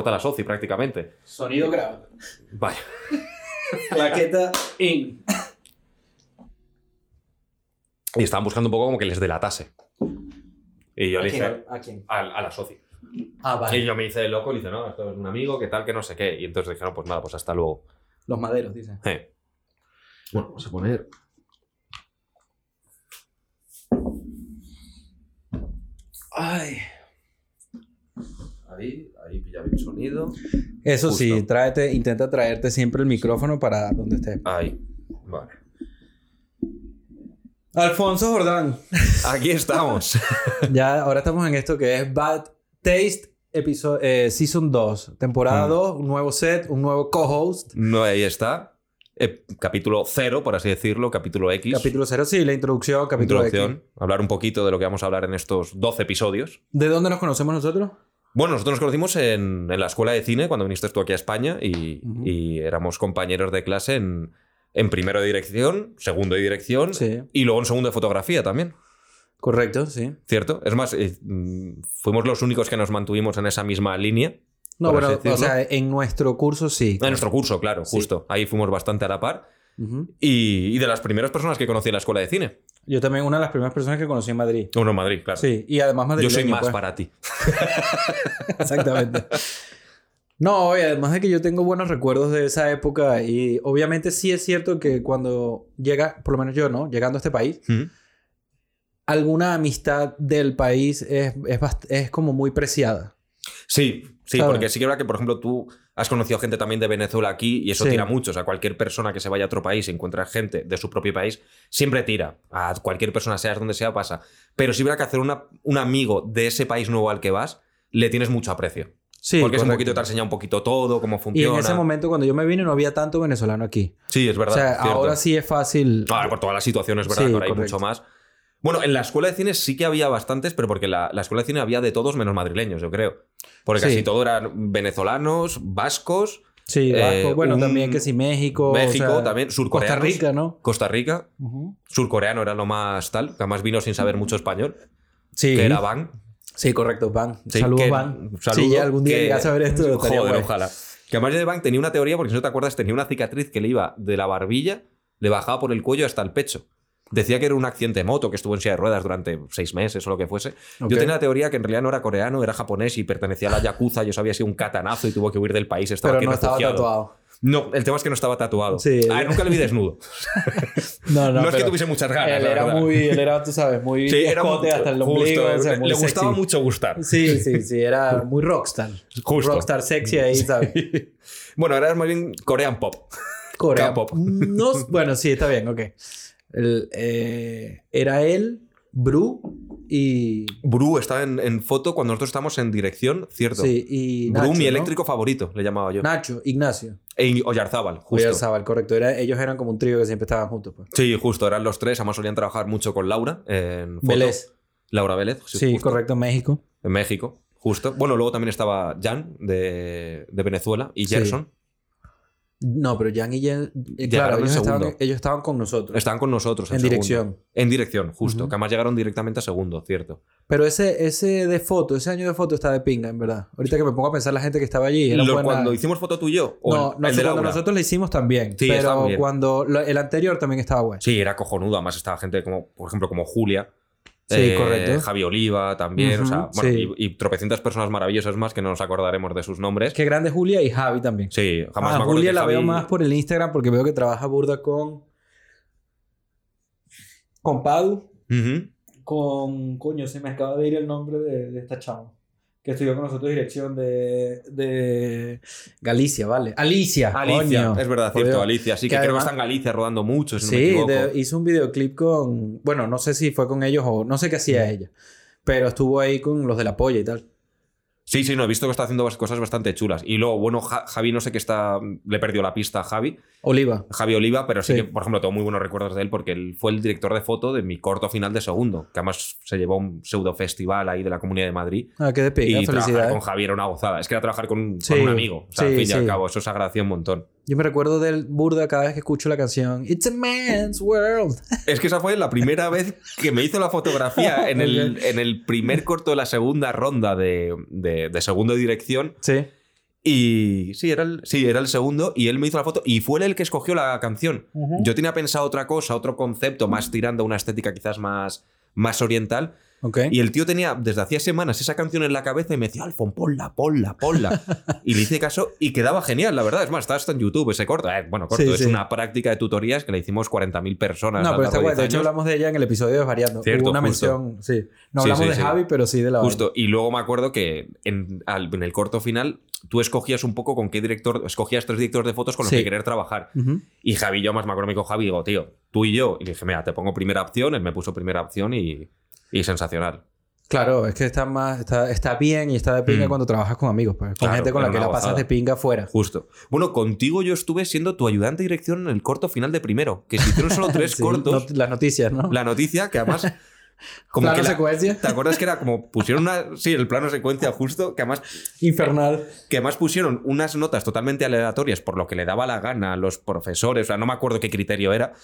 mata a la soci prácticamente. Sonido grave. Vaya. Claqueta in. Y estaban buscando un poco como que les delatase. Y yo ¿A le quién? dije ¿A quién? al- a la soci. Ah, Y vale. yo me hice el loco y le dije, no, esto es un amigo, que tal, que no sé qué. Y entonces dijeron, pues nada, pues hasta luego. Los maderos, dice. Eh. Bueno, vamos a poner. Ay. Ahí, ahí pilla el sonido. Eso Justo. sí, tráete, intenta traerte siempre el micrófono para donde estés. Ahí. Vale. Alfonso Jordán. Aquí estamos. ya, ahora estamos en esto que es Bad Taste episo- eh, Season 2. Temporada Mm. 2, un nuevo set, un nuevo co-host. No, ahí está. Eh, capítulo cero, por así decirlo, capítulo X. Capítulo 0, sí, la introducción, capítulo Introducción. X. Hablar un poquito de lo que vamos a hablar en estos 12 episodios. ¿De dónde nos conocemos nosotros? Bueno, nosotros nos conocimos en, en la escuela de cine cuando viniste tú aquí a España y, Ujú. y éramos compañeros de clase en, en primero de dirección, segundo de dirección Sí. y luego en segundo de fotografía también, Correcto, sí. ¿cierto? Es más, eh, mm, fuimos los únicos que nos mantuvimos en esa misma línea. No, Por así pero, decirlo. Ah. o sea, en nuestro curso sí. En nuestro curso, claro, Sí. justo. Ahí fuimos bastante a la par. Ujú. Y, y de las primeras personas que conocí en la escuela de cine. Yo también, una de las primeras personas que conocí en Madrid. Uno en Madrid, claro. Sí, y además Yo madrileño. soy más pues. para ti. Exactamente. No, y además de que yo tengo buenos recuerdos de esa época y obviamente sí es cierto que cuando llega, por lo menos yo, ¿no? Llegando a este país, alguna amistad del país es, es, bast- es como muy preciada. Sí, sí, ¿Sabes? porque sí que es verdad que, por ejemplo, tú has conocido gente también de Venezuela aquí y eso Sí. tira mucho. O sea, cualquier persona que se vaya a otro país y encuentra gente de su propio país, siempre tira. A cualquier persona, seas donde sea, pasa. Pero sí, es verdad que hacer una- un amigo de ese país nuevo al que vas, le tienes mucho aprecio. Sí, porque es un correcto. poquito, te enseña un poquito todo, cómo Y funciona. en ese momento cuando yo me vine no había tanto venezolano aquí. Sí, es verdad. o sea, cierto. ahora sí es fácil. Ahora, por todas las situaciones, ¿verdad? Sí, Que ahora hay correcto. mucho más. Bueno, en la escuela de cine sí que había bastantes, pero porque la, la escuela de cine había de todos menos madrileños, yo creo. Porque Sí. casi todo eran venezolanos, vascos, Sí, eh, Vasco, bueno, un- también que sí, México. o México sea, también, Costa surcoreanos. Rica, ¿no? Costa Rica, surcoreano era lo más tal, que además vino sin saber mucho español, Mm. Sí. que era Bang. Sí, correcto, Van. Sí, Saludos, que- Van. un saludo Si ya algún día que- llegas a ver esto, estaría Joder, guay. ojalá. Que además de Bang tenía una teoría, porque si no te acuerdas, tenía una cicatriz que le iba de la barbilla, le bajaba por el cuello hasta el pecho. Decía que era un accidente de moto, que estuvo en silla de ruedas durante seis meses o lo que fuese. Ok. Yo tenía la teoría que en realidad no era coreano, era japonés y pertenecía a la Yakuza. Yo sabía si un catanazo y tuvo que huir del país. Estaba Pero aquí no estaba refugiado. tatuado. No, el tema es que no estaba tatuado. Sí. eh. Ah, nunca le vi desnudo. No, No, es que pero tuviese muchas ganas. Él la era verdad. muy, él era, tú sabes, muy Sí, era escote muy- hasta el justo, ombligo. o sea, le- muy le sexy. gustaba mucho gustar. Sí, sí, sí, era muy rockstar. Justo. Rockstar sexy ahí, ¿sabes? Bueno, era más bien Korean Pop. Corea. K-pop. No, bueno, sí, está bien, ok. El, eh, era él, Bru y. Bru estaba en, en foto cuando nosotros estábamos en dirección, ¿cierto? Sí, y. Bru, Nacho, mi ¿no? eléctrico favorito, le llamaba yo. Nacho, Ignacio. E Oyarzábal, justo. Oyarzábal, correcto. Era, ellos eran como un trío que siempre estaban juntos, pues. Sí, justo, eran los tres. Además solían trabajar mucho con Laura en foto. Vélez. Laura Vélez. Sí, justo. correcto, México. En México, justo. Bueno, luego también estaba Jan de, de Venezuela y Sí. Gerson. No, pero Jan y Jen. eh, Llegaron claro, en ellos estaban, segundo. ellos estaban con nosotros. Estaban con nosotros. En, En segundo. dirección. En dirección, justo. Ujú. Que además llegaron directamente a segundo, cierto. Pero ese, ese de foto, ese año de foto está de pinga, en verdad. Ahorita que me pongo a pensar la gente que estaba allí. Era Lo- buena- Cuando hicimos foto tú y yo, o no, el- no el sé, de cuando Laura. nosotros le hicimos también. Sí, estaba pero bien. cuando lo- el anterior también estaba bueno. Sí, era cojonudo. Además estaba gente como, por ejemplo, como Julia. eh, Sí, correcto. Javi Oliva también. o sea, Ujú, bueno, sí. y, y tropecientas personas maravillosas más que no nos acordaremos de sus nombres. Qué grande Julia y Javi también. Sí, jamás Ah, me acuerdo Julia que la Javi- veo más por el Instagram porque veo que trabaja burda con. Con Padu. Ujú. Con. Coño, se me acaba de ir el nombre de, de esta chava. Que estudió con nosotros dirección de. de... Galicia, vale. Alicia. Alicia, Ah, coño. es verdad, Por cierto, Dios. Alicia. Sí, que, Que creo que además- está en Galicia rodando mucho, si no me Sí, equivoco. de- hizo un videoclip con. Bueno, no sé si fue con ellos o no sé qué hacía ella. Pero estuvo ahí con los de la polla y tal. Sí, sí, no, he visto que está haciendo bas- cosas bastante chulas. Y luego, bueno, Ja- Javi, no sé qué está. Le perdió la pista a Javi, Oliva. Javi Oliva, pero sí, Sí. que, por ejemplo, tengo muy buenos recuerdos de él porque él fue el director de foto de mi corto final de segundo, que además se llevó a un pseudo festival ahí de la Comunidad de Madrid. Ah, qué despedida, y trabajar felicidades. con Javi era una gozada. Es que era trabajar con, con Sí, un amigo. O sea, al sí, fin y al sí. cabo, eso se agradeció un montón. Yo me recuerdo del burda cada vez que escucho la canción It's a man's world. Es que esa fue la primera vez que me hizo la fotografía en el, en el primer corto de la segunda ronda de, de- de segundo de dirección. Sí. Y sí era, el, sí, era el segundo y él me hizo la foto y fue él el que escogió la canción. Ujú. Yo tenía pensado otra cosa, otro concepto, más tirando a una estética quizás más, más oriental. Ok. Y el tío tenía desde hacía semanas esa canción en la cabeza y me decía, Alfon, ponla, ponla, ponla. y le hice caso y quedaba genial, la verdad. Es más, está hasta en YouTube ese corto. Eh, bueno, corto, Sí, es sí. una práctica de tutorías que le hicimos 40.000 personas. no, a lo pero está largo guay. de De 10 hecho, años. hablamos de ella en el episodio de Variando. Cierto, Hubo una justo. mención, sí. No Sí, hablamos sí, de sí. Javi, pero sí de la vaina. Justo, y luego me acuerdo que en, al- en el corto final tú escogías un poco con qué director, escogías tres directores de fotos con los Sí. que querer trabajar. Ujú. Y Javi, yo más me acuerdo, me dijo Javi, digo, tío, tú y yo. Y le dije, mira, te pongo primera opción, él me puso primera opción y, y sensacional. Claro, es que está más, está, está bien y está de pinga Mm. cuando trabajas con amigos, pues, con Claro, gente con la era que una la pasas gozada. de pinga afuera. Justo. Bueno, contigo yo estuve siendo tu ayudante de dirección en el corto final de primero, que se hicieron solo tres Sí, cortos. no- las noticias, ¿no? La noticia, que además. Como Plano que la- secuencia. ¿Te acuerdas que era como pusieron una. Sí, el plano secuencia justo, que además Infernal. que además pusieron unas notas totalmente aleatorias por lo que le daba la gana a los profesores, o sea, no me acuerdo qué criterio era.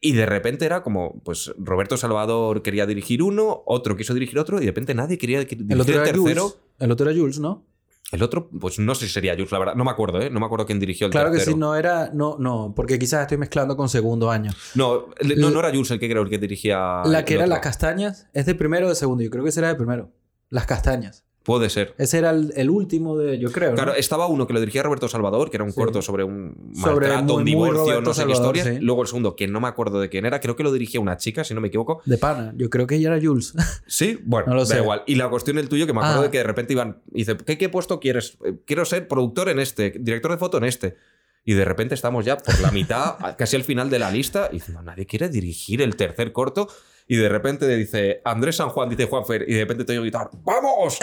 Y de repente era como, pues Roberto Salvador quería dirigir uno, otro quiso dirigir otro, y de repente nadie quería dir- dirigir El el, otro era tercero. Jules. El otro era Jules, ¿no? El otro, pues no sé si sería Jules, la verdad, no me acuerdo, ¿eh? No me acuerdo quién dirigió el Claro que tercero. sí, no era. No, no, porque quizás estoy mezclando con segundo año. No, le- no, no era Jules el que creo el que dirigía. la que Ah, el era otro. las castañas es de primero o de segundo. Yo creo que ese era de primero. Las castañas. Puede ser. Ese era el, el último de. Yo creo. ¿no? Claro, eh. estaba uno que lo dirigía Roberto Salvador, que era un Sí. corto sobre un Sobre maltrato, muy, un muy divorcio, Roberto no sé Salvador, qué historia. sí. Luego el segundo, que no me acuerdo de quién era, creo que lo dirigía una chica, si no me equivoco. De pana. Yo creo que ella era Jules. Sí, bueno, No lo da sé. igual. Y la cuestión del tuyo, que me acuerdo Ah. de que de repente iban, y dice, ¿qué, qué puesto quieres? Eh, Quiero ser productor en este, director de foto en este. Y de repente estamos ya por la mitad, a- casi al final de la lista, y diciendo, nadie quiere dirigir el tercer corto. Y de repente dice Andrés San Juan, dice Juanfer, y de repente te oigo gritar, ¡vamos!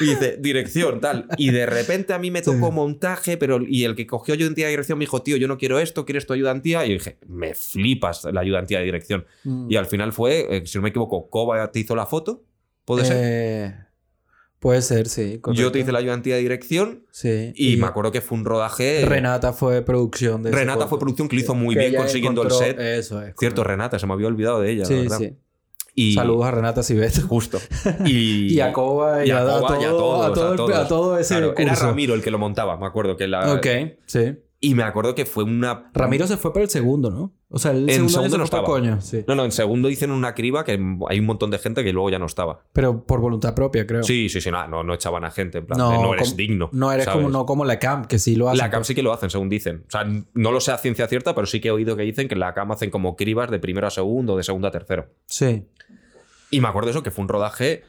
Y dice, dirección, tal. Y de repente a mí me tocó montaje, pero y el que cogió ayudantía de dirección me dijo, tío, yo no quiero esto, ¿quieres tu ayudantía? Y dije, me flipas la ayudantía de dirección. Mm. Y al final fue, eh, si no me equivoco, Koba te hizo la foto, puede ser. Eh, Puede ser, sí. Yo correcto. te hice la ayudantía de dirección Sí. y, me acuerdo que fue un rodaje. Renata fue producción de ese Renata corto. fue producción que lo hizo muy Que bien ella consiguiendo el encontró- set. Eso es. Cierto, correcto. Renata, se me había olvidado de ella, la Sí, verdad. sí. Y, Saludos a Renata si ves. Justo. Y, Y a Coba y, a, Coba a todo, y a todos, a todo a el- todos. a todo ese Claro, curso. Era Ramiro el que lo montaba, me acuerdo que la. Ok, sí. Y me acuerdo que fue una. Ramiro se fue para el segundo, ¿no? O sea, el En segundo, año segundo se no fue para estaba. coño, sí. No, no, en segundo hicieron una criba que hay un montón de gente que luego ya no estaba. Pero por voluntad propia, creo. Sí, sí, sí, nada, no, no echaban a gente. En plan, de, No, no, eres como- digno. No eres ¿sabes? como, no como la camp, que sí lo hace. La CAM sí que lo hacen, según dicen. O sea, no lo sé a ciencia cierta, pero sí que he oído que dicen que en la CAM hacen como cribas de primero a segundo, de segundo a tercero. Sí. Y me acuerdo eso, que fue un rodaje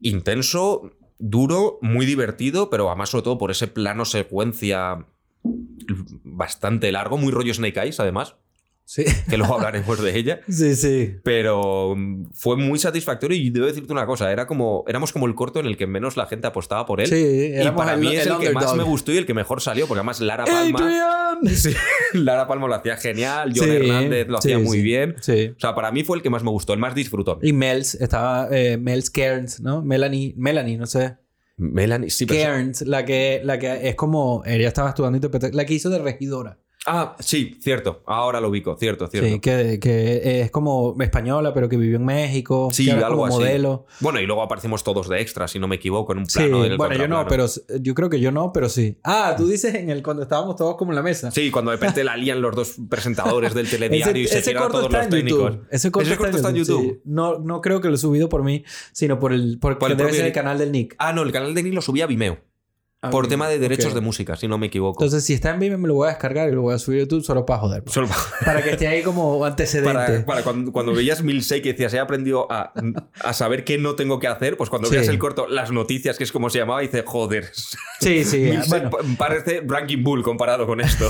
intenso, duro, muy divertido, pero además sobre todo por ese plano secuencia bastante largo, muy rollo Snake Eyes, además, Sí. que luego hablaremos de ella. Sí, sí. Pero mm, fue muy satisfactorio y debo decirte una cosa, era como, éramos como el corto en el que menos la gente apostaba por él. Sí, y éramos para el- mí es el el, que más underdog. me gustó y el que mejor salió, porque además Lara Palma... ¡Adrian! Sí, Lara Palma lo hacía genial, John Sí, Hernández lo sí, hacía muy sí. bien. Sí. O sea, para mí fue el que más me gustó, el más disfrutón. Y Mels, estaba eh, Mels Cairns, ¿no? Melanie, Melanie, no sé. Melanie, sí, pero- Cairns, la que, la que es como, ella estaba estudiando interpretación, la que hizo de regidora. Ah, sí, cierto. Ahora lo ubico, cierto, cierto. Sí, que, que es como española, pero que vivió en México. Sí, que era algo como así. modelo. Bueno, y luego aparecimos todos de extra, si no me equivoco, en un Sí, plano del bueno, yo no, contraplano. pero s- yo creo que yo no, pero sí. Ah, tú dices en el cuando estábamos todos como en la mesa. Sí, cuando de repente la lían los dos presentadores del telediario y se tiran a todos los técnicos. YouTube. Ese corto, está, en YouTube. sí. No, no creo que lo he subido por mí, sino por el, por, Por el que debe propio ser el Nick. canal del Nick. Ah, no, el canal de Nick lo subía a Vimeo. por tema de derechos de música, si no me equivoco. Ah, Entonces, si está en Vimeo, me lo voy a descargar y lo voy a subir a YouTube solo para joder. Solo Para que esté ahí como antecedente. Para, para cuando, cuando veías Milsei que decías, he aprendido a, a saber qué no tengo que hacer, pues cuando Sí. veas el corto, las noticias, que es como se llamaba, dices, joder, Sí, sí. Milsei bueno, pa- parece Ranking Bull comparado con esto.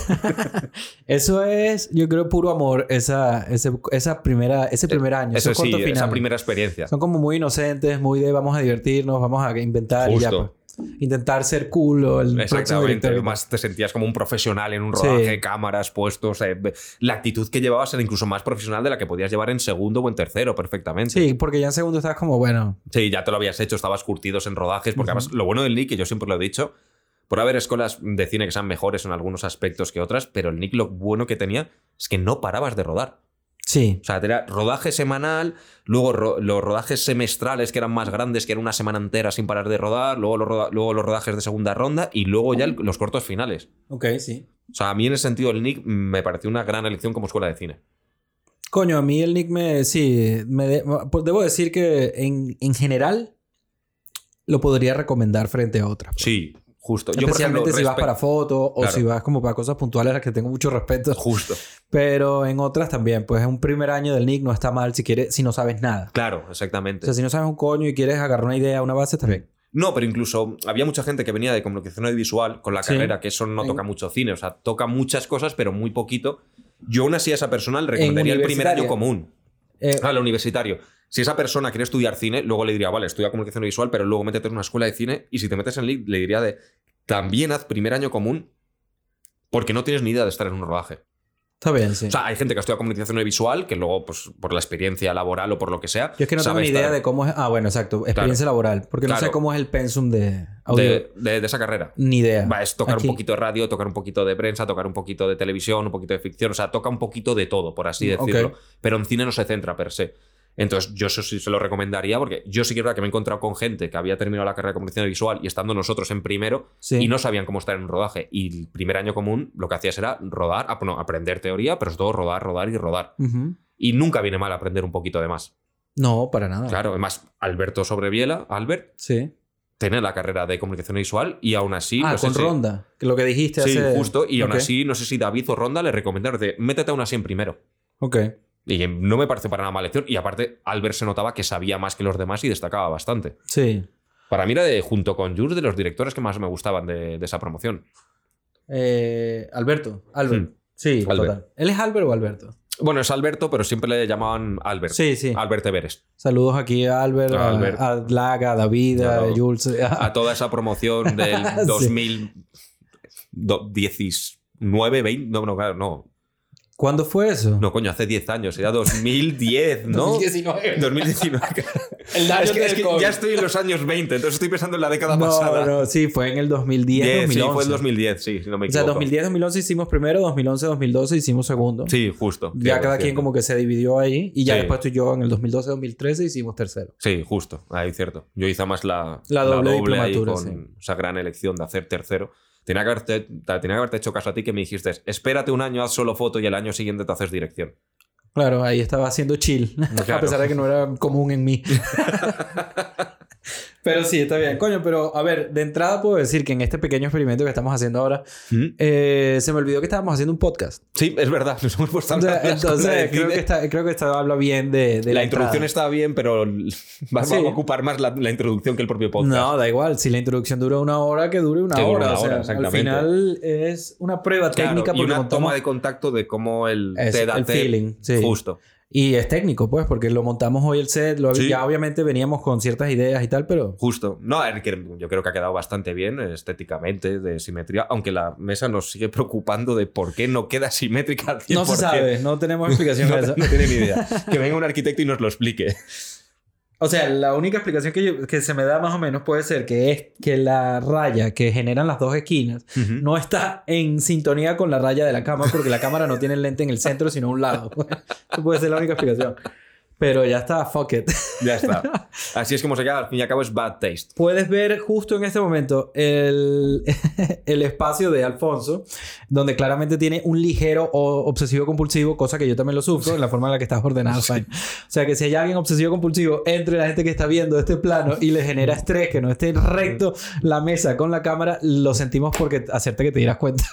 eso es, yo creo, puro amor, esa, ese, esa primera, ese primer año. Eso ese sí, corto final. esa primera experiencia. Son como muy inocentes, muy de vamos a divertirnos, vamos a inventar y ya. Justo. pues. Intentar ser cool o el próximo Exactamente, director. además te sentías como un profesional en un Sí. rodaje, cámaras, puestos. eh, la actitud que llevabas era incluso más profesional de la que podías llevar en segundo o en tercero, perfectamente. Sí, porque ya en segundo estás como, bueno, Sí, ya te lo habías hecho, estabas curtidos en rodajes, porque además lo bueno del Nick, que yo siempre lo he dicho, por haber escuelas de cine que sean mejores en algunos aspectos que otras, pero el Nick lo bueno que tenía es que no parabas de rodar. Sí. O sea, era rodaje semanal, luego ro- los rodajes semestrales que eran más grandes, que era una semana entera sin parar de rodar, luego los, roda- luego los rodajes de segunda ronda y luego ya el- los cortos finales. Ok, sí. O sea, a mí en ese sentido el Nick me pareció una gran elección como escuela de cine. Coño, a mí el Nick me. Sí, me de- pues debo decir que en, en general lo podría recomendar frente a otras. Sí, justo. Yo, por Especialmente ejemplo, si vas respe- para fotos o Claro. si vas como para cosas puntuales a las que tengo mucho respeto. Justo. Pero en otras también, pues un primer año del Nick no está mal si quieres, si no sabes nada. Claro, O exactamente. sea, si no sabes un coño y quieres agarrar una idea, una base, está bien. No, pero incluso había mucha gente que venía de comunicación audiovisual con la Sí. carrera, que eso no En- toca mucho cine, o sea, toca muchas cosas, pero muy poquito. Yo aún así a esa persona le recomendaría el primer universitaria. año común, Eh, al universitario. Si esa persona quiere estudiar cine, luego le diría, vale, estudia comunicación audiovisual, pero luego métete en una escuela de cine y si te metes en LIC, le diría de, también haz primer año común porque no tienes ni idea de estar en un rodaje. está bien, sí. O sea, hay gente que estudia comunicación audiovisual que luego, pues, por la experiencia laboral o por lo que sea, Yo es que no tengo sabe ni idea estar de cómo es. Ah, bueno, exacto. Experiencia laboral. Porque no sé Claro. cómo es el pensum de audio. de- de- de esa carrera. Ni idea. Va, es tocar Aquí. un poquito de radio, tocar un poquito de prensa, tocar un poquito de televisión, un poquito de ficción, o sea, toca un poquito de todo, por así Mm, ok. decirlo. Pero en cine no se centra per se. Entonces, yo eso sí se lo recomendaría, porque yo sí que es verdad que me he encontrado con gente que había terminado la carrera de comunicación visual y estando nosotros en primero Sí. y no sabían cómo estar en un rodaje. Y el primer año común lo que hacías era rodar, ap- no, aprender teoría, pero sobre todo rodar, rodar y rodar. Ujú. Y nunca viene mal aprender un poquito de más. No, para nada. Claro, además, Alberto Sobreviela, Albert, Sí. tenés tenía la carrera de comunicación visual y aún así. ah, no sé con si- ronda. Que lo que dijiste pues Sí, hace. justo. Y aún Ok. así, no sé si David o Ronda le recomendaron de métete a una 100 primero. Ok. Y eh, no me parece para nada mala lección. Y aparte, Albert se notaba que sabía más que los demás y destacaba bastante. Sí. Para mí era de, junto con Jules de los directores que más me gustaban de, de esa promoción. Eh, Alberto. Albert. Hmm. Sí, Albert. total. ¿Él es Albert o Alberto? Bueno, es Alberto, pero siempre le llamaban Albert. Sí, sí. Albert Everest. Saludos aquí a Albert, A a, Albert. a Laga, a David, a Claro. Jules. A toda esa promoción del Sí. 2019, 20. No, no, claro, no. ¿Cuándo fue eso? No, coño, hace 10 años. Era 2010, ¿no? 2019. 2019. El Es que, es que ya estoy en los años 20, entonces estoy pensando en la década pasada. No, no, sí, fue en el 2010, Diez, 2011. Sí, fue el 2010, sí, si no me O sea, equivoco. 2010-2011 hicimos primero, 2011-2012 hicimos segundo. Sí, justo. Ya cada quien como que se dividió ahí y ya Sí. después tú y yo en el 2012-2013 hicimos tercero. Sí, justo. Ahí cierto. Yo hice más la, La doble ahí diplomatura, con esa gran elección de hacer tercero. Tenía que, haberte, tenía que haberte hecho caso a ti que me dijiste, espérate un año, haz solo foto y el año siguiente te haces dirección. Claro, ahí estaba haciendo chill, a Claro. pesar de que no era común en mí. pero sí, está bien. Coño, pero a ver, de entrada puedo decir que en este pequeño experimento que estamos haciendo ahora, eh, se me olvidó que estábamos haciendo un podcast. Sí, es verdad. Nos hemos puesto a O hablar sea, de la escuela de entonces, creo cine. que, está, creo que esta habla bien de, de la, la introducción entrada. estaba bien, pero l- va, va Sí. a ocupar más la, la introducción que el propio podcast. No, da igual. Si la introducción dura una hora, que dure una Que dure hora. una o sea, hora, al exactamente. final es una prueba Claro, técnica y porque una montamos- toma de contacto de cómo el Es te da el feeling, sí. Justo. Y es técnico, pues, porque lo montamos hoy el set. Lo, Sí. Ya obviamente veníamos con ciertas ideas y tal, pero... Justo. No, a ver, que yo creo que ha quedado bastante bien eh, estéticamente, de simetría, aunque la mesa nos sigue preocupando de por qué no queda simétrica. al No se 100%. sabe, no tenemos explicación No, de eso. no tiene ni idea. Que venga un arquitecto y nos lo explique. O sea, la única explicación que, yo- que se me da más o menos puede ser que es que la raya que generan las dos esquinas Ujú. no está en sintonía con la raya de la cámara porque la cámara no tiene el lente en el centro, sino a un lado. Esa puede ser la única explicación. Pero ya está, fuck it. Ya está. Así es como se queda, al fin y al cabo es bad taste. Puedes ver justo en este momento el, el espacio de Alfonso, donde claramente tiene un ligero o obsesivo compulsivo, cosa que yo también lo sufro en la forma en la que estás ordenado. Fine. O sea que si hay alguien obsesivo compulsivo entre la gente que está viendo este plano y le genera estrés que no esté recto la mesa con la cámara, lo sentimos porque hacerte que te dieras cuenta.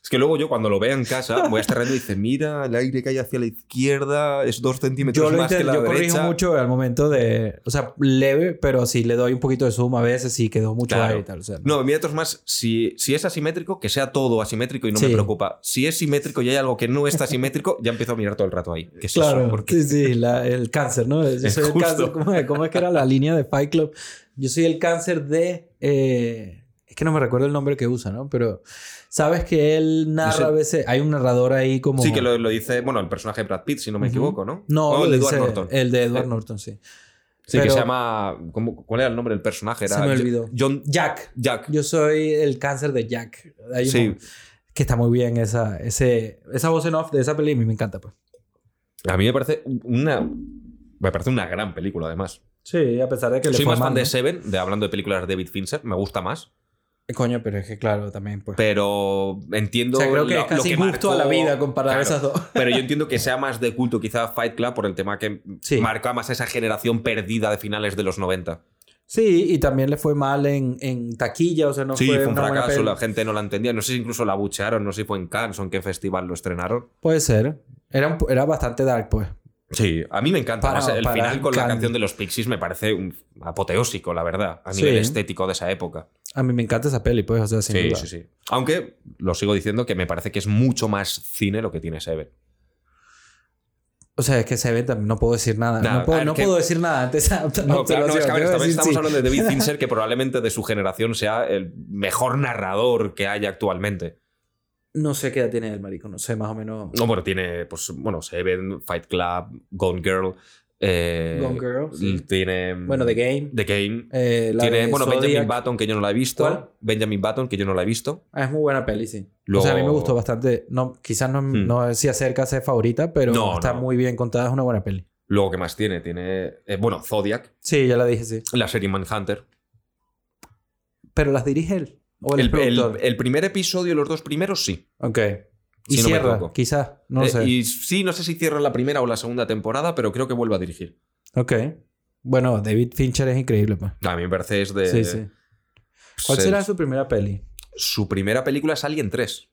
Es que luego yo cuando lo vea en casa voy a estar y dice, mira, el aire que hay hacia la izquierda es dos centímetros Yo lo más que intento, la yo corrijo derecha. mucho al momento de, o sea, leve, pero si le doy un poquito de zoom a veces sí quedó mucho Claro. aire y tal. O sea, No, mi dato es más, si, si es asimétrico, que sea todo asimétrico y no Sí. me preocupa. Si es simétrico y hay algo que no está asimétrico, ya empiezo a mirar todo el rato ahí. ¿Qué es eso? Claro, ¿Por qué? sí, sí, la- el cáncer, ¿no? Yo Es soy el justo. cáncer, ¿cómo es, cómo es que era la línea de Fight Club? Yo soy el cáncer de... eh, es que no me recuerdo el nombre que usa, ¿no? Pero sabes que él narra sé. a veces... Hay un narrador ahí como... Sí, que lo, lo dice, bueno, el personaje de Brad Pitt, si no me Ujú. equivoco, ¿no? No, O lo el de Edward dice- Norton. El de Edward Eh, Norton, sí. sí, que pero- se llama. ¿cómo- ¿Cuál era el nombre del personaje? Era Se me Jo- olvidó. John Jack. Jack. Yo soy el cáncer de Jack. Hay un- Sí. que está muy bien esa, ese, esa voz en off de esa peli. A mí me encanta, pues. A mí me parece una. Me parece una gran película, además. Sí, a pesar de que Soy fue más fan mal, de ¿no? Seven, de hablando de películas de David Fincher, me gusta más. Coño, pero es que claro, también, pues. Pero entiendo. o sea, creo que lo- es casi lo que justo a la marcó- vida comparar Claro. esas dos. Pero yo entiendo que sea más de culto, quizá Fight Club, por el tema que Sí. marca más esa generación perdida de finales de los 90. Sí, y también le fue mal en, en taquilla, o sea, no sí, fue, fue un una buena fracaso, peli. la gente no la entendía. No sé si incluso la buchearon, no sé si fue en Cannes o en qué festival lo estrenaron. Puede ser. Era, un- era bastante dark, pues. Sí, a mí me encanta. Para- Además, el para final con la Cannes. canción de los Pixies me parece un apoteósico, la verdad, a Sí. nivel estético de esa época. A mí me encanta esa peli, pues, o sea, sin sí, duda. sí, sí. Aunque lo sigo diciendo que me parece que es mucho más cine lo que tiene Seven. O sea, es que se ve también, no puedo decir nada. Nada, no puedo, a ver, no que- puedo decir nada ante esa No, claro, no, observación. es que a ver, Debo estamos, decir, estamos sí. hablando de David Fincher, que probablemente de su generación sea el mejor narrador que haya actualmente. No sé qué edad tiene el marico, no sé, más o menos. No, bueno, tiene, pues, bueno, Seven, Fight Club, Gone Girl. eh, Gone Girl, sí. Tiene. Bueno, The Game. The Game. eh, la tiene, de bueno, Zodiac. Benjamin Button, que yo no la he visto. ¿Cuál? Benjamin Button, que yo no la he visto. Ah, es muy buena peli, sí. Luego- O sea, a mí me gustó bastante. No, quizás no, Hmm. no si acerca a ser favorita, pero No, está no. muy bien contada, es una buena peli. Luego, ¿qué más tiene? Tiene. eh, bueno, Zodiac, Sí, ya la dije, sí. la serie Manhunter. Pero las dirige él. O el, El, el- productor. el primer episodio, los dos primeros, sí. ok. Y Si no me cierra, equivoco. quizás. No Eh, sé. Y sí, no sé si cierra la primera o la segunda temporada, pero creo que vuelve a dirigir. Ok. Bueno, David Fincher es increíble, pues. A mí me parece es de. sí, sí. pues, ¿Cuál el- será su primera peli? Su primera película es Alien 3,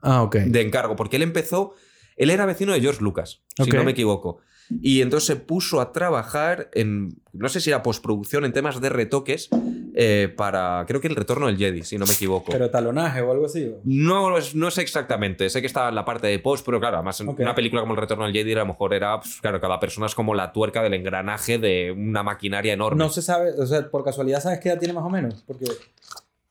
Ah, ok. de encargo, porque él empezó. Él era vecino de George Lucas, Ok. si no me equivoco. Y entonces se puso a trabajar en. No sé si era postproducción, en temas de retoques eh, para. Creo que el retorno del Jedi, si no me equivoco. Pero talonaje o algo así. ¿o? No, es- no sé exactamente. Sé que estaba en la parte de post, pero claro, además en Ok. una película como El Retorno al Jedi a lo mejor era, pues, claro, cada persona es como la tuerca del engranaje de una maquinaria enorme. No se sabe, o sea, por casualidad sabes qué edad tiene más o menos. Porque.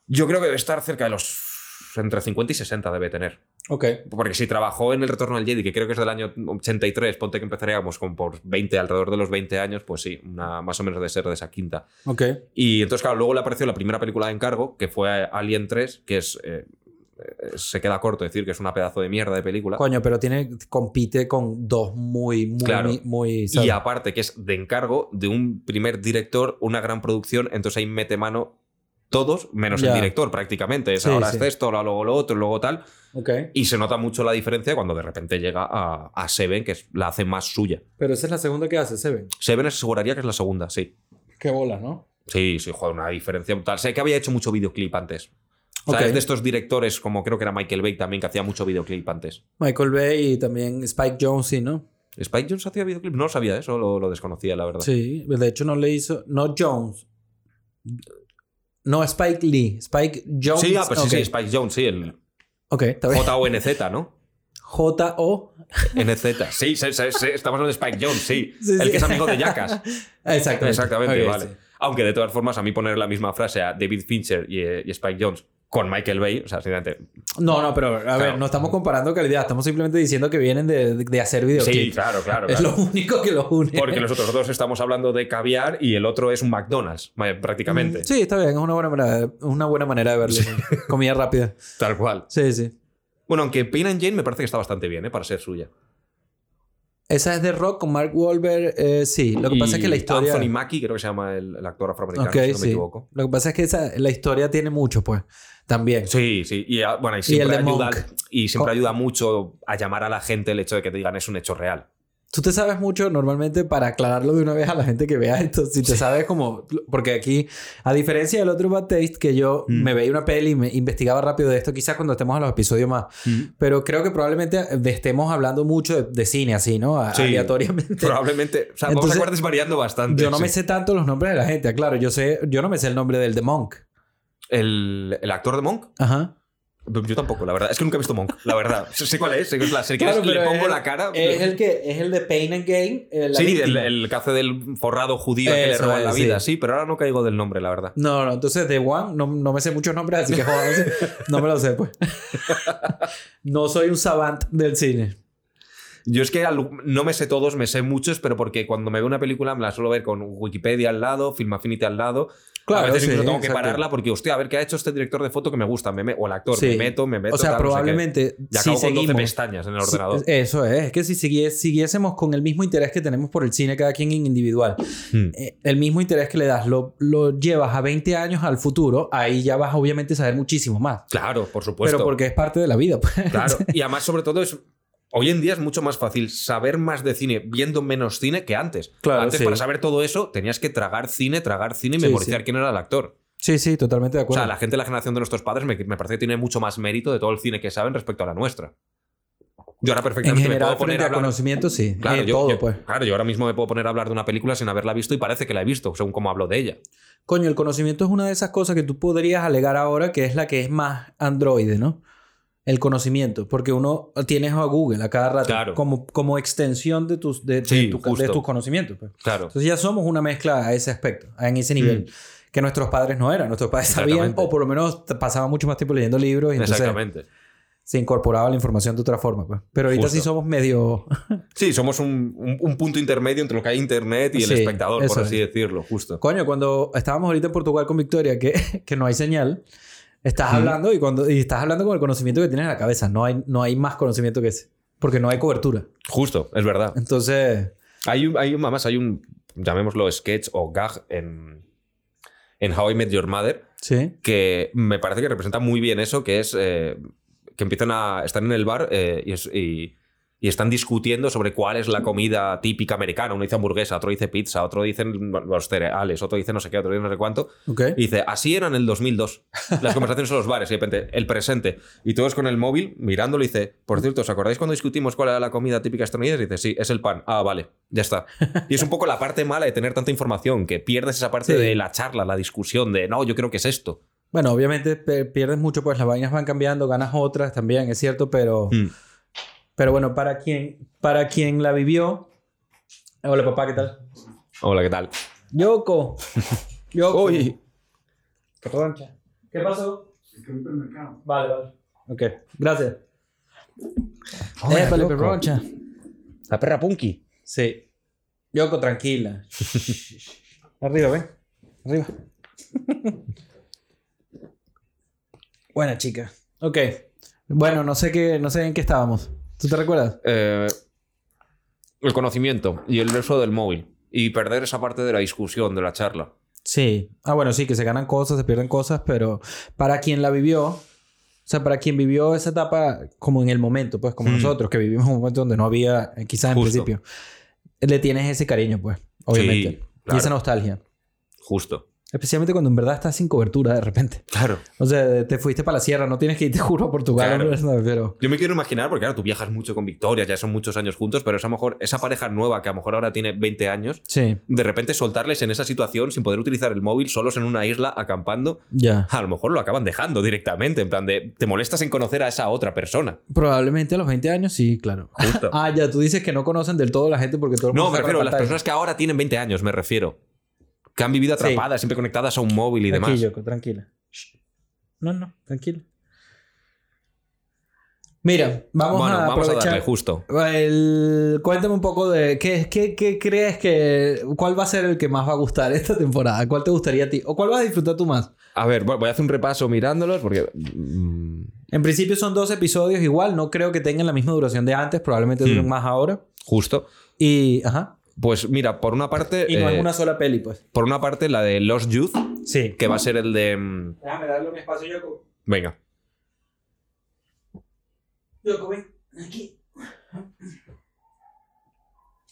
Yo creo que debe estar cerca de los entre 50 y 60 debe tener. Ok. Porque si trabajó en El Retorno al Jedi, que creo que es del año 83, ponte que empezaríamos con por 20, alrededor de los 20 años, pues sí, una, más o menos de ser de esa quinta. Ok. Y entonces, claro, luego le apareció la primera película de encargo, que fue Alien 3, que es... eh, eh, se queda corto decir que es una pedazo de mierda de película. Coño, pero tiene, compite con dos muy, muy, Claro. muy. muy, Y ¿sabes? aparte que es de encargo de un primer director, una gran producción, entonces ahí mete mano todos, menos Ya. el director prácticamente. Es Sí, ahora sí. es esto, ahora luego lo otro, luego tal. Ok. Y se nota mucho la diferencia cuando de repente llega a, a Seven, que es- la hace más suya. Pero esa es la segunda que hace, Seven. Seven aseguraría que es la segunda, sí. Qué bolas, ¿no? Sí, sí, joder, una diferencia brutal. Sé que había hecho mucho videoclip antes. O sea, Ok. es de estos directores, como creo que era Michael Bay también, que hacía mucho videoclip antes. Michael Bay y también Spike Jones, sí, ¿no? ¿Spike Jones hacía videoclip? No lo sabía eso, lo, lo desconocía, la verdad. Sí, de hecho no le hizo. No Jones. No Spike Lee. Spike Jones. Sí, ah, pero sí, ok. sí, Spike Jones, sí, el Ok, está bien. J-O-N-Z, ¿no? J-O. NZ. Sí, sí, sí, sí, estamos hablando de Spike Jones, sí. Sí, el sí. que es amigo de Jackass. Exactamente. Exactamente, Ok, vale. sí. Aunque de todas formas, a mí poner la misma frase a David Fincher y, eh, y Spike Jones con Michael Bay, o sea, sinceramente. No, no, pero a ver, Claro. no estamos comparando calidad, estamos simplemente diciendo que vienen de, de hacer Sí, videoclips. claro, claro. Es claro. lo único que los une. Porque los otros dos estamos hablando de caviar y el otro es un McDonald's, ma- prácticamente. Sí, está bien, es una buena manera, una buena manera de verlo. Comida rápida. Tal cual. Sí, sí. Bueno, aunque Pain and Jane me parece que está bastante bien, ¿eh? Para ser suya. Esa es de rock con Mark Wahlberg. eh, sí, lo que Y pasa es que la historia. Anthony Mackie, creo que se llama el, el actor afroamericano, Ok, si no sí. me equivoco. Lo que pasa es que esa, la historia tiene mucho, pues. También. Sí, sí. Y ah, bueno, y siempre, el de ayuda, Monk. y siempre Co- ayuda mucho a llamar a la gente el hecho de que te digan es un hecho real. Tú te sabes mucho normalmente para aclararlo de una vez a la gente que vea esto. Si te sabes como... Porque aquí, a diferencia del otro Bad Taste, que yo Mm. me veía una peli y me investigaba rápido de esto, quizás cuando estemos a los episodios más. Pero creo que probablemente de- estemos hablando mucho de, de cine así, ¿no? A- Sí. Aleatoriamente. Probablemente. O sea, vos Entonces, recuerdes variando bastante. Yo no sí. me sé tanto los nombres de la gente, claro. Yo sé... Yo no me sé el nombre del The Monk. ¿El, el actor de Monk? Ajá. Yo tampoco, la verdad. Es que nunca he visto Monk, la verdad. Sé sé cuál es, sé que es la serie. Claro, le pero pongo es- la cara. Es el que... Es el de Pain and Gain. eh, la sí, el, víctima. el que hace del forrado judío que le Eso roban la es, sí. vida. Sí, pero ahora no caigo del nombre, la verdad. No, no, entonces The One no, no me sé muchos nombres, así que joder, no sé, no me lo sé, pues. No soy un savant del cine. Yo es que al- no me sé todos, me sé muchos, pero porque cuando me veo una película me la suelo ver con Wikipedia al lado, Film Affinity al lado, Claro, a veces sí, incluso tengo que exacto. pararla porque, hostia, a ver qué ha hecho este director de foto que me gusta, me me- o el actor, Sí. me meto, me meto. o tal, sea, no sé qué. probablemente Y si acabo con 12 seguimos pestañas en el Sí, ordenador. Eso es, es que si siguie- siguiésemos con el mismo interés que tenemos por el cine cada quien en individual, Hmm. eh, el mismo interés que le das lo, lo llevas a 20 años al futuro, ahí ya vas a obviamente saber muchísimo más. Claro, por supuesto. Pero porque es parte de la vida. pues. Claro. Y además, sobre todo, es. Hoy en día es mucho más fácil saber más de cine viendo menos cine que antes. Claro, antes, sí. para saber todo eso, tenías que tragar cine, tragar cine y Sí, memorizar sí. quién era el actor. Sí, sí, totalmente O de acuerdo. sea, la gente de la generación de nuestros padres me, me parece que tiene mucho más mérito de todo el cine que saben respecto a la nuestra. Yo ahora en perfectamente me general, puedo poner frente a a hablar- conocimiento, sí. Claro, Eh, yo, todo, yo- pues. claro, yo ahora mismo me puedo poner a hablar de una película sin haberla visto y parece que la he visto, según cómo hablo de ella. Coño, el conocimiento es una de esas cosas que tú podrías alegar ahora que es la que es más androide, ¿no? El conocimiento, porque uno tienes a Google a cada rato Claro. como, como extensión de tus, de, de Sí, tu- justo. de tus conocimientos. pues. Claro. Entonces ya somos una mezcla a ese aspecto, en ese nivel, que nuestros padres no eran. Nuestros padres sabían, Mm. Exactamente. o por lo menos t- pasaban mucho más tiempo leyendo libros y entonces Exactamente. se incorporaba la información de otra forma. pues. Pero ahorita Justo. sí somos medio... Sí, somos un, un- un punto intermedio entre lo que hay internet y el Sí, espectador, eso por así es. decirlo, justo. Coño, cuando estábamos ahorita en Portugal con Victoria, que, que no hay señal, estás Ujú. hablando y, cuando, y estás hablando con el conocimiento que tienes en la cabeza. No hay, no hay más conocimiento que ese. Porque no hay cobertura. Justo, es verdad. Entonces, Hay un, hay un- además, hay un, llamémoslo sketch o gag en, en How I Met Your Mother sí. que me parece que representa muy bien eso, que es eh, que empiezan a estar en el bar eh, y, es- y- y están discutiendo sobre cuál es la comida típica americana. Uno dice hamburguesa, otro dice pizza, otro dice los cereales, otro dice no sé qué, otro dice no sé cuánto. Ok. Y dice, así era en el 2002. Las conversaciones en los bares y de repente el presente. Y todos con el móvil mirándolo y dice, por cierto, ¿os acordáis cuando discutimos cuál era la comida típica estadounidense? Y dice, sí, es el pan. Ah, vale, ya está. Y es un poco la parte mala de tener tanta información, que pierdes esa parte Sí. de la charla, la discusión, de, no, yo creo que es esto. Bueno, obviamente pe- pierdes mucho, pues las vainas van cambiando, ganas otras también, es cierto, pero, Mm. pero bueno, para quien, para quien la vivió. Hola, papá, ¿qué tal? Hola, ¿qué tal? Yoko. Yoko. Uy. Perdón. ¿Qué pasó? Vale, vale. Ok, gracias. Eh, Hola, Épale, Yoko. perroncha. La perra Punky. Sí. Yoko, tranquila. Arriba, ven. Arriba. Buena chica. Ok. Bueno, no sé qué, no sé en qué estábamos. ¿Tú te recuerdas? Eh, el conocimiento y el verso del móvil. Y perder esa parte de la discusión, de la charla. Sí. Ah, bueno, sí, que se ganan cosas, se pierden cosas, pero para quien la vivió, o sea, para quien vivió esa etapa como en el momento, pues como Mm. nosotros, que vivimos un momento donde no había, eh, quizás en Justo. principio, le tienes ese cariño, pues, obviamente. Sí, claro. Y esa nostalgia. Justo. Especialmente cuando en verdad estás sin cobertura de repente. Claro. O sea, te fuiste para la sierra, no tienes que ir, te juro, a Portugal. Claro. no, pero... Yo me quiero imaginar, porque claro, tú viajas mucho con Victoria, ya son muchos años juntos, pero es a lo mejor esa pareja nueva que a lo mejor ahora tiene 20 años, Sí, de repente soltarles en esa situación sin poder utilizar el móvil, solos en una isla, acampando, ya. a lo mejor lo acaban dejando directamente, en plan de te molestas en conocer a esa otra persona. Probablemente a los 20 años, sí, claro. Justo. Ah, ya, tú dices que no conocen del todo la gente porque todo el mundo no, me está con refiero a las pantalla. personas que ahora tienen 20 años, me refiero. Que han vivido Sí. atrapadas, siempre conectadas a un móvil y demás. Aquí, Yoko, tranquila. Shh. No, no, tranquila. Mira, vamos Ah, bueno, a vamos a aprovechar. darle justo. el- Cuéntame un poco de qué, qué, qué crees que. ¿Cuál va a ser el que más va a gustar esta temporada? ¿Cuál te gustaría a ti? ¿O cuál vas a disfrutar tú más? A ver, voy voy a hacer un repaso mirándolos porque... mm, En principio son dos episodios igual, no creo que tengan la misma duración de antes, probablemente duren Hmm. más ahora. Justo. Y. Ajá. Pues mira, por una parte... Y no eh, es una sola peli, pues. Por una parte, la de Lost Youth, Sí. que va a ser el de... mm, Déjame darle un espacio, Yoko. Venga. Yoko, ven. Aquí.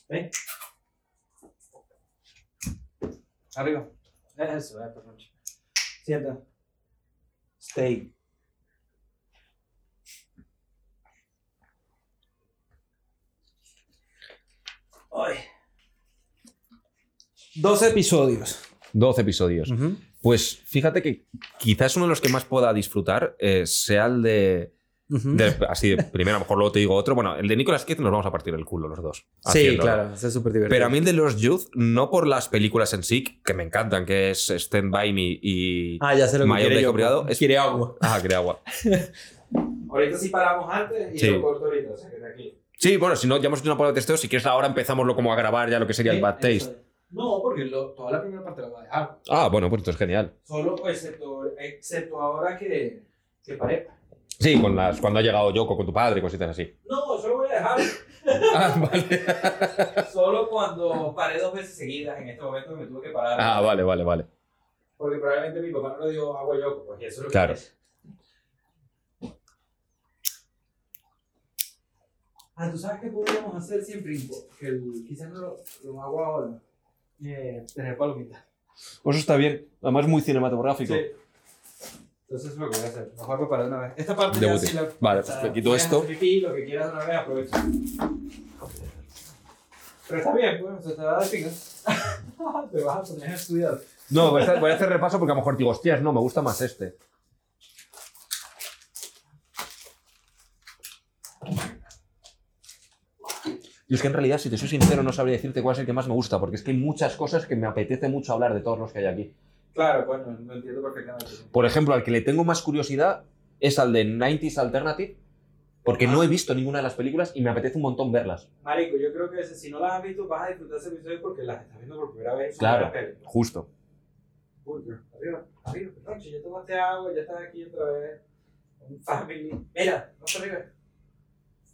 Ven. Arriba. Eso, eh, perdón. Sienta. Stay. Ay. 12 episodios. 12 episodios. Mm. Pues fíjate que quizás uno de los que más pueda disfrutar eh, sea el de, Ujú. de- Así, de primero, a lo mejor luego te digo otro. Bueno, el de Nicolas Cage nos vamos a partir el culo los dos. Sí, haciéndolo. claro, ese es súper divertido. Pero a mí el de Lost Youth, no por las películas en sí, que me encantan, que es Stand By Me y... Ah, ya sé lo que Mayor quiere de yo. copiado es- Quiere agua. Ah, que de agua. Ahorita sí paramos antes y Sí. lo corto ahorita, o sea que de aquí. Sí, bueno, si no, ya hemos hecho una prueba de testeo. Si quieres, ahora empezámoslo como a grabar ya lo que sería el Bad Taste. No, porque lo- toda la primera parte la va a dejar. Ah, bueno, pues esto es genial. Solo, excepto, excepto ahora que, que pare. Sí, con las, cuando ha llegado Yoko con tu padre y cositas así. No, yo lo voy a dejar Ah, vale. solo cuando paré dos veces seguidas. En este momento me tuve que parar. Ah, vale, vale, vale. Porque probablemente mi papá no le dio agua a Yoko, pues y eso es lo que Claro. es. Ah, ¿tú sabes qué podríamos hacer siempre? Que el- quizás no lo, lo hago ahora. Eh, tener palomitas. Pues Eso está bien. Además, muy cinematográfico. Sí. Entonces es lo que voy a hacer. Mejor preparar de una vez. Esta parte ya Debute. sí la... Vale, pues me quito puedes esto. hacer Pipí, lo que quieras de una vez, aprovecha. Pero está bien, pues, se te va a dar pingas. te vas a poner a estudiar. No, voy a, hacer, voy a hacer repaso porque a lo mejor digo, hostias, no, me gusta más este. Y es que en realidad, si te soy sincero, no sabría decirte cuál es el que más me gusta, porque es que hay muchas cosas que me apetece mucho hablar de todos los que hay aquí. Claro, bueno, lo entiendo perfectamente. Por ejemplo, al que le tengo más curiosidad es al de 90s Alternative, porque no he visto ninguna de las películas y me apetece un montón verlas. Marico, yo creo que si no las has visto, vas a disfrutar ese episodio porque las estás viendo por primera vez. Claro. Son buenas pelis. Justo. Burger, arriba, arriba, Pancho, ya tomaste agua, ya estás aquí otra vez. Un family. Mira, vamos arriba.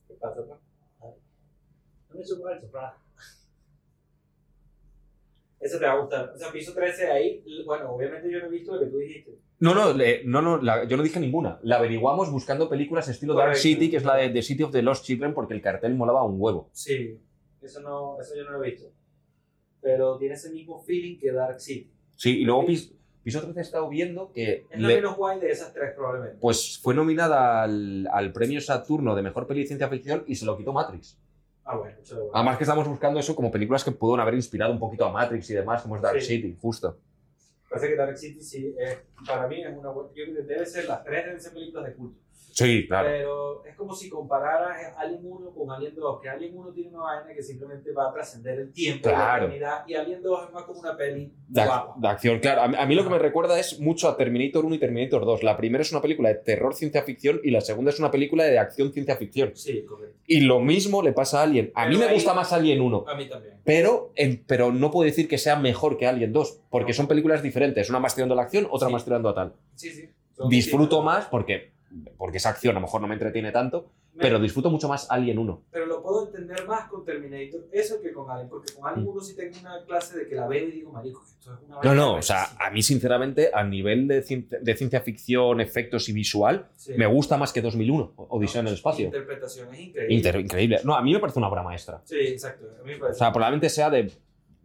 ¿Qué pasa, pa? No me subo al sofá. Eso te va a gustar. O sea, piso 13 ahí, l- bueno, obviamente yo no he visto lo que tú dijiste. No, no, le- no, no la- yo no dije ninguna. La averiguamos buscando películas estilo Dark Correcto. City, que es la de The City of the Lost Children, porque el cartel molaba un huevo. Sí, eso, no, eso yo no lo he visto. Pero tiene ese mismo feeling que Dark City. Sí, y luego Pis- Piso 13 he estado viendo que Es la le- menos guay de esas tres, probablemente. pues fue nominada al, al premio Saturno de Mejor Peli de Ciencia Ficción y se lo quitó Matrix. Ah, bueno, eso lo voy a- Además que estamos buscando eso como películas que pudieron haber inspirado un poquito a Matrix y demás, como es Dark Sí. City, justo. Parece que Dark City sí, es- para mí es una buena. Yo creo que debe ser, las tres deben ser películas de culto. Sí, Eh, claro. Pero es como si compararas Alien 1 con Alien 2, que Alien 1 tiene una vaina que simplemente va a trascender el tiempo, Claro. la eternidad, y Alien 2 es más como una peli De, ac- guapa. de acción, claro. A mí, a mí lo que me recuerda es mucho a Terminator 1 y Terminator 2. La primera es una película de terror ciencia ficción y la segunda es una película de acción ciencia ficción. Sí, correcto. Y lo mismo le pasa a Alien. A mí Pero me ahí- gusta más Alien 1, A mí también. pero, en- pero no puedo decir que sea mejor que Alien 2, porque No. son películas diferentes. Una más tirando a la acción, otra Sí. más tirando a tal. Sí, sí. Son disfruto distintas. más porque, porque esa acción a lo mejor no me entretiene tanto, Me- pero disfruto mucho más Alien 1. pero lo puedo entender más con Terminator, eso que con Alien, porque con Alien 1 sí tengo una clase de que la veo y digo, marico, esto es una Mm. No, vaina no, o sea, buenísima". a mí sinceramente, a nivel de ciencia, de ciencia ficción, efectos y visual, Sí. me gusta más que 2001, Odisea en el No, espacio. Interpretación es increíble. Inter- increíble. No, a mí me parece una obra maestra. Sí, exacto. A mí me O parece. sea, probablemente sea de.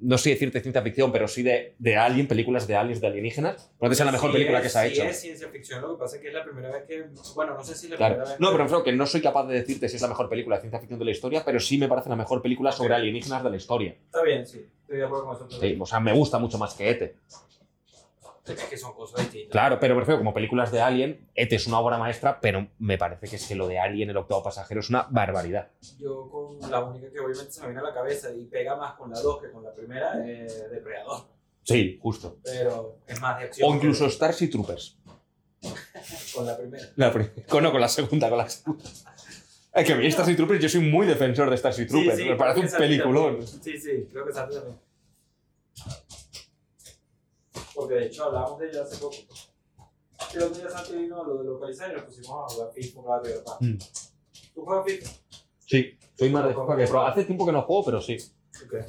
No sé decirte ciencia ficción, pero sí de, de Alien, películas de aliens, de alienígenas. Probablemente sea la mejor Sí película es- que se ha sí hecho. es ciencia ficción, lo que pasa es que es la primera vez que. Bueno, no sé si es la Claro. primera vez. No, pero creo que no soy capaz de decirte si es la mejor película de ciencia ficción de la historia, pero sí me parece la mejor película sobre alienígenas de la historia. Está bien, sí. Estoy de acuerdo con eso. Sí, o sea, me gusta mucho más que ET. Es que son cosas distintas. Claro, pero prefiero como películas de Alien, ET es una obra maestra, pero me parece que es que lo de Alien, el octavo pasajero, es una barbaridad. Yo con la única que obviamente se me viene a la cabeza y pega más con la 2 que con la primera, eh, Depredador. Sí, justo. Pero es más de acción. O incluso Starship Troopers. Con la primera. La pri- con, no, con la segunda, con la segunda. Es que a mí Starship Troopers, yo soy muy defensor de Starship Troopers. Sí, sí, me parece creo un que sale peliculón. también. Sí, sí, creo que sale también. Porque de hecho hablábamos de ella hace poco. Que el otro día Santi vino a lo de localizar y nos pusimos a jugar FIFA un rato y papá. Mm. ¿Tú juegas FIFA? Sí, soy más de FIFA que pro. Hace tiempo que no juego, pero sí. Ok. Sí, pero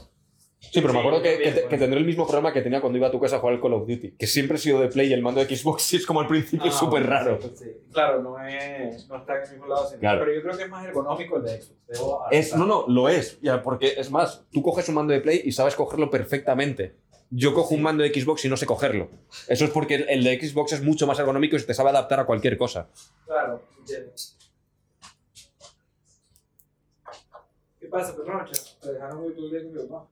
Sí, me acuerdo que, también, que te- bueno. que tendré el mismo problema que tenía cuando iba a tu casa a jugar al Call of Duty. Que siempre he sido de Play y el mando de Xbox y es como al principio Ah, súper bueno, raro. sí, sí. Claro, no, es, no está en el mismo lado. sino- Claro. Pero yo creo que es más ergonómico el de Xbox. debo Es, aceptar. no, no, lo es. Ya, porque es más, tú coges un mando de Play y sabes cogerlo perfectamente. Yo cojo Sí. un mando de Xbox y no sé cogerlo. Eso es porque el- el de Xbox es mucho más ergonómico y se te sabe adaptar a cualquier cosa. Claro, entiendo. ¿Qué pasa, Perrocha? Te dejaron muy tu bien con mi papá.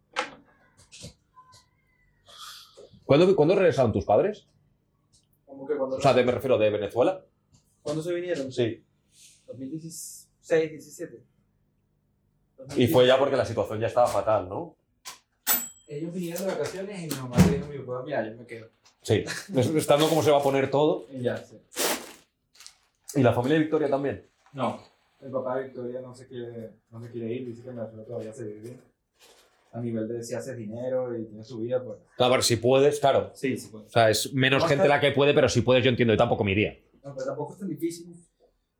¿Cuándo, ¿Cuándo regresaron tus padres? Como que cuando, O sea, de- me refiero de Venezuela. ¿Cuándo se vinieron? Sí. 2016, 17. Y fue ya porque la situación ya estaba fatal, ¿no? Ellos vinieron de vacaciones y mi mamá le dijo a mi papá, mira, yo me quedo. Sí. Estando como se va a poner todo. Y ya, sí. Y la familia de Victoria también. No. El papá de Victoria no se quiere, no se quiere ir, dice que en Venezuela todavía se vive bien. a nivel de si haces dinero y tienes tu vida, pues. A ver, si puedes, claro. Sí, sí pues. puedes. O sea, es menos No, gente está- la que puede, pero si puedes, yo entiendo. Yo tampoco me iría. No, pero tampoco es tan difícil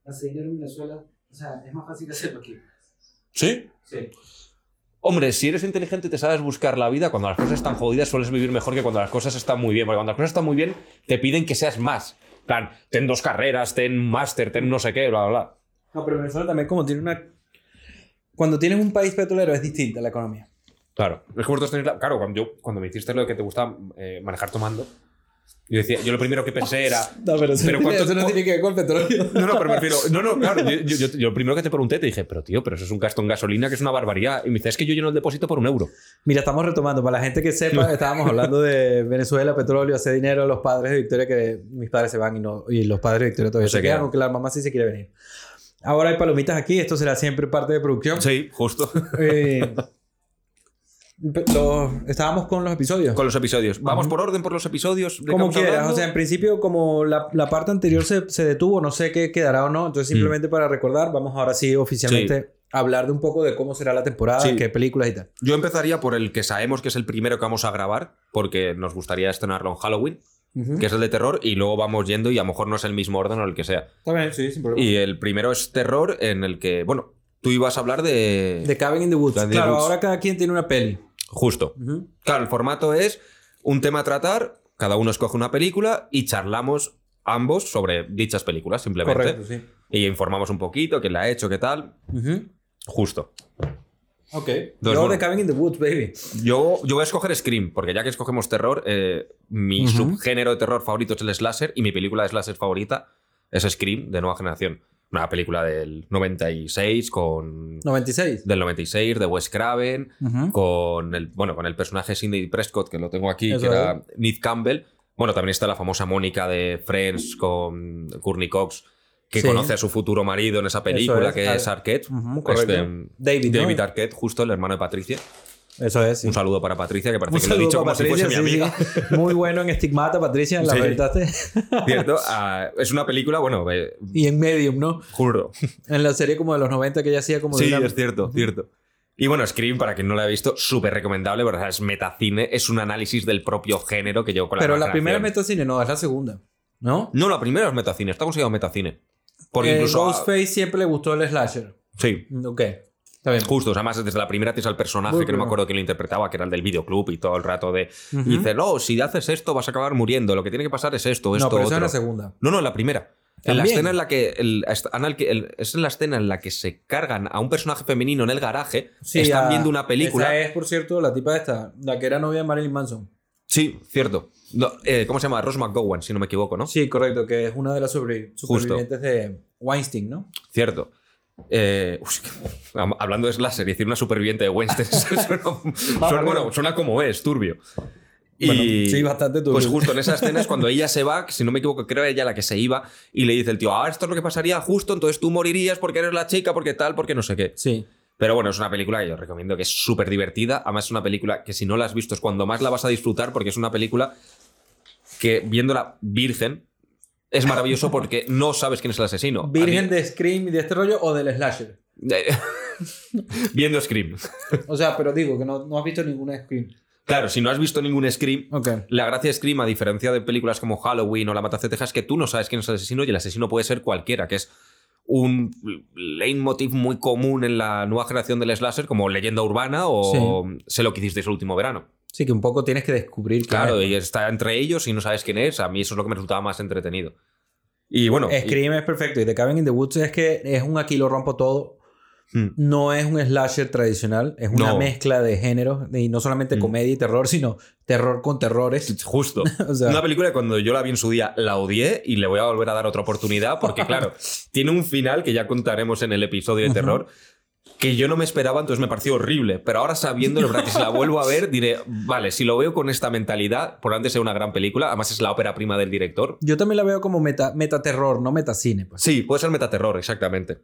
hacer dinero en Venezuela. O sea, es más fácil hacerlo aquí. ¿Sí? Sí. Hombre, si eres inteligente y te sabes buscar la vida, cuando las cosas están jodidas sueles vivir mejor que cuando las cosas están muy bien. Porque cuando las cosas están muy bien, te piden que seas más. En plan, ten dos carreras, ten un máster, ten no sé qué, bla, bla, bla. No, pero Venezuela también como tiene una... Cuando tienes un país petrolero es distinta la economía. Claro. Es que vosotros tenéis la- Claro, cuando, yo, cuando me hiciste lo de que te gusta eh, manejar tomando, yo decía, yo lo primero que pensé era. No, pero eso, Pero no, tiene- ¿cuánto- eso no tiene que ver con el petróleo. No, no, pero me refiero. No, no, claro. Yo, yo- yo- yo lo primero que te pregunté, te dije, pero tío, pero eso es un gasto en gasolina que es una barbaridad. Y me dice, es que yo lleno el depósito por un euro. Mira, estamos retomando. Para la gente que sepa, estábamos hablando de Venezuela, petróleo, hacer dinero, los padres de Victoria, que mis padres se van y, no, y los padres de Victoria todavía No se se, quedan, quedan. aunque la mamá sí se quiere venir. Ahora hay palomitas aquí, esto será siempre parte de producción. Sí, justo. Eh, pe- los- estábamos con los episodios. Con los episodios. Vamos por orden por los episodios. de que Como vamos quieras, hablando? o sea, en principio como la, la parte anterior se, se detuvo, no sé qué quedará o no, entonces simplemente para recordar, vamos ahora Mm. sí oficialmente a hablar de un poco de cómo será la temporada, Sí. qué películas y tal. Yo empezaría por el que sabemos que es el primero que vamos a grabar, porque nos gustaría estrenarlo en Halloween, Ujú. que es el de terror, y luego vamos yendo y a lo mejor no es el mismo orden o el que sea. Está bien, sí, sin problema. Y el primero es terror en el que, bueno, tú ibas a hablar de... The Cabin in the Woods. Cabin in the claro, Woods. ahora cada quien tiene una peli. Justo. Ujú. Claro, el formato es un tema a tratar, cada uno escoge una película y charlamos ambos sobre dichas películas, simplemente. Correcto, sí. Y informamos un poquito, quién la ha hecho, qué tal. Ujú. Justo. Ok. Dos, Yo bueno. The Cabin in the Woods, baby. Yo, yo voy a escoger Scream, porque ya que escogemos terror, eh, mi Ujú. subgénero de terror favorito es el slasher y mi película de slasher favorita es Scream de nueva generación. Una película del 96 con... 96. Del 96, de Wes Craven, Ujú. con el, bueno, con el personaje Sidney Prescott, que lo tengo aquí, Eso que era Neve Campbell. Bueno, también está la famosa Mónica de Friends con Courtney Cox, que Sí. conoce a su futuro marido en esa película, es, que claro. es Arquette. Ujú, correcto. Este, David, ¿no? David Arquette, justo el hermano de Patricia. Eso es, sí. Un saludo para Patricia, que parece Un que lo he dicho saludo como para si Patricia, fuese mi sí, amiga. sí. Muy bueno en Estigmata, Patricia, la Sí. verdad. ¿Cierto? Ah, es una película, bueno, eh, Y en Medium, ¿no? juro. En la serie como de los 90 que ella hacía como de Sí, una- es cierto, cierto. Y bueno, Scream, para quien no la haya visto, súper recomendable, ¿verdad? Es metacine, es un análisis del propio género que llevo con la Pero nueva la primera generación. metacine no, es la segunda. ¿No? No, la primera es metacine, está considerado metacine. Porque Eh, incluso. Ghostface siempre le gustó el slasher. Sí, Ok. Está bien. justo. o sea, Además, desde la primera tienes al personaje Muy que no me bueno. acuerdo quién lo interpretaba, que era el del videoclub y todo el rato de. Ujú. Y dice, no, si haces esto vas a acabar muriendo, lo que tiene que pasar es esto, esto, no, pero esa es otro". la segunda. No, no, en la primera. En la También. escena en la que. el- est- han alqui- el- es en la escena en la que se cargan a un personaje femenino en el garaje. Sí, están a- viendo una película. Esa e- es, por cierto, la tipa esta, la que era novia de Marilyn Manson. Sí, cierto. No, eh, ¿Cómo se llama? Rose McGowan, si no me equivoco, ¿no? Sí, correcto, que es una de las sobre- supervivientes de Weinstein, ¿no? Cierto. Eh, uy, que- am- hablando de slasher y decir una superviviente de Weinstein suena, suena- bueno, suena como es, turbio. Y, Bueno, sí, bastante turbio. Pues justo en esa escena es cuando ella se va, que si no me equivoco, creo ella la que se iba, y le dice el tío, ah, esto es lo que pasaría justo, entonces tú morirías porque eres la chica, porque tal, porque no sé qué. Sí. Pero bueno, es una película que yo recomiendo, que es súper divertida. Además, es una película que si no la has visto es cuando más la vas a disfrutar, porque es una película que viéndola virgen es maravilloso porque no sabes quién es el asesino. A mí- eh, Virgen de Scream y de este rollo o del slasher. Viendo Scream. O sea, pero digo que no, no has visto ninguna Scream. Claro, si no has visto ningún Scream, Ok. la gracia de Scream, a diferencia de películas como Halloween o La Matanza de Texas, es que tú no sabes quién es el asesino y el asesino puede ser cualquiera, que es un leitmotiv muy común en la nueva generación del slasher, como leyenda urbana o sé lo que hicisteis el último verano. Sí, que un poco tienes que descubrir. Claro, y está entre ellos y no sabes quién es. A mí eso es lo que me resultaba más entretenido. Y bueno, y- Scream es perfecto. Y The Cabin in the Woods es que es un aquí lo rompo todo. Hmm. No es un slasher tradicional. Es una No. mezcla de géneros. Y no solamente Mm. comedia y terror, sino terror con terrores. justo. O sea- Una película que cuando yo la vi en su día la odié y le voy a volver a dar otra oportunidad porque, claro, tiene un final que ya contaremos en el episodio de terror. Que yo no me esperaba, entonces me pareció horrible. Pero ahora sabiendo, la verdad que si la vuelvo a ver, diré, vale, si lo veo con esta mentalidad, por antes sea una gran película. Además, es la ópera prima del director. Yo también la veo como meta, metaterror, no metacine. Pues. Sí, puede ser metaterror, exactamente.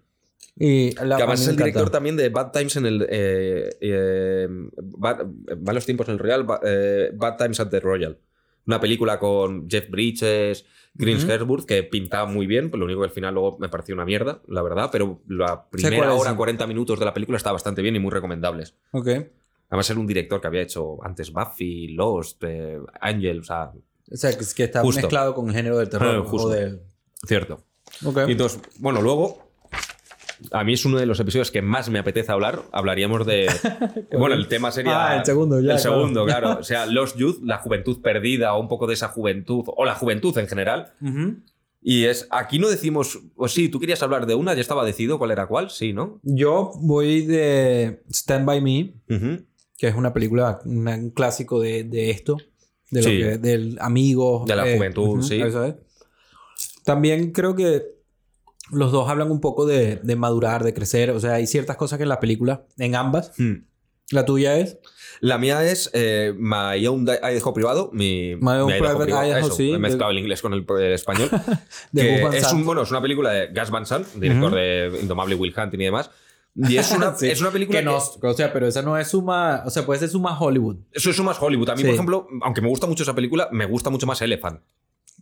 Y la, que a mí además me es el encanta. director también de Bad Times en el. Eh, eh, Bad- Malos tiempos en el Royal, Ba- eh, Bad Times at the Royal. Una película con Jeff Bridges, Chris Ujú. Hemsworth, que pintaba muy bien, pero lo único que al final luego me pareció una mierda, la verdad, pero la cuál primera es, hora, sí. 40 minutos de la película está bastante bien y muy recomendables. Ok. Además, era un director que había hecho antes Buffy, Lost, eh, Angel, o sea, O sea, que, es que está Justo. mezclado con el género del terror. Ah, justo. o del- cierto. Ok. Y entonces, bueno, luego, a mí es uno de los episodios que más me apetece hablar. Hablaríamos de. bueno, el tema sería. Ah, el segundo, ya, El claro. segundo, claro. O sea, Lost Youth, la juventud perdida o un poco de esa juventud, o la juventud en general. Ujú. Y es, aquí no decimos, o sí, tú querías hablar de una, ya estaba decidido cuál era cuál, sí, ¿no? Yo voy de Stand By Me, Ujú. que es una película, una- un clásico de, de esto, de lo Sí. que- del amigo. eh, De la juventud, sí. eso es. También creo que los dos hablan un poco de, de madurar, de crecer. O sea, hay ciertas cosas que en la película, en ambas. Hmm. La tuya es La mía es eh, My Own Di- Idaho Privado, mi My Own Private Idaho, eso, sí, he mezclado el inglés con el, el español. de que Gus Van es, Sant. un, bueno, es una película de Gus Van Sant, director de Indomable Will Hunting y demás. Y es una, Sí. es una película que no, o sea, pero esa no es suma, o sea, puede ser suma Hollywood. Eso es más Hollywood. A mí, Sí. por ejemplo, aunque me gusta mucho esa película, me gusta mucho más Elephant.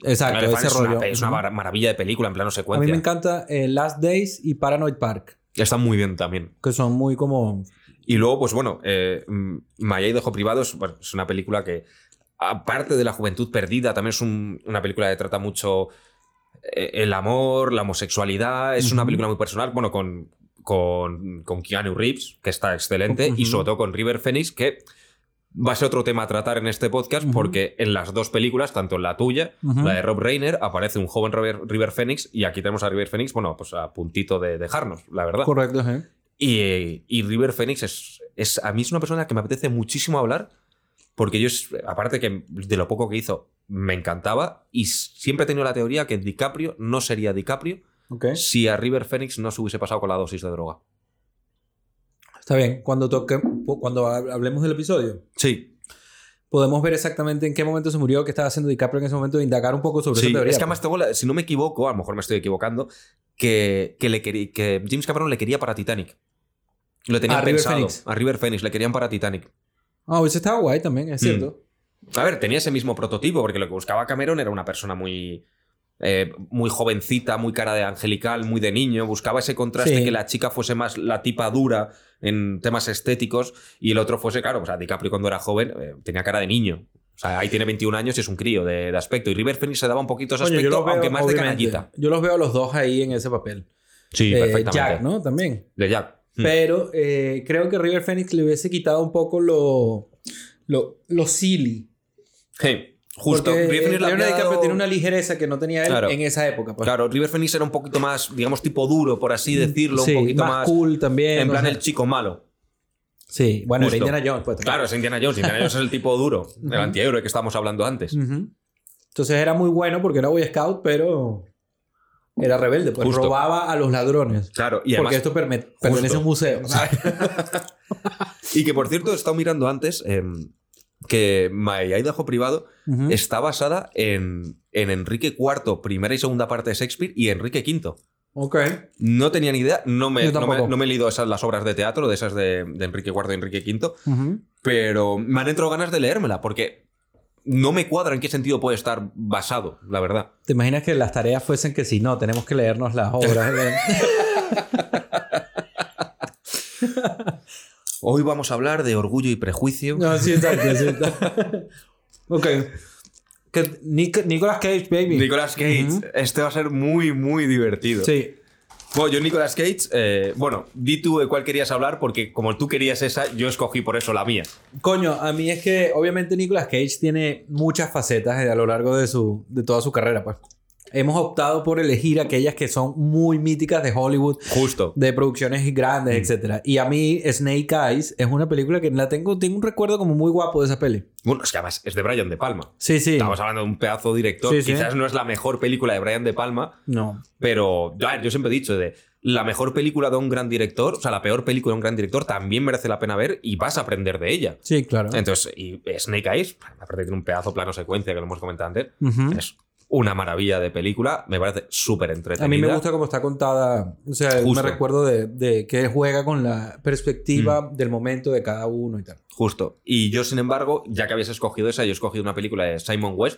Exacto, Elephant ese es, rollo. Una, es una mar- maravilla de película en plano a mí secuencia. me encanta eh, Last Days y Paranoid Park, Está muy bien también. que son muy como Y luego, pues bueno, eh, mm, Maya y Dejo Privado es, bueno, es una película que, aparte de la juventud perdida, también es un- una película que trata mucho eh, el amor, la homosexualidad. Es una Ujú. película muy personal, bueno, con, con, con Keanu Reeves, que está excelente, y Ujú. sobre todo con River Phoenix, que va a ser otro tema a tratar en este podcast, Ujú. porque en las dos películas, tanto en la tuya, Ujú. la de Rob Reiner, aparece un joven River, River Phoenix, y aquí tenemos a River Phoenix, bueno, pues a puntito de dejarnos, la verdad. correcto, ¿eh? Y, y River Phoenix es, es- A mí es una persona que me apetece muchísimo hablar. Porque yo, es- aparte que de lo poco que hizo, me encantaba. Y siempre he tenido la teoría que DiCaprio no sería DiCaprio Ok. si a River Phoenix no se hubiese pasado con la dosis de droga. Está bien, cuando toque, cuando ha- hablemos del episodio, Sí, podemos ver exactamente en qué momento se murió, qué estaba haciendo DiCaprio en ese momento, e indagar un poco sobre sí. esa teoría. pues. Es que además tengo la- si no me equivoco, a lo mejor me estoy equivocando, que, que le querí- que James Cameron le quería para Titanic. Lo tenían A River pensado. Phoenix. A River Phoenix le querían para Titanic. Ah, eso estaba guay también, Mm. es cierto. A ver, tenía ese mismo prototipo, porque lo que buscaba Cameron era una persona muy. eh, muy jovencita, muy cara de angelical, muy de niño. Buscaba ese contraste Sí. que la chica fuese más la tipa dura en temas estéticos y el otro fuese, claro, o sea, DiCaprio cuando era joven eh, tenía cara de niño. O sea, ahí tiene 21 años y es un crío de, de aspecto. Y River Phoenix se daba un poquito ese Coño, aspecto, los veo, aunque más de obviamente, canallita. Yo los veo a los dos ahí en ese papel. Sí, Eh, perfectamente. Jack, ¿no? También. De Jack. Mm. Pero eh, creo que River Phoenix le hubiese quitado un poco lo, lo, lo silly. Sí, justo. Porque River Phoenix le Leonardo había DiCaprio dado- tiene una ligereza que no tenía él Claro. en esa época. pues. Claro, River Phoenix era un poquito más, digamos, tipo duro, por así decirlo, Sí, un poquito más, más. cool también. en o plan, sea. el chico malo. Sí, bueno, era Justo. Indiana Jones. Pues, también. Claro, es Indiana Jones. Indiana Jones es el tipo duro, el Ujú. antihéroe que estábamos hablando antes. Ujú. Entonces era muy bueno porque era Boy Scout, pero era rebelde, pues Justo. robaba a los ladrones. Claro, y además. porque esto perme- pertenece a un museo. ¿sabes? Y que por cierto, he estado mirando antes em, que My Idaho Privado Ujú. está basada en, en Enrique IV, primera y segunda parte de Shakespeare, y Enrique V. Ok. No tenía ni idea, no me, Yo no me, tampoco. no me he leído esas las obras de teatro, de esas de, de Enrique IV y Enrique V, Ujú. pero me han entrado ganas de leérmela, porque no me cuadra en qué sentido puede estar basado, la verdad. ¿Te imaginas que las tareas fuesen que si no, tenemos que leernos las obras? Hoy vamos a hablar de orgullo y prejuicio. no, sí, exacto, sí, exacto. ok. Que- Nic- Nicolas Cage, baby. Nicolas Cage. Ujú. Este va a ser muy, muy divertido. Sí. Bueno, yo Nicolas Cage, eh, bueno, di tú de cuál querías hablar porque como tú querías esa, yo escogí por eso la mía. Coño, a mí es que obviamente Nicolas Cage tiene muchas facetas eh, a lo largo de, su, de toda su carrera, pues. Hemos optado por elegir aquellas que son muy míticas de Hollywood, Justo. de producciones grandes, etcétera. Y a mí Snake Eyes es una película que la tengo, tengo un recuerdo como muy guapo de esa peli. Bueno, es que además es de Brian De Palma. Sí, sí. Estamos hablando de un pedazo de director. Sí, sí. Quizás no es la mejor película de Brian De Palma, No. pero a ver, yo siempre he dicho de la mejor película de un gran director, o sea, la peor película de un gran director también merece la pena ver y vas a aprender de ella. Sí, claro. Entonces, y eh, Snake Eyes, aparte tiene un pedazo plano secuencia que lo hemos comentado antes, Ujú. Es una maravilla de película, me parece súper entretenida. A mí me gusta cómo está contada. O sea, Justo. me recuerdo de, de que él juega con la perspectiva Mm. del momento de cada uno y tal. Justo. Y yo, sin embargo, ya que habéis escogido esa, yo he escogido una película de Simon West,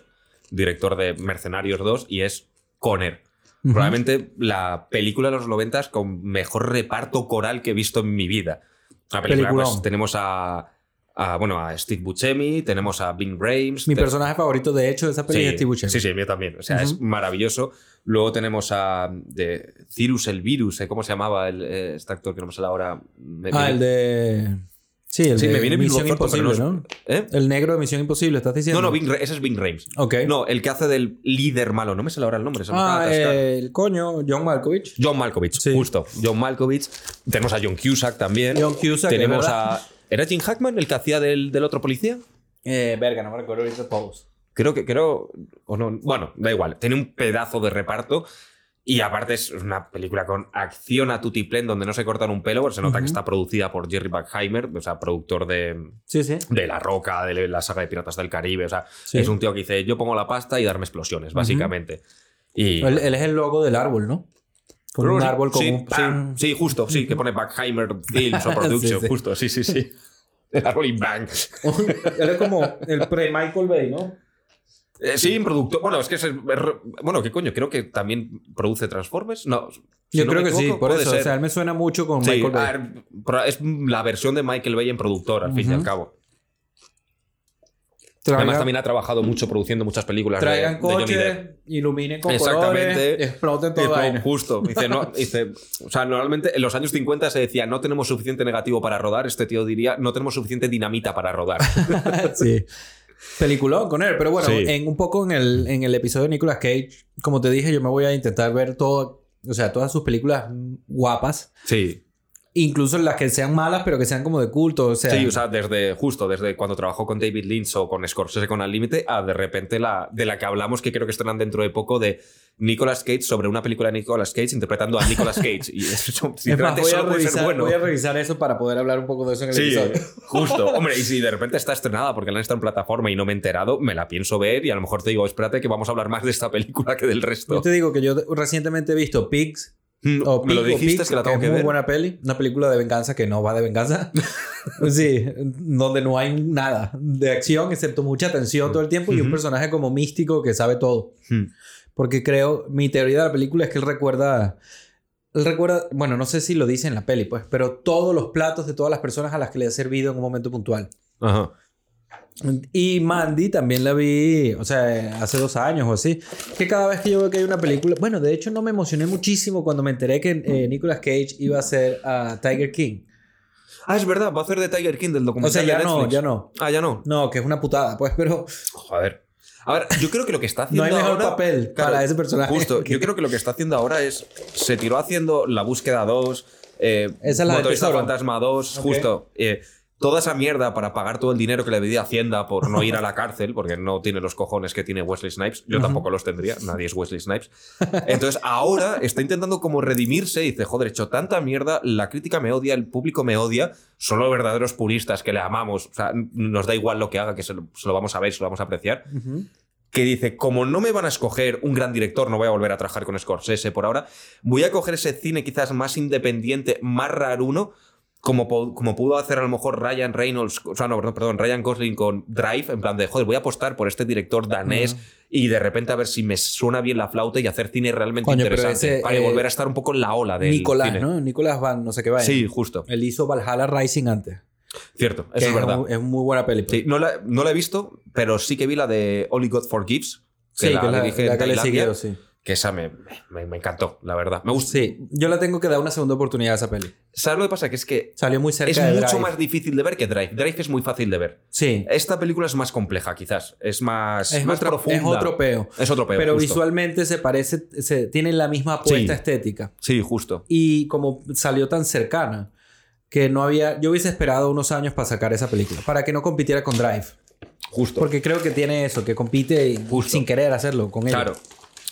director de Mercenarios 2, y es Conner. Ujú. Probablemente la película de los 90 con mejor reparto coral que he visto en mi vida. La película, Peliculón. pues, tenemos a, a, bueno, a Steve Buscemi, tenemos a Bing Rames. Mi te- personaje favorito, de hecho, de esa peli Sí, es Steve Buscemi. Sí, sí, mío también. O sea, es Ujú. maravilloso. Luego tenemos a de Cirus el Virus, ¿eh? ¿cómo se llamaba el, eh, este actor que no me sale ahora? Me Ah, viene- el de... Sí, el Sí, de me viene Bilbo Misión Thornton, pero Imposible, no ¿no? ¿Eh? El negro de Misión Imposible, ¿estás diciendo? No, no, Bing Ra- ese es Bing Rames. Ok. No, el que hace del líder malo. No me sale ahora el nombre. se me acaba ah, de atascar. el coño, John Malkovich. John Malkovich, Sí. justo. John Malkovich. Tenemos a John Cusack también. John Cusack, Tenemos es verdad. a. ¿Era Jim Hackman el que hacía del, del otro policía? Eh, verga, no me recuerdo ahorita todos. Creo que. Creo, o no, bueno, da igual. Tiene un pedazo de reparto. Y aparte es una película con acción a tutiplén donde no se cortan un pelo, porque se nota que Ujú. está producida por Jerry Bruckheimer, o sea, productor de, Sí, sí. de La Roca, de la saga de Piratas del Caribe. O sea, Sí. es un tío que dice: Yo pongo la pasta y darme explosiones, básicamente. Y. Él, él es el logo del árbol, ¿no? Con Creo un que sí. árbol con Sí, un pan. Sí, sí, justo, sí, que pone Backheimer Films o Production, Sí, sí. justo, sí, sí, sí. El árbol in blank. él es como el pre-Michael Bay, ¿no? Eh, sí, productor. Bueno, es que es, es- Bueno, ¿qué coño? Creo que también produce Transformers. No. si Yo no creo me que sí, equivoco, por puede eso. ser. O sea, él me suena mucho con Sí, Michael Bay. ah, pero es la versión de Michael Bay en productor, al fin y Ujú. al cabo. Traigan- Además, también ha trabajado mucho produciendo muchas películas. de- Traigan de Johnny Depp. coches, iluminen con Exactamente. colores, exploten Tipo, todo vaina. justo. Dice, no, dice, o sea, normalmente en los años 50 se decía, no tenemos suficiente negativo para rodar. Este tío diría, no tenemos suficiente dinamita para rodar. sí. Peliculón con él, pero bueno, Sí. en un poco en el, en el episodio de Nicolas Cage, como te dije, yo me voy a intentar ver todo, o sea, todas sus películas guapas, Sí. incluso las que sean malas, pero que sean como de culto, o sea, Sí, o sea, desde justo, desde cuando trabajó con David Lynch o con Scorsese con Al Límite, a de repente la de la que hablamos, que creo que estrenan dentro de poco, de Nicolas Cage sobre una película de Nicolas Cage interpretando a Nicolas Cage. Y eso, es más, sinceramente, voy, a solo puede ser revisar, bueno. voy a revisar eso para poder hablar un poco de eso en el Sí, episodio. justo. Hombre, y si de repente está estrenada porque la han estado en plataforma y no me he enterado, me la pienso ver y a lo mejor te digo, espérate que vamos a hablar más de esta película que del Yo resto. te digo que yo recientemente he visto Pigs, Mm, o me lo Pig o dijiste, Pig, es que la tengo es que muy ver. buena peli, una película de venganza que no va de venganza. sí, donde no hay nada de acción excepto mucha tensión todo el tiempo y un Ujú. personaje como místico que sabe todo. Mm. Porque creo, mi teoría de la película es que él recuerda, él recuerda, bueno, no sé si lo dice en la peli, pues, pero todos los platos de todas las personas a las que le ha servido en un momento puntual. Ajá. Y Mandy también la vi, o sea, hace dos años o así. Que cada vez que yo veo que hay una película. Bueno, de hecho, no me emocioné muchísimo cuando me enteré que eh, Nicolas Cage iba a ser a Tiger King. Ah, es verdad, va a hacer de Tiger King del O documental sea, ya de no, Netflix. ya no. Ah, ya no. No, que es una putada, pues, pero Joder. A ver, yo creo que lo que está haciendo no hay mejor ahora- papel Claro, para ese personaje. Justo, que- yo creo que lo que está haciendo ahora es. Se tiró haciendo La Búsqueda 2, eh, Esa es la del Motorista tesoro. Fantasma 2, Ok. justo. eh, toda esa mierda para pagar todo el dinero que le pedía Hacienda por no ir a la cárcel, porque no tiene los cojones que tiene Wesley Snipes. Yo tampoco los tendría, nadie es Wesley Snipes. Entonces ahora está intentando como redimirse y dice: Joder, he hecho tanta mierda, la crítica me odia, el público me odia, son los verdaderos puristas que le amamos. O sea, n- nos da igual lo que haga, que se lo- se lo vamos a ver, se lo vamos a apreciar Ujú. que dice, como no me van a escoger un gran director, no voy a volver a trabajar con Scorsese por ahora, voy a coger ese cine quizás más independiente, más raruno, como, po- como pudo hacer a lo mejor Ryan Reynolds, o sea, no, perdón, perdón, Ryan Gosling con Drive, en plan de, joder, voy a apostar por este director danés y de repente a ver si me suena bien la flauta y hacer cine realmente Coño, pero interesante, ese, para eh, volver a estar un poco en la ola del Nicolás, cine. ¿no? Nicolás Van, no sé qué va. Sí, justo, Él hizo Valhalla Rising antes. cierto, eso que es verdad. un- es muy buena peli. pues. Sí, no, la, no la he visto, pero sí que vi la de Only God Forgives, que Sí, la, que la, dirige en la que le Tailandia. siguió, sí. que esa me, me, me encantó, la verdad. Me gusta. Sí, yo la tengo que dar una segunda oportunidad a esa peli. ¿Sabes lo que pasa? Que es que Salió muy cerca es de mucho Drive. más difícil de ver que Drive. Drive es muy fácil de ver. Sí. Esta película es más compleja, quizás. Es más, Es, más otra- profunda. es otro peo. Es otro peor. Pero justo. visualmente se parece, se, tienen la misma apuesta Sí. estética. Sí, justo. Y como salió tan cercana, que no había. Yo hubiese esperado unos años para sacar esa película, para que no compitiera con Drive. Justo. Porque creo que tiene eso, que compite y- Justo. sin querer hacerlo con ella. Claro.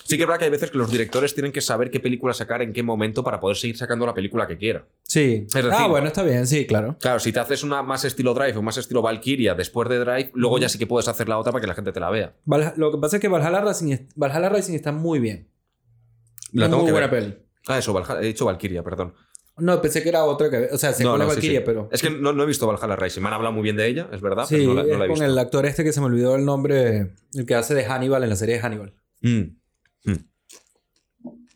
Sí que es verdad que hay veces que los directores tienen que saber qué película sacar en qué momento para poder seguir sacando la película que quiera. Sí. decir- ah, bueno, está bien, sí, claro. Claro, si te haces una más estilo Drive o más estilo Valkyria después de Drive, luego ya sí que puedes hacer la otra para que la gente te la vea. Valha- lo que pasa es que Valhalla Racing, es- Valhalla Racing está muy bien. La Es tengo muy que buena ver. peli. Ah, eso, Valha- he dicho Valkyria, perdón. No, pensé que era otra que. O sea, se No, con la no, sí, Valkyria, sí. pero. Es que no, no he visto Valhalla Rising. Me han hablado muy bien de ella, es verdad, Sí, pero no la, no es la he con visto. el actor este que se me olvidó el nombre, el que hace de Hannibal en la serie de Hannibal. Mm.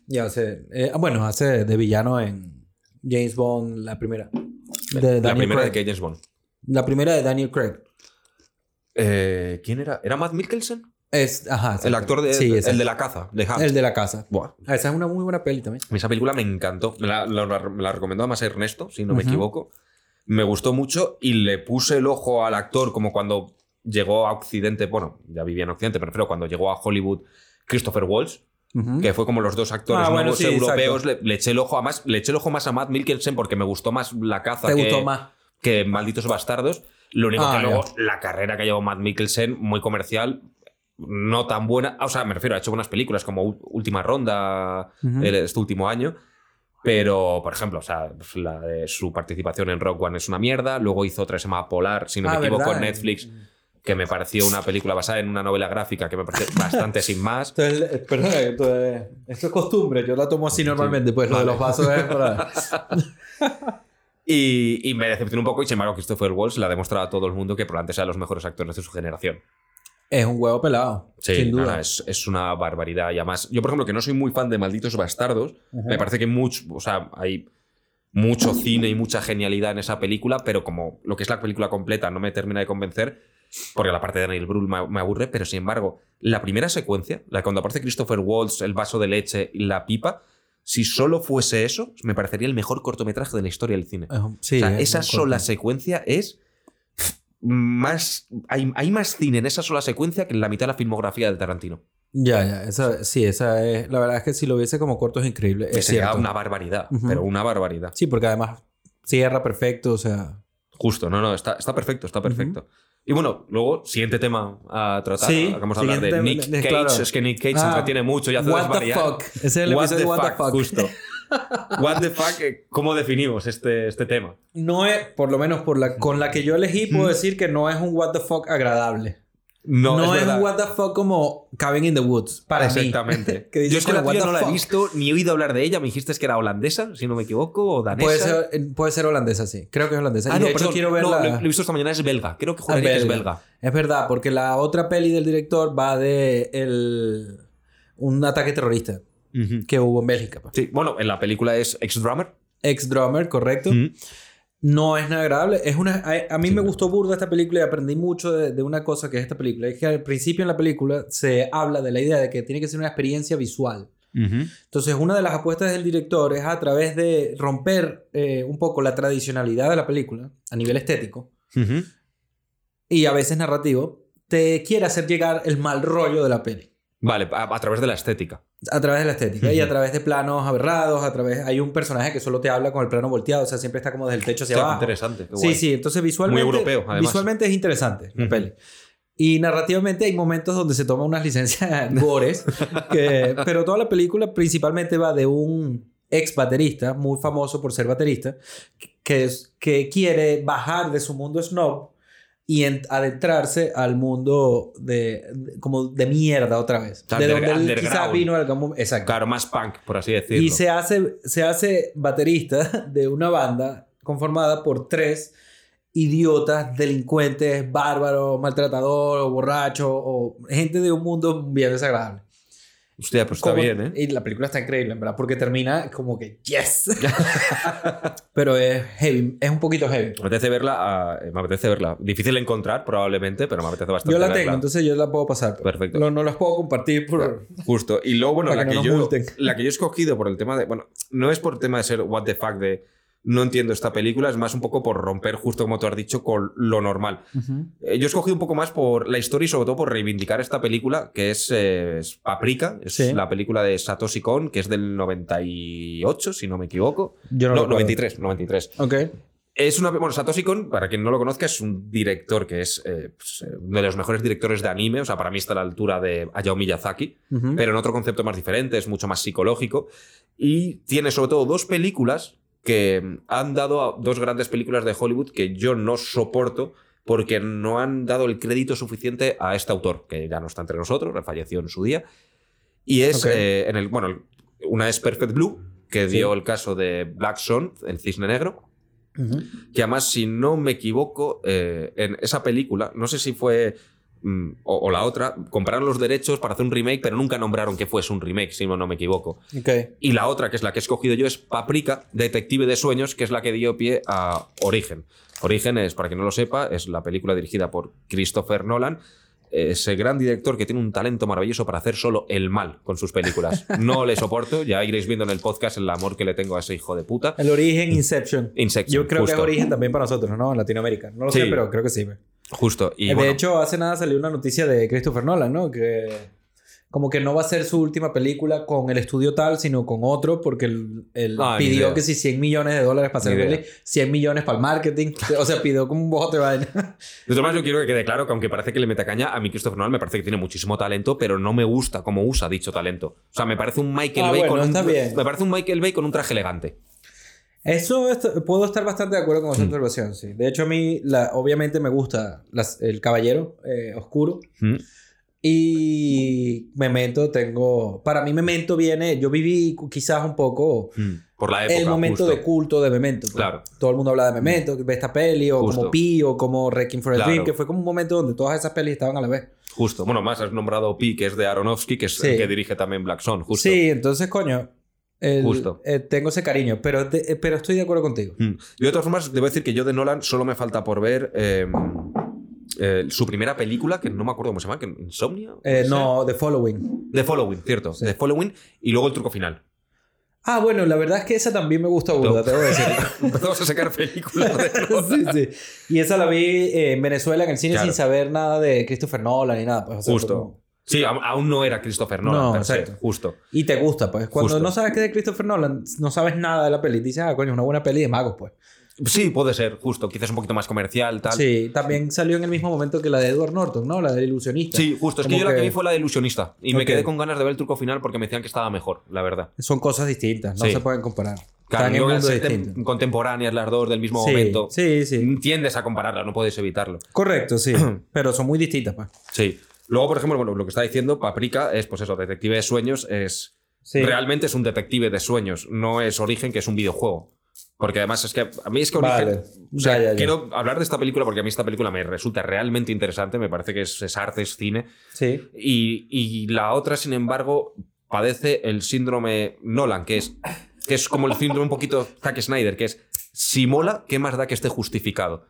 Y hace, eh, bueno, hace de villano en James Bond la primera. De La Daniel primera de Craig. que James Bond. La primera de Daniel Craig. Eh, ¿Quién era? ¿Era Matt Mikkelsen? Es, ajá, exacto. El actor de, Sí, el exacto. de la caza, de Hunt. El de la casa. Buah, Ah, esa es una muy buena peli también. Esa película me encantó. Me la, la- la- me la recomendó además Ernesto, si no me Ujú. equivoco. Me gustó mucho y le puse el ojo al actor como cuando llegó a Occidente, bueno, ya vivía en Occidente, pero prefiero cuando llegó a Hollywood Christopher Walsh, Ujú. que fue como los dos actores Ah, bueno, nuevos sí, europeos. Le, le eché el ojo a más, le eché el ojo más a Matt Mikkelsen porque me gustó más la caza Te que, gustó más. que Malditos Bastardos. Lo único Ah, que ya. luego la carrera que ha llevado Matt Mikkelsen, muy comercial, no tan buena. O sea, me refiero, ha hecho buenas películas como Ú- Última Ronda Ujú. el- este último año. Pero, por ejemplo, o sea, pues, la de su participación en Rock One es una mierda. Luego hizo otra que se llama Polar, si no Ah, me equivoco, ¿verdad? en Netflix, que me pareció una película basada en una novela gráfica que me pareció bastante sin más. Entonces, eh, perdón, entonces, esto es costumbre, yo la tomo así normalmente, pues lo de los vasos es para... Y, y me decepcionó un poco. Y sin embargo, Christopher Walsh la ha demostrado a todo el mundo que probablemente sea de los mejores actores de su generación. Es un huevo pelado, Sí, sin duda. nada, es, es una barbaridad. Y además, yo, por ejemplo, que no soy muy fan de Malditos Bastardos, Ujú. me parece que mucho, o sea, hay mucho cine y mucha genialidad en esa película, pero como lo que es la película completa no me termina de convencer, porque la parte de Daniel Brühl me, me aburre, pero sin embargo, la primera secuencia, la cuando aparece Christopher Waltz, el vaso de leche y la pipa, si solo fuese eso, me parecería el mejor cortometraje de la historia del cine. Es un- sí, O sea, es un esa corte. sola secuencia es más. Hay, hay más cine en esa sola secuencia que en la mitad de la filmografía de Tarantino. Ya, ya, esa, sí, esa es... La verdad es que si lo viese como corto es increíble, Que es sería cierto. una barbaridad, Ujú. pero una barbaridad. Sí, porque además cierra perfecto, o sea... Justo, no, no, está, está perfecto, está perfecto. Y bueno, luego, siguiente tema a tratar. Sí, Vamos a hablar siguiente de tema, Nick de- Cage. claro. Es que Nick Cage se Ah, entretiene mucho y hace What the desvariar. fuck. Ese es el What episodio the de What the fuck, fuck. justo. What the fuck, eh, ¿cómo definimos este, este tema? No es, por lo menos por la, con la que yo elegí, puedo decir que no es un what the fuck agradable. No, es, verdad. un what the fuck como Cabin in the Woods, para mí. Exactamente. Que dices, Yo es que la "What tía the no la he fuck?". visto ni he oído hablar de ella. Me dijiste que era holandesa, si no me equivoco, o danesa. Puede ser, eh, puede ser holandesa, sí. Creo que es holandesa. Ah, Y no, de hecho, perdón, quiero ver no, la- lo lo he visto esta mañana, es belga. Creo que juraría Ah, que es belga. belga. Es verdad, porque la otra peli del director va de el... un ataque terrorista que hubo en Bélgica. pues. pa. Sí, bueno, en la película es ex-drummer. Ex drummer, correcto. Mm. No es nada agradable. Es una, a, a mí Sí, me no. gustó burda esta película y aprendí mucho de, de una cosa que es esta película. Es que al principio en la película se habla de la idea de que tiene que ser una experiencia visual. Entonces, una de las apuestas del director es a través de romper eh, un poco la tradicionalidad de la película a nivel estético y a veces narrativo, te quiere hacer llegar el mal rollo de la peli. Vale, a, a través de la estética. A través de la estética y a Ujú. través de planos aberrados, a través... Hay un personaje que solo te habla con el plano volteado, o sea, siempre está como desde el techo hacia Está abajo. interesante. qué Sí, guay. sí, entonces visualmente, Muy europeo, además. visualmente es interesante la Ujú. peli. Y narrativamente hay momentos donde se toman unas licencias gores, que- pero toda la película principalmente va de un ex baterista, muy famoso por ser baterista, que, es- que quiere bajar de su mundo snob y en- adentrarse al mundo de, de- como de mierda otra vez. Está de under- donde él underground. quizás vino en algún momento. Exacto. Claro, más punk, por así decirlo. Y se hace, se hace baterista de una banda conformada por tres idiotas, delincuentes, bárbaros, maltratadores, borrachos o gente de un mundo bien desagradable. Hostia, pues está Como- bien, ¿eh? Y la película está increíble, en verdad, porque termina como que yes. Pero es heavy, es un poquito heavy. Me apetece verla. ah, me apetece verla. Difícil de encontrar, probablemente, pero me apetece bastante. Yo la verla. tengo, entonces yo la puedo pasar. pues. Perfecto. No, no las puedo compartir por... Justo. Y luego, bueno, Para la que que, no nos yo, multen. la que yo he escogido por el tema de. Bueno, no es por tema de ser what the fuck de no entiendo esta película, es más un poco por romper, justo como tú has dicho, con lo normal. Eh, Yo he escogido un poco más por la historia y sobre todo por reivindicar esta película, que es, eh, es Paprika, es Sí. la película de Satoshi Kon, que es del 98, si no me equivoco. Yo No, lo recuerdo. 93, 93. Ok. Es una. Bueno, Satoshi Kon, para quien no lo conozca, es un director que es eh, pues, eh, uno de los mejores directores de anime. O sea, para mí está a la altura de Hayao Miyazaki, Ujú. pero en otro concepto más diferente, es mucho más psicológico. Y tiene sobre todo dos películas que han dado a dos grandes películas de Hollywood que yo no soporto porque no han dado el crédito suficiente a este autor, que ya no está entre nosotros, falleció en su día. Y es Ok. eh, en el. Bueno, el- una es Perfect Blue, que Sí. dio el caso de Black Sun, el cisne negro Ujú. que además, si no me equivoco, eh, en esa película, no sé si fue mm, o, o la otra, compraron los derechos para hacer un remake, pero nunca nombraron que fuese un remake, si no, no me equivoco. Ok. Y la otra, que es la que he escogido yo, es Paprika, Detective de Sueños, que es la que dio pie a Origen. Origen es, para quien no lo sepa, es la película dirigida por Christopher Nolan, ese gran director que tiene un talento maravilloso para hacer solo el mal con sus películas. No le soporto, ya iréis viendo en el podcast el amor que le tengo a ese hijo de puta. El origen Inception. Inception, Yo creo que justo. es origen también para nosotros, ¿no? En Latinoamérica. No lo sé, Sí. pero creo que sí. güey. Justo. Y Eh, bueno, De hecho, hace nada salió una noticia de Christopher Nolan, ¿no? Que como que no va a ser su última película con el estudio tal, sino con otro, porque él, él Ah, ni pidió idea. que si 100 millones de dólares para hacer Ni la idea. peli, 100 millones para el marketing. O sea, pidió como un bojote de vaina. de todas maneras, yo quiero que quede claro que aunque parece que le meta caña, a mí Christopher Nolan me parece que tiene muchísimo talento, pero no me gusta cómo usa dicho talento. O sea, me parece un Michael Ah, Bay bueno, con un, está bien. me parece un Michael Bay con un traje elegante. Eso est- puedo estar bastante de acuerdo con Mm. esa observación, sí. De hecho, a mí, la- obviamente, me gusta las- el Caballero eh, Oscuro. ¿Mm? Y Memento tengo... Para mí Memento viene... Yo viví cu- quizás un poco Mm. Por la época. el momento justo. de culto de Memento. pues. Claro. Mm. Todo el mundo habla de Memento, que ve esta peli, o Justo. como Pi, o como Requiem for a Claro. Dream, que fue como un momento donde todas esas pelis estaban a la vez. Justo. Bueno, más has nombrado Pi, que es de Aronofsky, que es Sí. el que dirige también Black Sun, justo. Sí, entonces, coño, el- Justo. eh, tengo ese cariño, pero, te- eh, pero estoy de acuerdo contigo. Eh, Mm. Yo de todas formas debo decir que yo de Nolan solo me falta por ver eh, eh, su primera película, que no me acuerdo cómo se llama, que Insomnia. Eh, ¿Puede no, The Following. ser? The Following, cierto. The Following y luego el truco final. Ah, bueno, la verdad es que esa también me gusta, burda, te voy a decir. Empezamos a sacar películas. de- sí, sí. Y esa la vi eh, en Venezuela en el cine Claro. sin saber nada de Christopher Nolan ni nada. Pues, o sea, Justo. fue como- Sí, aún- aún no era Christopher Nolan, No, per se, exacto. justo. Y te gusta, pues. Cuando Justo. no sabes que es de Christopher Nolan, no sabes nada de la peli. Dices, ah, coño, es una buena peli de magos, pues. Sí, puede ser, justo. Quizás un poquito más comercial, tal. Sí, también salió en el mismo momento que la de Edward Norton, ¿no? La del ilusionista. Sí, justo. Es que Como yo la que que- vi fue la de ilusionista. Y me Ok. quedé con ganas de ver el truco final porque me decían que estaba mejor, la verdad. Son cosas distintas, no Sí. se pueden comparar. Claro, Están en yo al mundos ser tem- distintos. contemporáneas las dos del mismo Sí, este momento. Mm. sí, sí. Tiendes a compararlas, no puedes evitarlo. Correcto, sí. Pero son muy distintas, pues. Sí. Luego, por ejemplo, bueno, lo que está diciendo Paprika es, pues eso, detective de sueños es... Sí. Realmente es un detective de sueños, no es Origen, que es un videojuego. Porque además es que a mí es que Origen... Vale. O sea, Ya, ya, ya. quiero hablar de esta película porque a mí esta película me resulta realmente interesante, me parece que es, es arte, es cine. Sí. Y, y la otra, sin embargo, padece el síndrome Nolan, que es, que es como el síndrome un poquito Zack Snyder, que es si mola, ¿qué más da que esté justificado?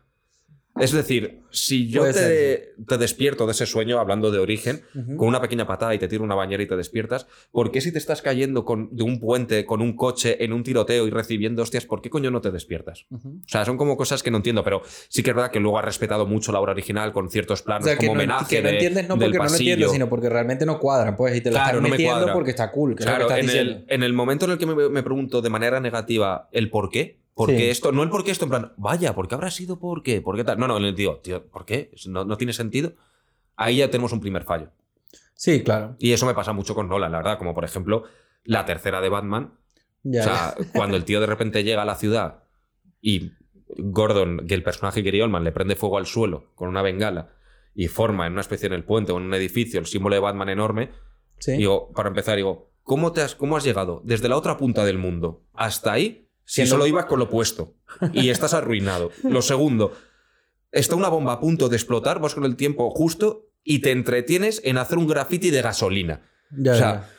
Es decir, si yo Puede te, te despierto de ese sueño, hablando de origen, Ujú. con una pequeña patada y te tiro una bañera y te despiertas, ¿por qué si te estás cayendo con, de un puente, con un coche, en un tiroteo y recibiendo hostias, ¿por qué coño no te despiertas? Ujú. O sea, son como cosas que no entiendo, pero sí que es verdad que luego ha respetado mucho la obra original con ciertos O planos sea, que como no, homenaje. que no de- entiendes no del porque no lo pasillo. entiendes, sino porque realmente no cuadran, pues. Y te lo Claro, no están me metiendo cuadra. porque está cool, que Claro, es lo que en estás el, diciendo. en el momento en el que me, me pregunto de manera negativa el por qué, por Sí. qué esto, no el por qué esto, en plan, vaya, ¿por qué habrá sido por qué? ¿Por qué tal? No, no, en el tío, tío, ¿por qué? No, no tiene sentido. Ahí ya tenemos un primer fallo. Sí, claro. Y eso me pasa mucho con Nolan, la verdad, como por ejemplo la tercera de Batman. Ya, o sea, cuando el tío de repente llega a la ciudad y Gordon, que el personaje Gary Oldman, le prende fuego al suelo con una bengala y forma en una especie en el puente o en un edificio el símbolo de Batman enorme, Sí. Digo, para empezar, digo, ¿cómo, te has, ¿cómo has llegado desde la otra punta del mundo hasta ahí si Siendo- solo ibas con lo opuesto y estás arruinado? Lo segundo, está una bomba a punto de explotar, vas con el tiempo justo y te entretienes en hacer un graffiti de gasolina. Ya, o sea, ya.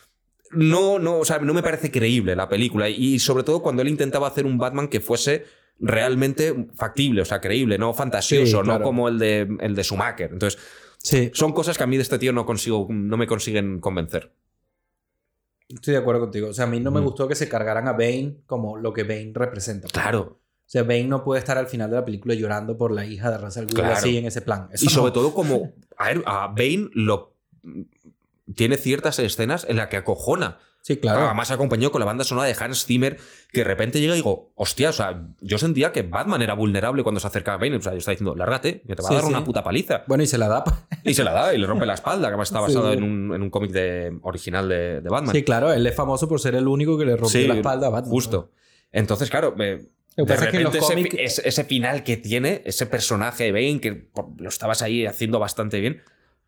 No, no, o sea, no me parece creíble la película y sobre todo cuando él intentaba hacer un Batman que fuese realmente factible, o sea, creíble, no fantasioso, Sí, claro. no como el de, el de Schumacher. Entonces, sí, son cosas que a mí de este tío no consigo, no me consiguen convencer. estoy de acuerdo contigo. O sea, a mí no me Mm. gustó que se cargaran a Bane como lo que Bane representa. Claro, O sea, Bane no puede estar al final de la película llorando por la hija de Ra's al Ghul Claro. así en ese plan. Eso Y no. sobre todo como a, ver, a Bane lo tiene ciertas escenas en las que acojona. Ah, Sí, claro. Además acompañó con la banda sonora de Hans Zimmer, que de repente llega y digo, hostia, o sea, yo sentía que Batman era vulnerable cuando se acercaba a Bane. O sea, yo estaba diciendo, lárgate, que te va Sí, a dar sí. una puta paliza. Bueno, y se la da. pues. pa- Y se la da y le rompe la espalda, que además está Sí. basado en un, en un cómic de, original de, de Batman. Sí, claro, él es famoso por ser el único que le rompió Sí, la espalda a Batman. Justo. Entonces, claro, me- Lo que de pasa es que en los repente ese, cómics- ese- ese final que tiene, ese personaje de Bane, que por- lo estabas ahí haciendo bastante bien,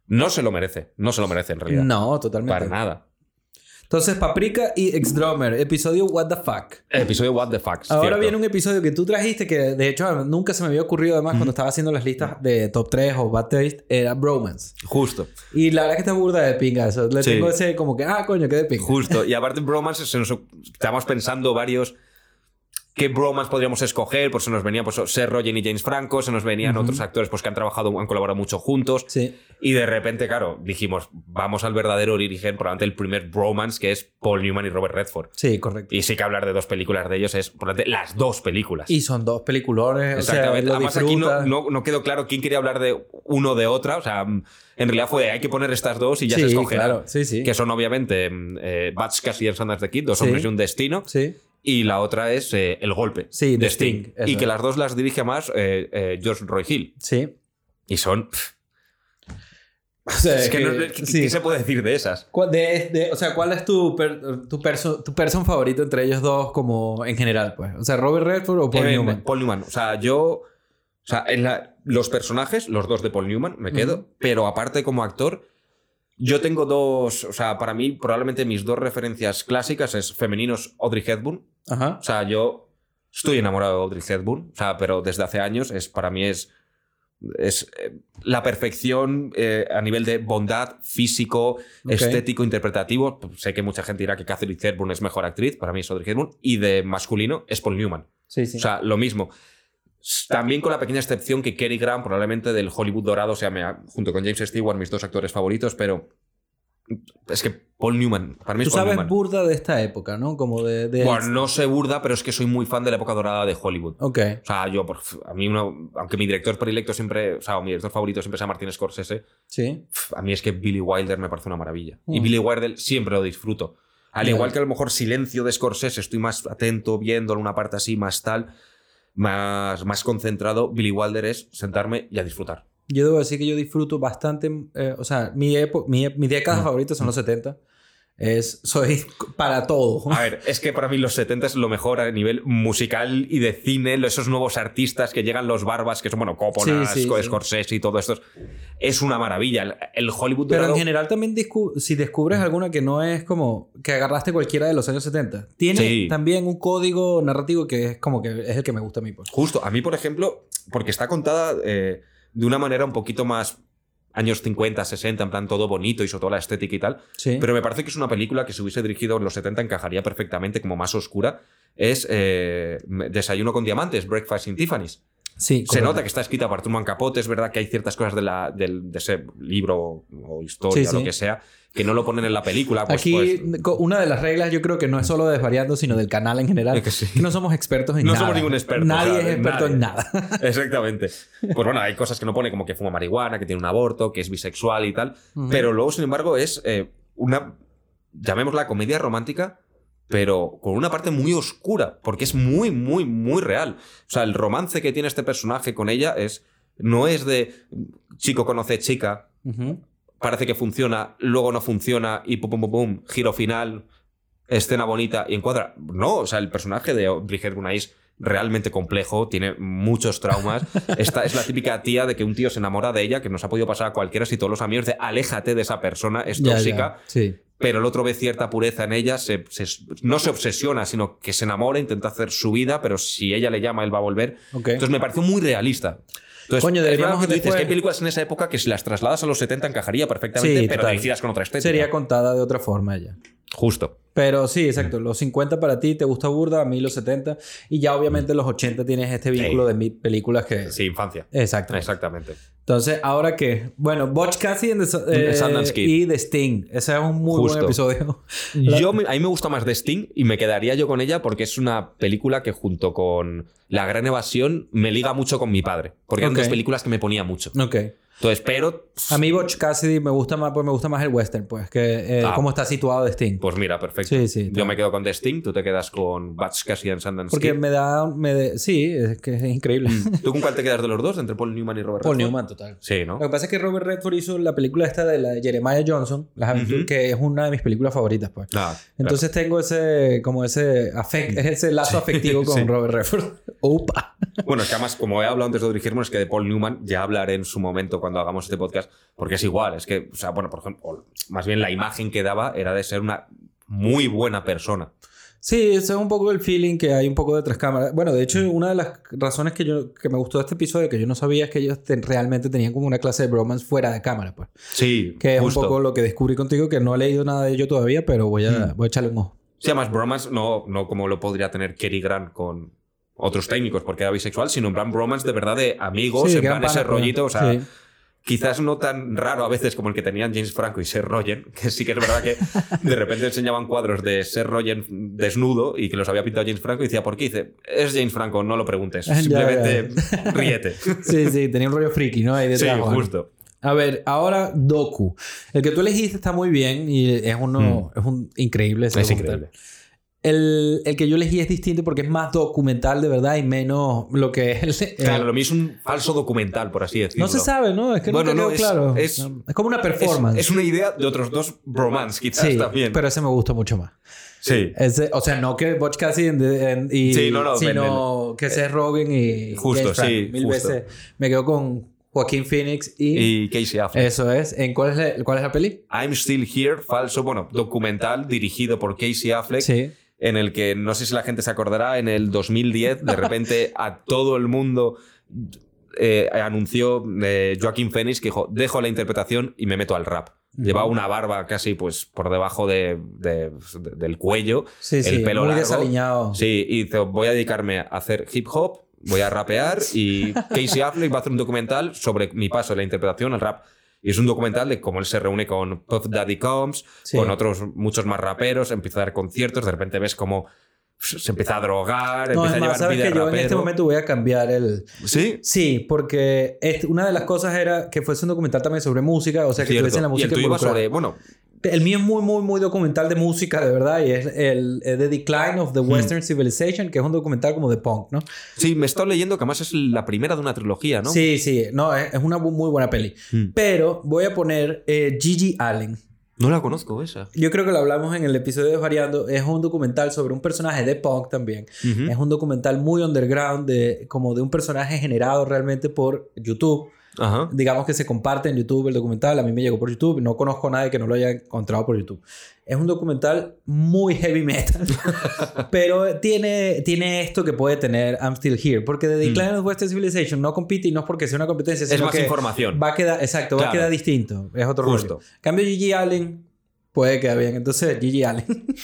no se lo merece. No se lo merece en realidad. No, totalmente. Para nada. Entonces, Paprika y Ex-Drummer, episodio What the Fuck. Episodio What the Fuck. Ahora viene un episodio que tú trajiste que, de hecho, nunca se me había ocurrido además cuando estaba haciendo las listas de top 3 o bad taste, era Bromance. Justo. Y la verdad es que está burda de pinga eso. Le Sí. tengo ese como que, ah, coño, qué de pinga. Justo. Y aparte, bromance, se nos, estábamos pensando varios. ¿Qué bromas podríamos escoger? Pues se nos venían pues, Ser Rogen y James Franco, se nos venían Ujú. otros actores pues, que han trabajado, han colaborado mucho juntos. Sí. Y de repente, claro, dijimos, vamos al verdadero origen, probablemente el primer bromance, que es Paul Newman y Robert Redford. Sí, correcto. Y sí que hablar de dos películas de ellos es, probablemente, las dos películas. Y son dos peliculones. Exactamente. O sea, lo Además, aquí no, disfrutas. no- no quedó claro quién quería hablar de uno o de otra. O sea, en realidad fue hay que poner estas dos y ya se sí, escoge. claro. Sí, sí. Que son obviamente mm, eh, Bats Cassidy and Sanders the Kid, dos Sí. hombres y un destino. Sí. Y la otra es eh, El Golpe. Sí, de The Sting, eso y que es. las dos las dirige más eh, eh, George Roy Hill. Sí. Y son. pff, O sea, es que, no- que- ¿qué- qué- sí. ¿Qué se puede decir de esas? ¿Cuál de- de- o sea, ¿cuál es tu, per- tu, perso- tu person favorito entre ellos dos como en general? pues? O sea, Robert Redford o Paul Eh, Newman. Paul Newman. O sea, yo. O sea, en la- los personajes, los dos de Paul Newman, me quedo. Ujú. Pero aparte, como actor, yo tengo dos. O sea, para mí, probablemente mis dos referencias clásicas es femeninos Audrey Hepburn. Ajá. O sea, yo estoy enamorado de Audrey Hepburn. O sea, pero desde hace años, es, para mí es. Es eh, la perfección eh, a nivel de bondad físico, Ok. estético, interpretativo. Sé que mucha gente dirá que Catherine Hepburn es mejor actriz, para mí es Audrey Hepburn. Y de masculino es Paul Newman. Sí, sí. O sea, lo mismo. S- También con la pequeña excepción que Cary Grant, probablemente del Hollywood dorado, o sea, me ha- junto con James Stewart, mis dos actores favoritos, pero es que Paul Newman, para mí es Tú Paul sabes Newman. burda de esta época, ¿no? Como de... de Bueno, no sé burda, pero es que soy muy fan de la época dorada de Hollywood. Ok. O sea, yo, por- a mí, uno, aunque mi director predilecto siempre, o sea, o mi director favorito siempre sea Martin Scorsese, Sí. a mí es que Billy Wilder me parece una maravilla. Y Mm. Billy Wilder siempre lo disfruto. Al Ya. igual que a lo mejor Silencio de Scorsese, estoy más atento, viendo alguna parte así, más tal, más, más concentrado. Billy Wilder es sentarme y a disfrutar. Yo debo decir que yo disfruto bastante... eh, o sea, mi, epo- mi, e, mi década Ujú. favorita son los 70. Es, soy para todo. A ver, es que para mí los 70 es lo mejor a nivel musical y de cine, lo- esos nuevos artistas que llegan los barbas, que son, bueno, Coppola, Sí, sí, Sco- sí. Scorsese y todo esto. Es una maravilla. El, el Hollywood Pero en dorado- general también discu- si descubres alguna que no es como que agarraste cualquiera de los años 70, tiene Sí. también un código narrativo que es como que es el que me gusta a mí. pues. Justo, a mí, por ejemplo, porque está contada eh, de una manera un poquito más años 50, 60, en plan todo bonito y sobre todo la estética y tal, Sí. pero me parece que es una película que si hubiese dirigido en los 70 encajaría perfectamente como más oscura, es eh, Desayuno con Diamantes, Breakfast in Tiffany's. sí, Se correcto. nota que está escrita por Truman Capote, es verdad que hay ciertas cosas de, la, del- de ese libro o historia Sí, o lo sí. que sea que no lo ponen en la película. Pues, Aquí pues, co- una de las reglas yo creo que no es solo de Desvariando, sino del canal en general. Es que sí. que no somos expertos en No nada. somos ningún experto, Nadie o sea, es experto en nadie. nada. Exactamente. Pues bueno, hay cosas que no pone, como que fuma marihuana, que tiene un aborto, que es bisexual y tal. Ujú. Pero luego, sin embargo, es eh, una, llamémosla comedia romántica, pero con una parte muy oscura, porque es muy, muy, muy real. O sea, el romance que tiene este personaje con ella es no es de chico conoce chica, Ujú. parece que funciona, luego no funciona y pum, pum, pum, pum, giro final, escena bonita y encuadra. No, o sea, el personaje de Bridget Brunay es realmente complejo, tiene muchos traumas. Esta es la típica tía de que un tío se enamora de ella, que nos ha podido pasar a cualquiera, si todos los amigos de aléjate de esa persona, es Ya, ya. tóxica, Sí. pero el otro ve cierta pureza en ella, se- se- no se obsesiona, sino que se enamora, intenta hacer su vida, pero si ella le llama, él va a volver. Ok. Entonces me pareció muy realista. Entonces, Coño, es deberíamos verdad que tú dices después- que hay películas en esa época que si las trasladas a los 70 encajaría perfectamente, Sí, pero total. dirigidas con otra estética. Sería contada de otra forma ya. Justo. Pero sí, exacto. Los 50 para ti, te gusta burda, a mí los 70. Y ya obviamente los 80 tienes este vínculo Sí. de mil películas que... Sí, infancia. Exacto. Exactamente. Entonces, ¿ahora qué? Bueno, Butch Cassidy and the- eh, The Sundance Kid. y The Sting. Ese es un muy buen Justo. episodio. La- Yo, me- a mí me gusta más The Sting y me quedaría yo con ella porque es una película que junto con La Gran Evasión me liga mucho con mi padre. Porque eran Ok. dos películas que me ponía mucho. Ok. Entonces, pero... A mí Butch Cassidy me gusta más, pues me gusta más el western, pues, que eh, Ah. cómo está situado The Sting. Pues mira, perfecto. Sí, sí. yo me quedo con The Sting, tú te quedas con Bats Cassidy and Sundance Porque Kid. me da... Me de- Sí, es que es increíble. ¿Tú con cuál te quedas de los dos? ¿Entre Paul Newman y Robert Paul Redford? Newman, total. Sí, ¿no? Lo que pasa es que Robert Redford hizo la película esta de la de Jeremiah Johnson, Las Aventuras, Ujú. que es una de mis películas favoritas, pues. Ah, claro. Entonces tengo ese, como ese afect, ese lazo afectivo con sí. Robert Redford. Opa. Bueno, es que además, como he hablado antes de dirigirme, es que de Paul Newman ya hablaré en su momento cuando hagamos este podcast, porque es igual, es que, o sea, bueno, por ejemplo, o más bien la imagen que daba era de ser una muy buena persona. Sí, ese es un poco el feeling que hay un poco detrás cámara. Bueno, de Mm. hecho, una de las razones que yo que me gustó de este episodio que yo no sabía es que ellos ten- realmente tenían como una clase de bromance fuera de cámara, pues. Sí, Que es justo. un poco lo que descubrí contigo, que no he leído nada de ello todavía, pero voy a, Mm. voy a echarle un ojo. Sí, además, bromance no, no como lo podría tener Kerry Grant con otros técnicos porque era bisexual, sino en plan bromance de verdad de amigos, Sí, en que plan eran ese panas, pues. rollito, o sea, Sí. quizás no tan raro a veces como el que tenían James Franco y Ser Rogen, que sí que es verdad que de repente enseñaban cuadros de Ser Rogen desnudo y que los había pintado James Franco y decía, ¿por qué? Y dice, es James Franco, no lo preguntes, Ya, ya. simplemente ríete. sí, sí, tenía un rollo friki, ¿no? Ahí Sí, detrás. bueno. justo. A ver, ahora Doku. El que tú elegiste está muy bien y es uno, es un increíble. ese Hmm. Es documental. increíble. El, el que yo elegí es distinto porque es más documental de verdad y menos lo que es el- el- Claro, lo mismo es un falso documental, por así decirlo. Eh, no se sabe, ¿no? Es que Bueno, nunca no, quedó es- claro. es- como una Es- performance. Es, una idea de otros dos bromance, quizás sí, también. pero eh, ese me gustó mucho más. sí. Ese- o sea, no que Butch Cassidy en- en- y, Sí, no, no, sino que sea Robin y Justo, James Franco. sí, mil justo. veces. Me quedo con Joaquín Phoenix y, Y Casey Affleck. eso es. ¿En cuál es la, cuál es la peli? I'm Still Here, falso, bueno, documental dirigido por Casey Affleck, Sí. en el que no sé si la gente se acordará, en el 2010, de repente a todo el mundo eh, anunció eh, Joaquín Phoenix que dijo: Dejo la interpretación y me meto al rap. Llevaba una barba casi pues por debajo de- de- de- del cuello. Sí, El sí, pelo muy largo. desaliñado. Sí, y dice, voy a dedicarme a hacer hip hop, voy a rapear y Casey Affleck va a hacer un documental sobre mi paso de la interpretación al rap. Y es un documental de cómo él se reúne con Puff Daddy Combs, Sí. con otros muchos más raperos, empieza a dar conciertos, de repente ves cómo se empieza a drogar, empieza No, es más, a llevar sabes vida de que yo en rapero. este momento voy a cambiar el... Sí. Sí, porque es- una de las cosas era que fuese un documental también sobre música, o sea, que cierto. tuviesen la y el música tuyo iba involucrada. sobre, bueno, El mío es muy, muy, muy documental de música, de verdad, y es el, eh, The Decline of the Mm. Western Civilization, que es un documental como de punk, ¿no? sí, me he estado leyendo que además es la primera de una trilogía, ¿no? Sí, sí, no, es, es una bu- muy buena peli. Hmm. Pero voy a poner eh, Gigi Allen. No la conozco esa. Yo creo que lo hablamos en el episodio de Variando. Es un documental sobre un personaje de punk también. Ujú. Es un documental muy underground, de, como de un personaje generado realmente por YouTube. Ajá. Digamos que se comparte en YouTube el documental. A mí me llegó por YouTube. No conozco a nadie que no lo haya encontrado por YouTube. Es un documental muy heavy metal. pero tiene, tiene esto que puede tener I'm Still Here. Porque The Decline of Western Civilization no compite y no es porque sea una competencia. Mm. Es sino más que información. Va a quedar, exacto, va a Claro. quedar distinto. Es otro Justo. rollo. En cambio, Gigi Allen puede quedar bien. Entonces, Gigi Allen.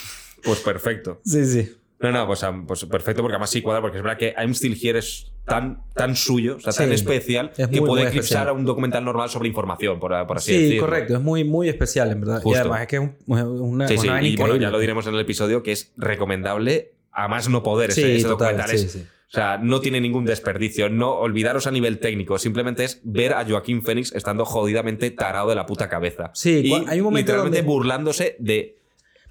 Pues perfecto. sí, sí. No, no, pues, am- pues perfecto, porque además sí cuadra, porque es verdad que I'm Still Here es tan, tan suyo, o sea, tan Sí. especial, Es que muy, puede muy eclipsar especial. a un documental normal sobre información, por, por así Sí, decirlo. correcto. Es muy, muy especial, en verdad. Y Justo. además es que es un- una, una Sí, sí, vaina y bueno, increíble. ya lo diremos en el episodio, que es recomendable a más no poder ese, Sí, ese total, documental. sí, es- sí. O sea, no tiene ningún desperdicio, no olvidaros a nivel técnico, simplemente es ver a Joaquín Phoenix estando jodidamente tarado de la puta cabeza. Sí, y cua- hay un momento literalmente donde- burlándose de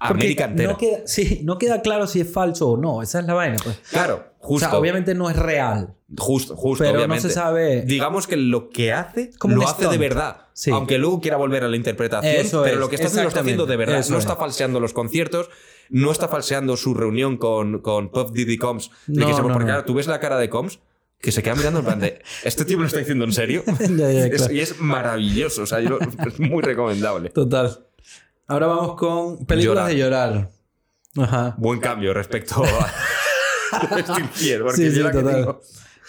Porque América entera. No queda, sí, no queda claro si es falso o no. Esa es la vaina. Pues. Claro, justo, O sea, obviamente no es real. justo, justo, pero obviamente. no se sabe. digamos que lo que hace Como lo un hace stunt. de verdad. Sí. Aunque luego quiera volver a la interpretación, Eso pero es, lo que está haciendo lo está haciendo de verdad. exactamente, no eso está es. falseando los conciertos, no está falseando su reunión con, con Puff Diddy Combs. de No, que se- no, porque no. claro, tú ves la cara de Combs que se queda mirando en plan de ¿este tío me lo está diciendo en serio? Ya, ya, Es- claro. y es maravilloso, o sea, yo- es muy recomendable. Total. Ahora vamos con películas de llorar. Ajá. Buen cambio respecto a... Steel Fear, porque Sí, yo sí, la que total. tengo-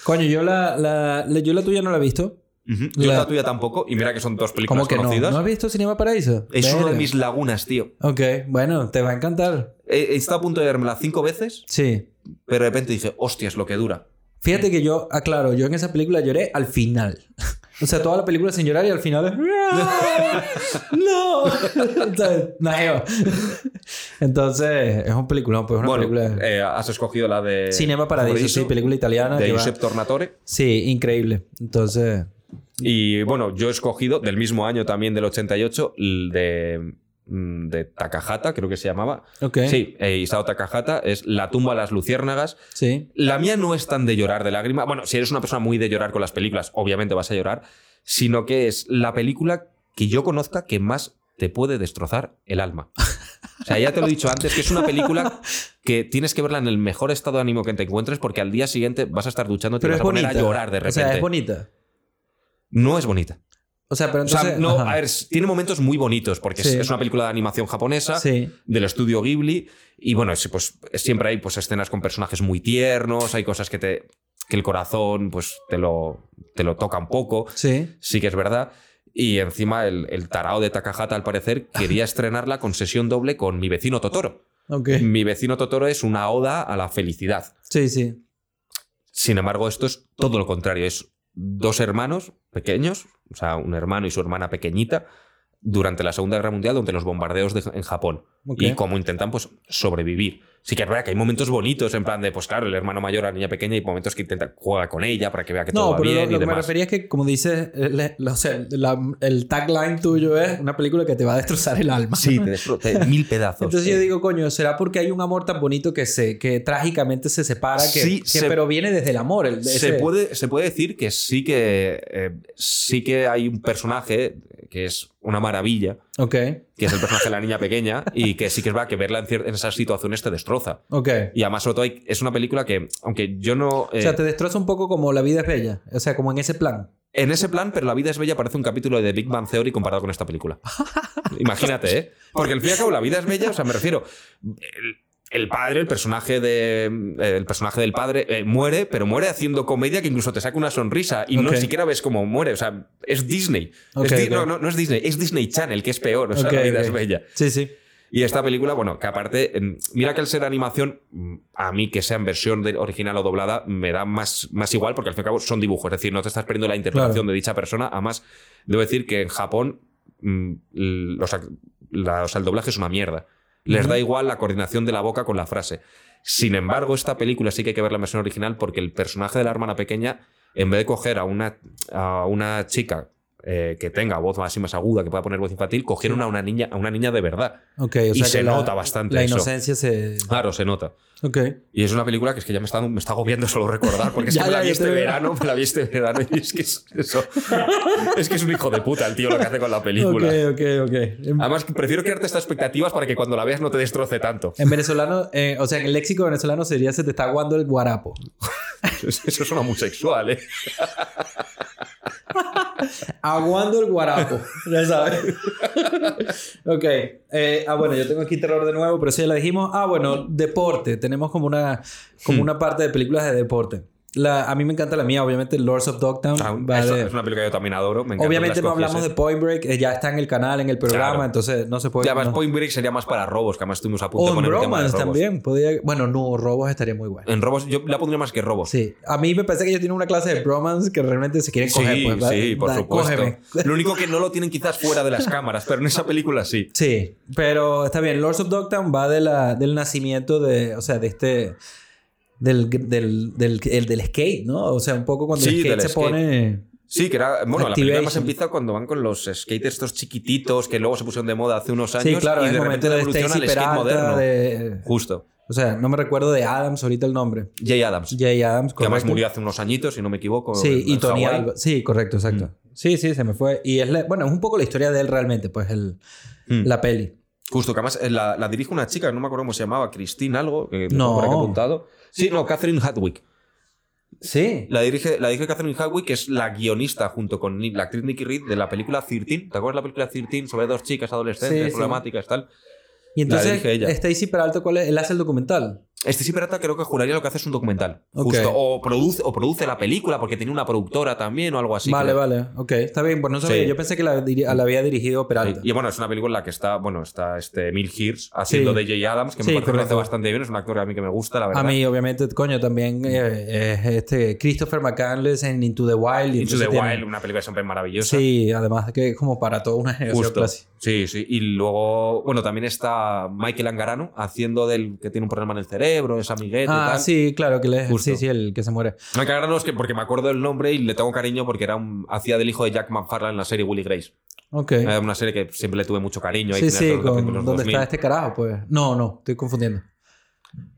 Coño, yo la, la, la- yo la tuya no la he visto. Ujú. Yo La- la tuya tampoco, y mira que son dos películas ¿Cómo que no? conocidas. ¿No has visto Cinema Paraíso? Es una de Verga. mis lagunas, tío. Ok, bueno, te va a encantar. He, he estado a punto de vermela cinco veces, Sí. pero de repente dije, hostias, lo que dura. Fíjate Eh. que yo, aclaro, yo en esa película lloré al final. O sea, toda la película sin llorar y al final es... ¡No! Entonces, najeo. Entonces, es un peliculón, pues es una bueno, película... eh, has escogido la de... Cinema Paradiso, sí, película italiana. De que va- Giuseppe Tornatore. Sí, increíble. Entonces, Y bueno, yo he escogido del mismo año también, del 88, l- de, mm, de Takahata, creo que se llamaba. ok. Sí, eh, Isao Takahata, es La tumba a las luciérnagas. Sí. La mía no es tan de llorar de lágrima. Bueno, si eres una persona muy de llorar con las películas, obviamente vas a llorar, sino que es la película que yo conozca que más te puede destrozar el alma. O sea, ya te lo he dicho antes, que es una película que tienes que verla en el mejor estado de ánimo que te encuentres porque al día siguiente vas a estar duchándote y Pero vas es a poner bonita. a llorar de repente. O sea, es bonita. no es bonita. O sea, pero O sea, entonces. no, ajá. a ver, s- tiene momentos muy bonitos porque es- Sí. es una película de animación japonesa Sí. del estudio Ghibli y bueno, es- pues siempre hay pues escenas con personajes muy tiernos, hay cosas que te que el corazón pues te lo te lo toca un poco, Sí. sí que es verdad. Y encima el, el tarao de Takahata, al parecer, quería estrenarla con sesión doble con Mi vecino Totoro. Ok. Mi vecino Totoro es una oda a la felicidad. Sí, sí. Sin embargo, esto es todo lo contrario. Es dos hermanos pequeños, o sea, un hermano y su hermana pequeñita, durante la Segunda Guerra Mundial, durante los bombardeos de- en Japón. Ok. Y cómo intentan, pues, sobrevivir. Sí que es verdad que hay momentos bonitos, en plan de, pues claro, el hermano mayor a la niña pequeña, y momentos que intenta juega con ella para que vea que todo No, va pero lo- bien lo, y que me demás. refería es que, como dices, el, la- o sea, la- el tagline tuyo es una película que te va a destrozar el alma. Sí, te destro- te- mil pedazos. Entonces yo Eh, digo, coño, ¿será porque hay un amor tan bonito que se que trágicamente se separa? Que, Sí, que- se- pero viene desde el amor. el- Se ese- puede, se puede decir que sí que eh, sí que hay un personaje que es una maravilla, Ok, que es el personaje de la niña pequeña, y que sí que es verdad que verla en, cier- en esas situaciones te destroza. ok. Y además, sobre todo, hay- es una película que, aunque yo no. eh, o sea, te destroza un poco como La vida es bella. O sea, como en ese plan. En ese plan, pero La vida es bella parece un capítulo de Big Bang Theory comparado con esta película. Imagínate, ¿eh? Porque al fin y al cabo, La vida es bella, o sea, me refiero. El, el padre, el personaje, de, eh, el personaje del padre, eh, muere, pero muere haciendo comedia que incluso te saca una sonrisa y Ok. no siquiera ves cómo muere. O sea, es Disney. Ok, Es Di- ok. No, no, no es Disney, es Disney Channel, que es peor. O sea, Ok, La vida ok. es bella. Sí, sí. Y esta película, bueno, que aparte, mm, mira que al ser animación, mm, a mí que sea en versión de- original o doblada, me da más, más igual porque al fin y al cabo son dibujos, es decir, no te estás perdiendo la interpretación Claro. de dicha persona. Además, debo decir que en Japón mm, l- los, ac- la- o sea, el doblaje es una mierda. Les da Ujú. igual la coordinación de la boca con la frase. Sin embargo, esta película sí que hay que ver la versión original porque el personaje de la hermana pequeña, en vez de coger a una, a una chica eh, que tenga voz así más aguda, que pueda poner voz infantil, cogieron a una niña, a una niña de verdad. Ok, o Y sea se que la- nota bastante La eso. inocencia se... Claro, se nota. Ok. Y es una película que es que ya me está, me está agobiando solo recordar, porque es Ya, que me la ya, vi yo este te veo. verano, me la vi este verano, y es que es eso. Es que es un hijo de puta el tío lo que hace con la película. Ok, ok, ok. En, Además, prefiero crearte estas expectativas para que cuando la veas no te destroce tanto. en venezolano, eh, o sea, en el léxico venezolano sería se te está aguando el guarapo. Eso suena muy sexual, ¿eh? Aguando el guarapo, ya sabes. ok. eh, ah, bueno, yo tengo aquí terror de nuevo, pero eso ya la dijimos. Ah, bueno, deporte. Tenemos como una, como Hmm. una parte de películas de deporte. La, a mí me encanta la mía, obviamente, Lords of Dogtown. Ah, un- va eso- de- es una película que yo también adoro. me encanta que la obviamente no escogieses. hablamos de Point Break, eh, ya está en el canal, en el programa, Claro. entonces no se puede... Y además, no. Point Break sería más para robos, que además estuvimos a punto O de en poner el tema de Bromance robos. Eh. también. Podría, bueno, no, Robos estaría muy bueno. En robos, yo la pondría más que robos. Sí, a mí me parece que ellos tienen una clase de bromance que realmente se quieren Sí, coger. pues, ¿verdad? sí, por Da- supuesto. cógeme. Lo único que no lo tienen quizás fuera de las cámaras, pero en esa película sí. Sí, pero está bien. Lords of Dogtown va de la, del nacimiento de, o sea, de este, del, del, del, el del skate, ¿no? O sea, un poco cuando Sí, el skate del se skate. pone... Sí, que era. Bueno, la película Activation. más empieza cuando van con los skaters estos chiquititos que luego se pusieron de moda hace unos años sí, claro, y es de el repente momento de evoluciona Stacy al skate moderno. Peralta, de... Justo. O sea, no me recuerdo de Adams ahorita el nombre. Jay Adams. Jay Adams, Que además correcto. murió hace unos añitos, si no me equivoco. Sí, en- y en Tony Hawái. Mm. Alba. Sí, correcto, exacto. Sí, sí, se me fue. Y es, la- bueno, es un poco la historia de él realmente, pues el, Mm. la peli. Justo, que además eh, la, la dirige una chica, no me acuerdo cómo se llamaba, Christine algo, que no. No. por aquí apuntado. Sí, no, Catherine Hadwick. Sí. La dirige, la dirige Catherine Hadwick, que es la guionista junto con Ni- la actriz Nikki Reed de la película 13. ¿Te acuerdas de la película 13 sobre dos chicas adolescentes, Sí, sí. problemáticas, tal? Y entonces, dirige ella. Stacy Peralta, ¿cuál es? Él hace el documental. Este Peralta creo que juraría lo que hace es un documental. Ok. Justo. O produce, o produce la película porque tenía una productora también o algo así. vale, creo. vale. Ok, está bien. Pues no sabía. Sí. Yo pensé que la, diri- la había dirigido Peralta. Sí. Y bueno, es una película en la que está, bueno, está este Mil Hears haciendo Sí. de Jay Adams, que Sí, me parece que lo correcto. hace bastante bien. Es un actor que a mí que Mm. me gusta, la A verdad. mí, obviamente, coño, también eh, es este Christopher McCandless en Into the Wild. y Into the entonces tiene- Wild, una película siempre maravillosa. Sí, además que es como para toda una generación Justo. clásica. Sí, sí. Y luego, bueno, también está Michael Angarano haciendo del que tiene un problema en el cerebro, es amiguete y Ah, tal. sí, claro, que él es Justo. sí, sí, el que se muere. Michael Angarano es que porque me acuerdo del nombre y le tengo cariño porque era un, hacía del hijo de Jack McFarlane en la serie Willy Grace. Ok. Era una serie que siempre le tuve mucho cariño. ahí sí, Eh, tenía sí, todos los con, capítulos ¿dónde 2000. está este carajo? Pues no, no, estoy confundiendo.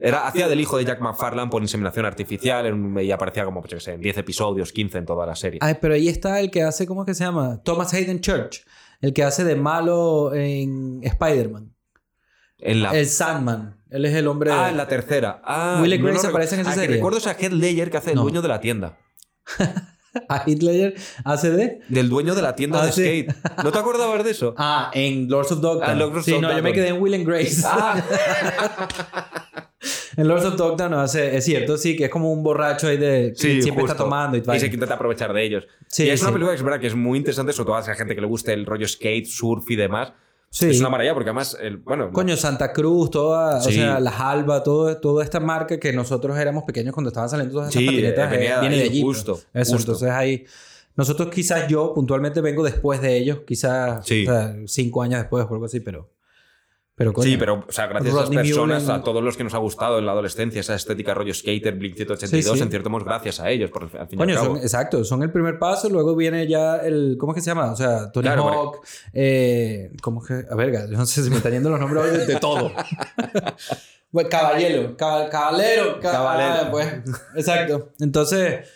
Era, hacía del hijo de Jack McFarlane por inseminación artificial en un- y aparecía como, pues, yo qué sé, en 10 episodios, 15 en toda la serie. Ay, pero ahí está el que hace, ¿cómo es que se llama? Thomas Hayden Church, el que hace de malo en Spider-Man. En la, El Sandman. Él es el hombre. ah, en la tercera. Ah, Willy Grace recu- aparece en esa Ah, que serie. recuerdo es a Heath Ledger que hace el No. dueño de la tienda. a Hitler hace de... Del dueño de la tienda Ah, de sí. skate. ¿No te acordabas de eso? Ah, en Lords of Dogtown. Ah, Lords of sí, no, yo Dogtown. Ah. me quedé en Will and Grace. en Lords of Dogtown no, hace- es cierto, sí, que es como un borracho ahí de que siempre está justo. tomando y tal. Y se intenta aprovechar de ellos. Sí, y es una sí. película que es verdad que es muy interesante, sobre todo a esa gente que le gusta el rollo skate, surf y demás. Sí. Es una maravilla porque además, el- bueno, Coño, Santa Cruz, toda, o Sí. sea, las Alba, todo, toda esta marca que nosotros éramos pequeños cuando estaban saliendo todas esas Sí, patinetas, eh, eh, venía de viene de ahí, allí. pues. justo, Eso, justo. entonces ahí... Nosotros quizás yo puntualmente vengo después de ellos, quizás Sí. o sea, cinco años después o algo así, pero... Pero coño. Sí, pero o sea, gracias Rodney a esas personas, Mullen. a todos los que nos ha gustado en la adolescencia, esa estética rollo skater, Blink 182, Sí, sí. en cierto modo, gracias a ellos, por al fin y al Coño, cabo. son, exacto, son el primer paso, luego viene ya el. ¿Cómo es que se llama? O sea, Tony Claro, pero- Hawk. eh, ¿Cómo es que.? A verga, yo no sé si me están yendo los nombres hoy de, de todo. Bueno, caballero, cab- caballero, ca- Caballero. ah, pues, exacto. Entonces,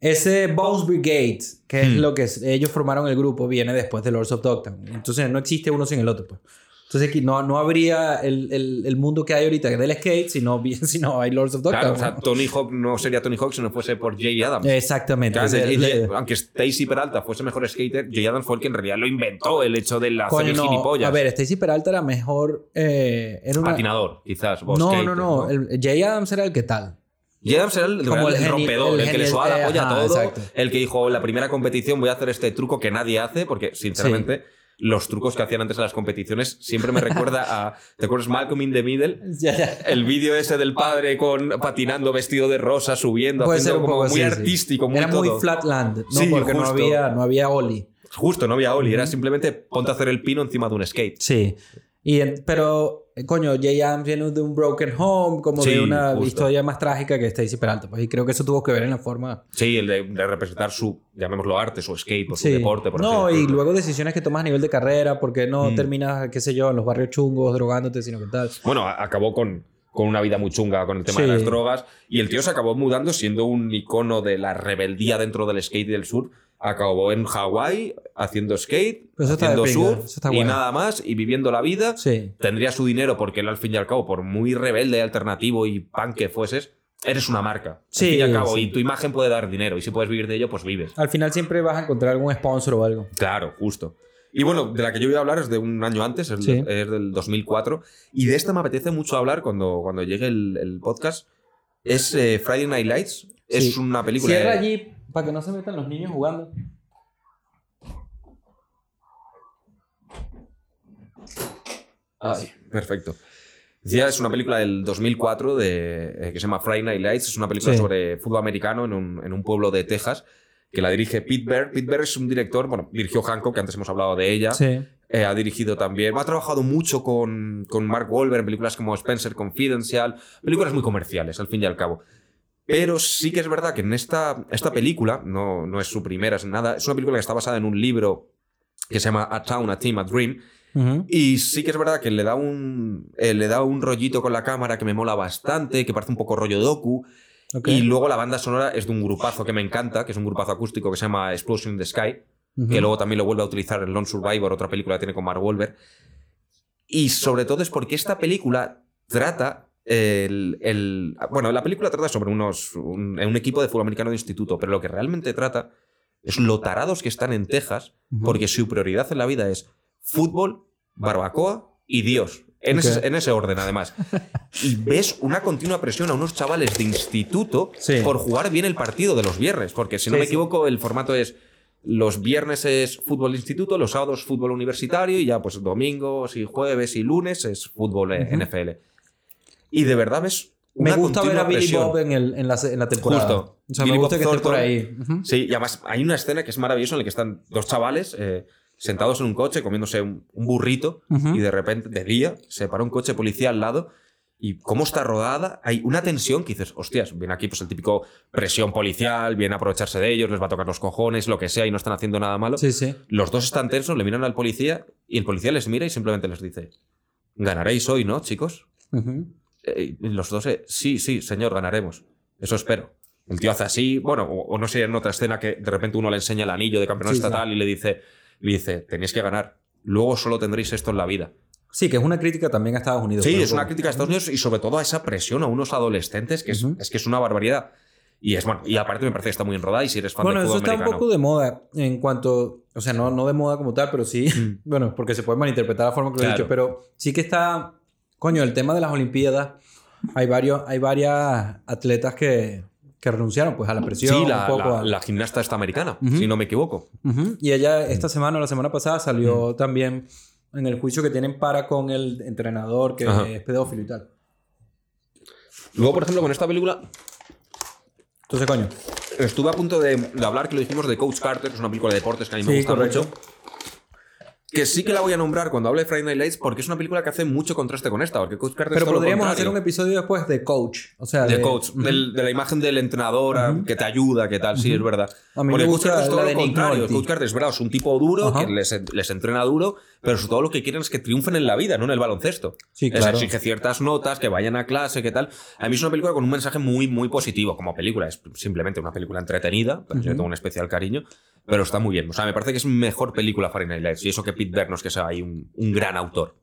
ese Bones Brigade, que es Hmm. lo que es- ellos formaron el grupo, viene después de Lords of Dogtown. Entonces, no existe uno sin el otro, pues. Entonces, aquí no, no habría el, el- el mundo que hay ahorita del skate si no, si no Eh, hay Lords of Claro, Dogtown. o sea, Tony Hawk no sería Tony Hawk si no fuese por Jay Adams. Exactamente. Claro, o sea, J.J. le- aunque Stacy Peralta fuese mejor skater, Jay Adams fue el que en realidad lo inventó, el hecho de la hacer Coño, el no. gilipollas. A ver, Stacy Peralta era mejor. eh, era una... patinador, quizás. o no, skater, no, no, el- Jay Adams era el que tal. Jay Adams era el, Como el el genio- rompedor, el el, que le genio- suba eh, la polla a ajá, todo, exacto. el que dijo, en la primera competición voy a hacer este truco que nadie hace, porque sinceramente... Los trucos que hacían antes en las competiciones siempre me recuerda a. ¿Te acuerdas Malcolm in the Middle? El vídeo ese del padre con patinando vestido de rosa, subiendo, Puede ser haciendo un como poco muy así, sí. artístico, muy Era muy todo. flatland, ¿no? Sí, Porque no justo. había, no había Oli. Justo, no había Oli, era simplemente ponte a hacer el pino encima de un skate. Sí. Y en- pero, eh, coño, Jay Adams viene de un broken home, como Sí, de una justo. historia más trágica que Stacy Peralta. Pues, y creo que eso tuvo que ver en la forma. Sí, el de, de representar su, llamémoslo arte, su skate o su Sí. deporte, por no, así y decirlo. luego decisiones que tomas a nivel de carrera, porque no Mm. terminas, qué sé yo, en los barrios chungos, drogándote, sino que tal. Bueno, a- acabó con, con una vida muy chunga con el tema Sí. de las drogas y el tío se acabó mudando siendo un icono de la rebeldía dentro del skate y del sur. Acabó en Hawái haciendo skate, Pues eso está de haciendo pinga, surf eso está y guay. nada más y viviendo la vida. Sí. tendría su dinero porque él al fin y al cabo, por muy rebelde, alternativo y pan que fueses, eres una marca. Al Sí, fin y al cabo, sí. y tu imagen puede dar dinero y si puedes vivir de ello, pues vives. Al final siempre vas a encontrar algún sponsor o algo. Claro, justo. Y bueno, de la que yo voy a hablar es de un año antes, es, Sí. es del 2004, y de esta me apetece mucho hablar cuando, cuando llegue el, el podcast. Es eh, Friday Night Lights, es Sí. una película... Cierra allí para que no se metan los niños jugando. Ay, perfecto. Decía, es una película del 2004 de, eh, que se llama Friday Night Lights. Es una película Sí. sobre fútbol americano en un, en un pueblo de Texas que la dirige Pete Bear. Pete Bear es un director, bueno, dirigió Hancock, que antes hemos hablado de ella. Sí. Eh, ha dirigido también, ha trabajado mucho con, con Mark Wahlberg en películas como Spencer Confidential, películas muy comerciales, al fin y al cabo. Pero sí que es verdad que en esta, esta película, no, no es su primera, es nada, es una película que está basada en un libro que se llama A Town, A Team, A Dream, y sí que es verdad que le da un. eh, le da un rollito con la cámara que me mola bastante, que parece un poco rollo docu. Ok. Y luego la banda sonora es de un grupazo que me encanta, que es un grupazo acústico que se llama Explosion in the Sky, Ujú. que luego también lo vuelve a utilizar en Lone Survivor, otra película que tiene con Mark Wahlberg. Y sobre todo es porque esta película trata. El, el- bueno, la película trata sobre unos, un, un equipo de fútbol americano de instituto, pero lo que realmente trata es lo tarados que están en Texas Ujú. porque su prioridad en la vida es fútbol, barbacoa y Dios. En, Ok. ese, en ese orden, además. Y ves una continua presión a unos chavales de instituto Sí. por jugar bien el partido de los viernes. Porque, si no Sí, me sí. equivoco, el formato es los viernes es fútbol de instituto, los sábados fútbol universitario y ya pues domingos y jueves y lunes es fútbol eh, Ujú. NFL. Y de verdad ves Me una gusta ver continua a Billy presión. Bob en, el- en la, se- en la temporada. Justo. O sea, Billy me gusta Bob que esté por Thornton. ahí. Ujú. Sí, y además hay una escena que es maravillosa en la que están dos chavales eh, sentados en un coche comiéndose un, un burrito Ujú. y de repente, de día, se para un coche policía al lado y cómo está rodada, hay una tensión que dices, hostias, viene aquí pues el típico presión policial, viene a aprovecharse de ellos, les va a tocar los cojones, lo que sea, y no están haciendo nada malo. Sí, sí. Los dos están tensos, le miran al policía y el policía les mira y simplemente les dice, ganaréis hoy, ¿no, chicos? Ujú. Eh, y los dos, eh, sí, sí, señor, ganaremos. Eso espero. El tío hace así, bueno, o, o no sé, en otra escena que de repente uno le enseña el anillo de campeón Sí, sí. estatal y le dice, le dice, tenéis que ganar. Luego solo tendréis esto en la vida. Sí, que es una crítica también a Estados Unidos. Sí, pero es una bueno. crítica a Estados Unidos y sobre todo a esa presión a unos adolescentes, que es, Ujú. es que es una barbaridad. Y es bueno, y aparte me parece que está muy enrodada y si eres fan Bueno, del eso fútbol está un americano. poco de moda en cuanto, o sea, no, no de moda como tal, pero sí, Mm. bueno, porque se puede malinterpretar la forma que lo he Claro. dicho, pero sí que está, coño, el tema de las Olimpiadas, hay varios, hay varias atletas que, que renunciaron pues a la presión Sí, la, un poco. la- a- la gimnasta está americana, Ujú. si no me equivoco. Ujú. Y ella Mm. esta semana o la semana pasada salió también en el juicio que tienen para con el entrenador que Ajá. es pedófilo y tal. Luego, por ejemplo, con esta película Entonces, coño, estuve a punto de, de hablar, que lo dijimos, de Coach Carter, que es una película de deportes que a mí me Sí, gusta correcto. mucho. Que sí que la voy a nombrar cuando hable de Friday Night Lights porque es una película que hace mucho contraste con esta, porque Coach Carter pero es todo lo podríamos hacer contrario. un episodio después de Mm. coach, o sea, de coach, Ujú. del- de la imagen del entrenador ah, que te ayuda, que tal, sí, es verdad. A mí me Porque gusta Coach Carter es la todo de lo Nick contrario. Nolte. Coach Carter es verdad, es un tipo duro Ajá. que les, les entrena duro, pero sobre todo lo que quieren es que triunfen en la vida, no en el baloncesto. Sí, Les claro. exige ciertas notas, que vayan a clase, que tal. A mí es una película con un mensaje muy, muy positivo como película. Es simplemente una película entretenida, pero yo le tengo un especial cariño, pero está muy bien. O sea, me parece que es mejor película Friday Night Lights y eso que Pete Bernos, que es ahí un, un gran autor. Lo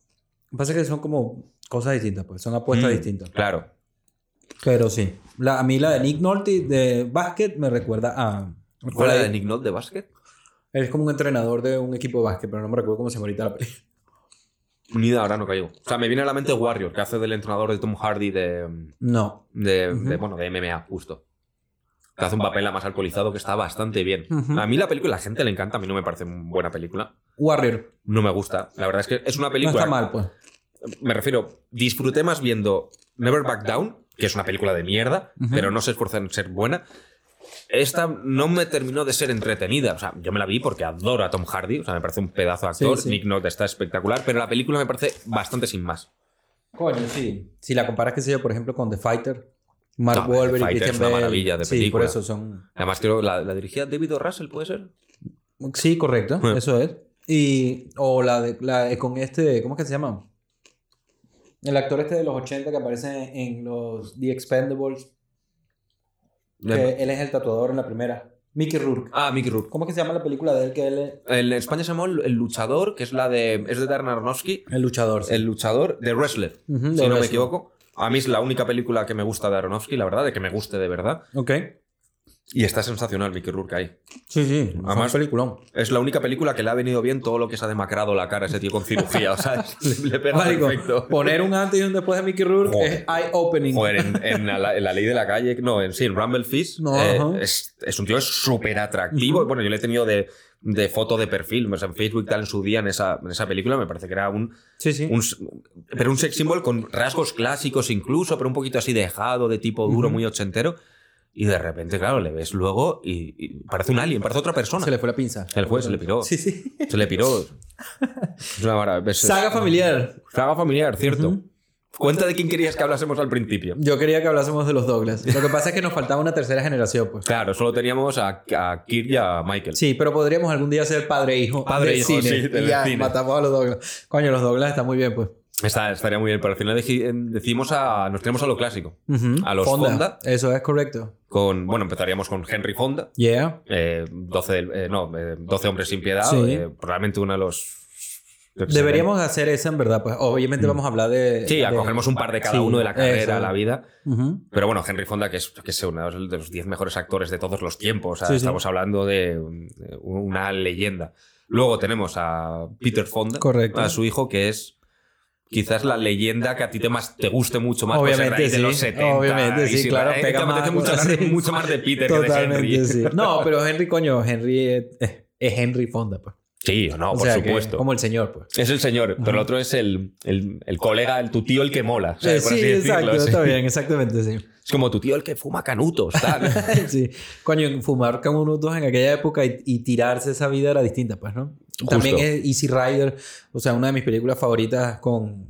que Pasa es que son como cosas distintas, pues son apuestas Mm, distintas. Claro. Pero sí, la, a mí la de Nick Nolte de básquet me recuerda a... ¿Cuál era de Nick Nolte de básquet? Él es como un entrenador de un equipo de básquet, pero no me recuerdo cómo se llama ahorita la peli. Ni idea, ahora no caigo. O sea, me viene a la mente Warrior, que hace del entrenador de Tom Hardy de, No. de, de, Ujú. bueno, de MMA, justo. Que hace un papel a más alcoholizado que está bastante bien. Ujú. A mí la película, a la gente le encanta, a mí no me parece una buena película. Warrior. No me gusta. La verdad es que es una No película. está mal, pues. Me refiero, disfruté más viendo Never Back Down, que es una película de mierda, Ujú. pero no se esfuerza en ser buena. Esta no me terminó de ser entretenida. O sea, yo me la vi porque adoro a Tom Hardy. O sea, me parece un pedazo de actor. Sí, sí. Nick Nolte está espectacular, pero la película me parece bastante sin más. Coño, sí. Si la comparas, qué sé yo, por ejemplo, con The Fighter, Mark No, The Wahlberg y Fighter es Christian una Bale. maravilla de Sí, por película. eso son... Además, creo que la, la dirigía David O. Russell, ¿puede ser? Sí, correcto. Eh. Eso es. Y... O la de... La de- con este... ¿Cómo es que se llama? El actor este de los 80 que aparece en los The Expendables. Eh, Que él es el tatuador en la primera. Mickey Rourke. Ah, Mickey Rourke. ¿Cómo es que se llama la película de él que él es... En España se llamó El el Luchador, que es la de. Es de Darren Aronofsky. El luchador. El Luchador de Wrestler, Ujú, si no de me Wrestler. equivoco. A mí es la única película que me gusta de Aronofsky, la verdad, de que me guste de verdad. Ok. Y está sensacional Mickey Rourke ahí. Sí, sí. Además- Además, peliculón. Es la única película que le ha venido bien todo lo que se ha demacrado la cara a ese tío con cirugía. O sea, le, le pega Marico, perfecto. poner un antes y un después de Mickey Rourke Joder. es eye-opening. Joder, en, en la, en la ley de la calle, no, en sí, en Rumble Fish, No, eh, ajá. es, es un tío súper atractivo. Bueno, yo le he tenido de, de foto de perfil, o sea, en Facebook, tal, en su día, en esa, en esa película, me parece que era un, Sí, sí. un s- pero un sex symbol con rasgos clásicos incluso, pero un poquito así dejado, de tipo duro, Ujú. muy ochentero. Y de repente, claro, le ves luego y, y parece un alien, parece otra persona. Se le fue la pinza. Se le fue, se le piró. Sí, sí. Se le piró. Es una vara- es- es- Saga familiar. Saga familiar, cierto. Ujú. Cuenta de quién querías que hablásemos al principio. Yo quería que hablásemos de los Douglas. Lo que pasa es que nos faltaba una tercera generación, pues. Claro, solo teníamos a, a Kirk y a Michael. Sí, pero podríamos algún día ser padre e hijo. Padre del e hijo, cine. sí, del Y ya, cine. matamos a los Douglas. Coño, los Douglas están muy bien, pues. Está- estaría muy bien, pero al final deci- decidimos a, nos tenemos a lo clásico. Ujú. A los Fonda. Eso es correcto. Con, bueno, empezaríamos con Henry Fonda. Yeah. Eh, 12, del- eh, no, eh, 12 hombres sin piedad, Sí. eh, probablemente uno de los... yo qué sé, Deberíamos hacer esa en verdad, pues. Obviamente vamos a hablar de. Mm. Sí, de- acogemos un par de cada Sí, uno de la carrera, eso. la vida. Ujú. Pero bueno, Henry Fonda, que es, yo qué sé, uno de los 10 mejores actores de todos los tiempos. O sea, Sí, sí. estamos hablando de un- de una leyenda. Luego tenemos a Peter Fonda, Correcto. a su hijo, que es quizás la leyenda que a ti te, más, te guste mucho más. pues, Obviamente, de sí. los 70. Obviamente, y sí, si- claro, eh, pega te apetece más, mucho, hablar de- sí. mucho más de Peter que de Totalmente, Henry. sí. No, pero Henry, coño, Henry es, es Henry Fonda, pues. Sí, no, O por sea que supuesto. Como el señor, pues. Es el señor, pero el otro es el, el- el colega, el tu tío el que mola. ¿sabes? Por Eh, sí, así decirlo, exacto, sí. está bien, exactamente, sí. Es como tu tío el que fuma canutos, tal. sí. Coño, fumar canutos en aquella época y, y tirarse esa vida era distinta, pues, ¿no? Justo. También es Easy Rider, o sea, una de mis películas favoritas con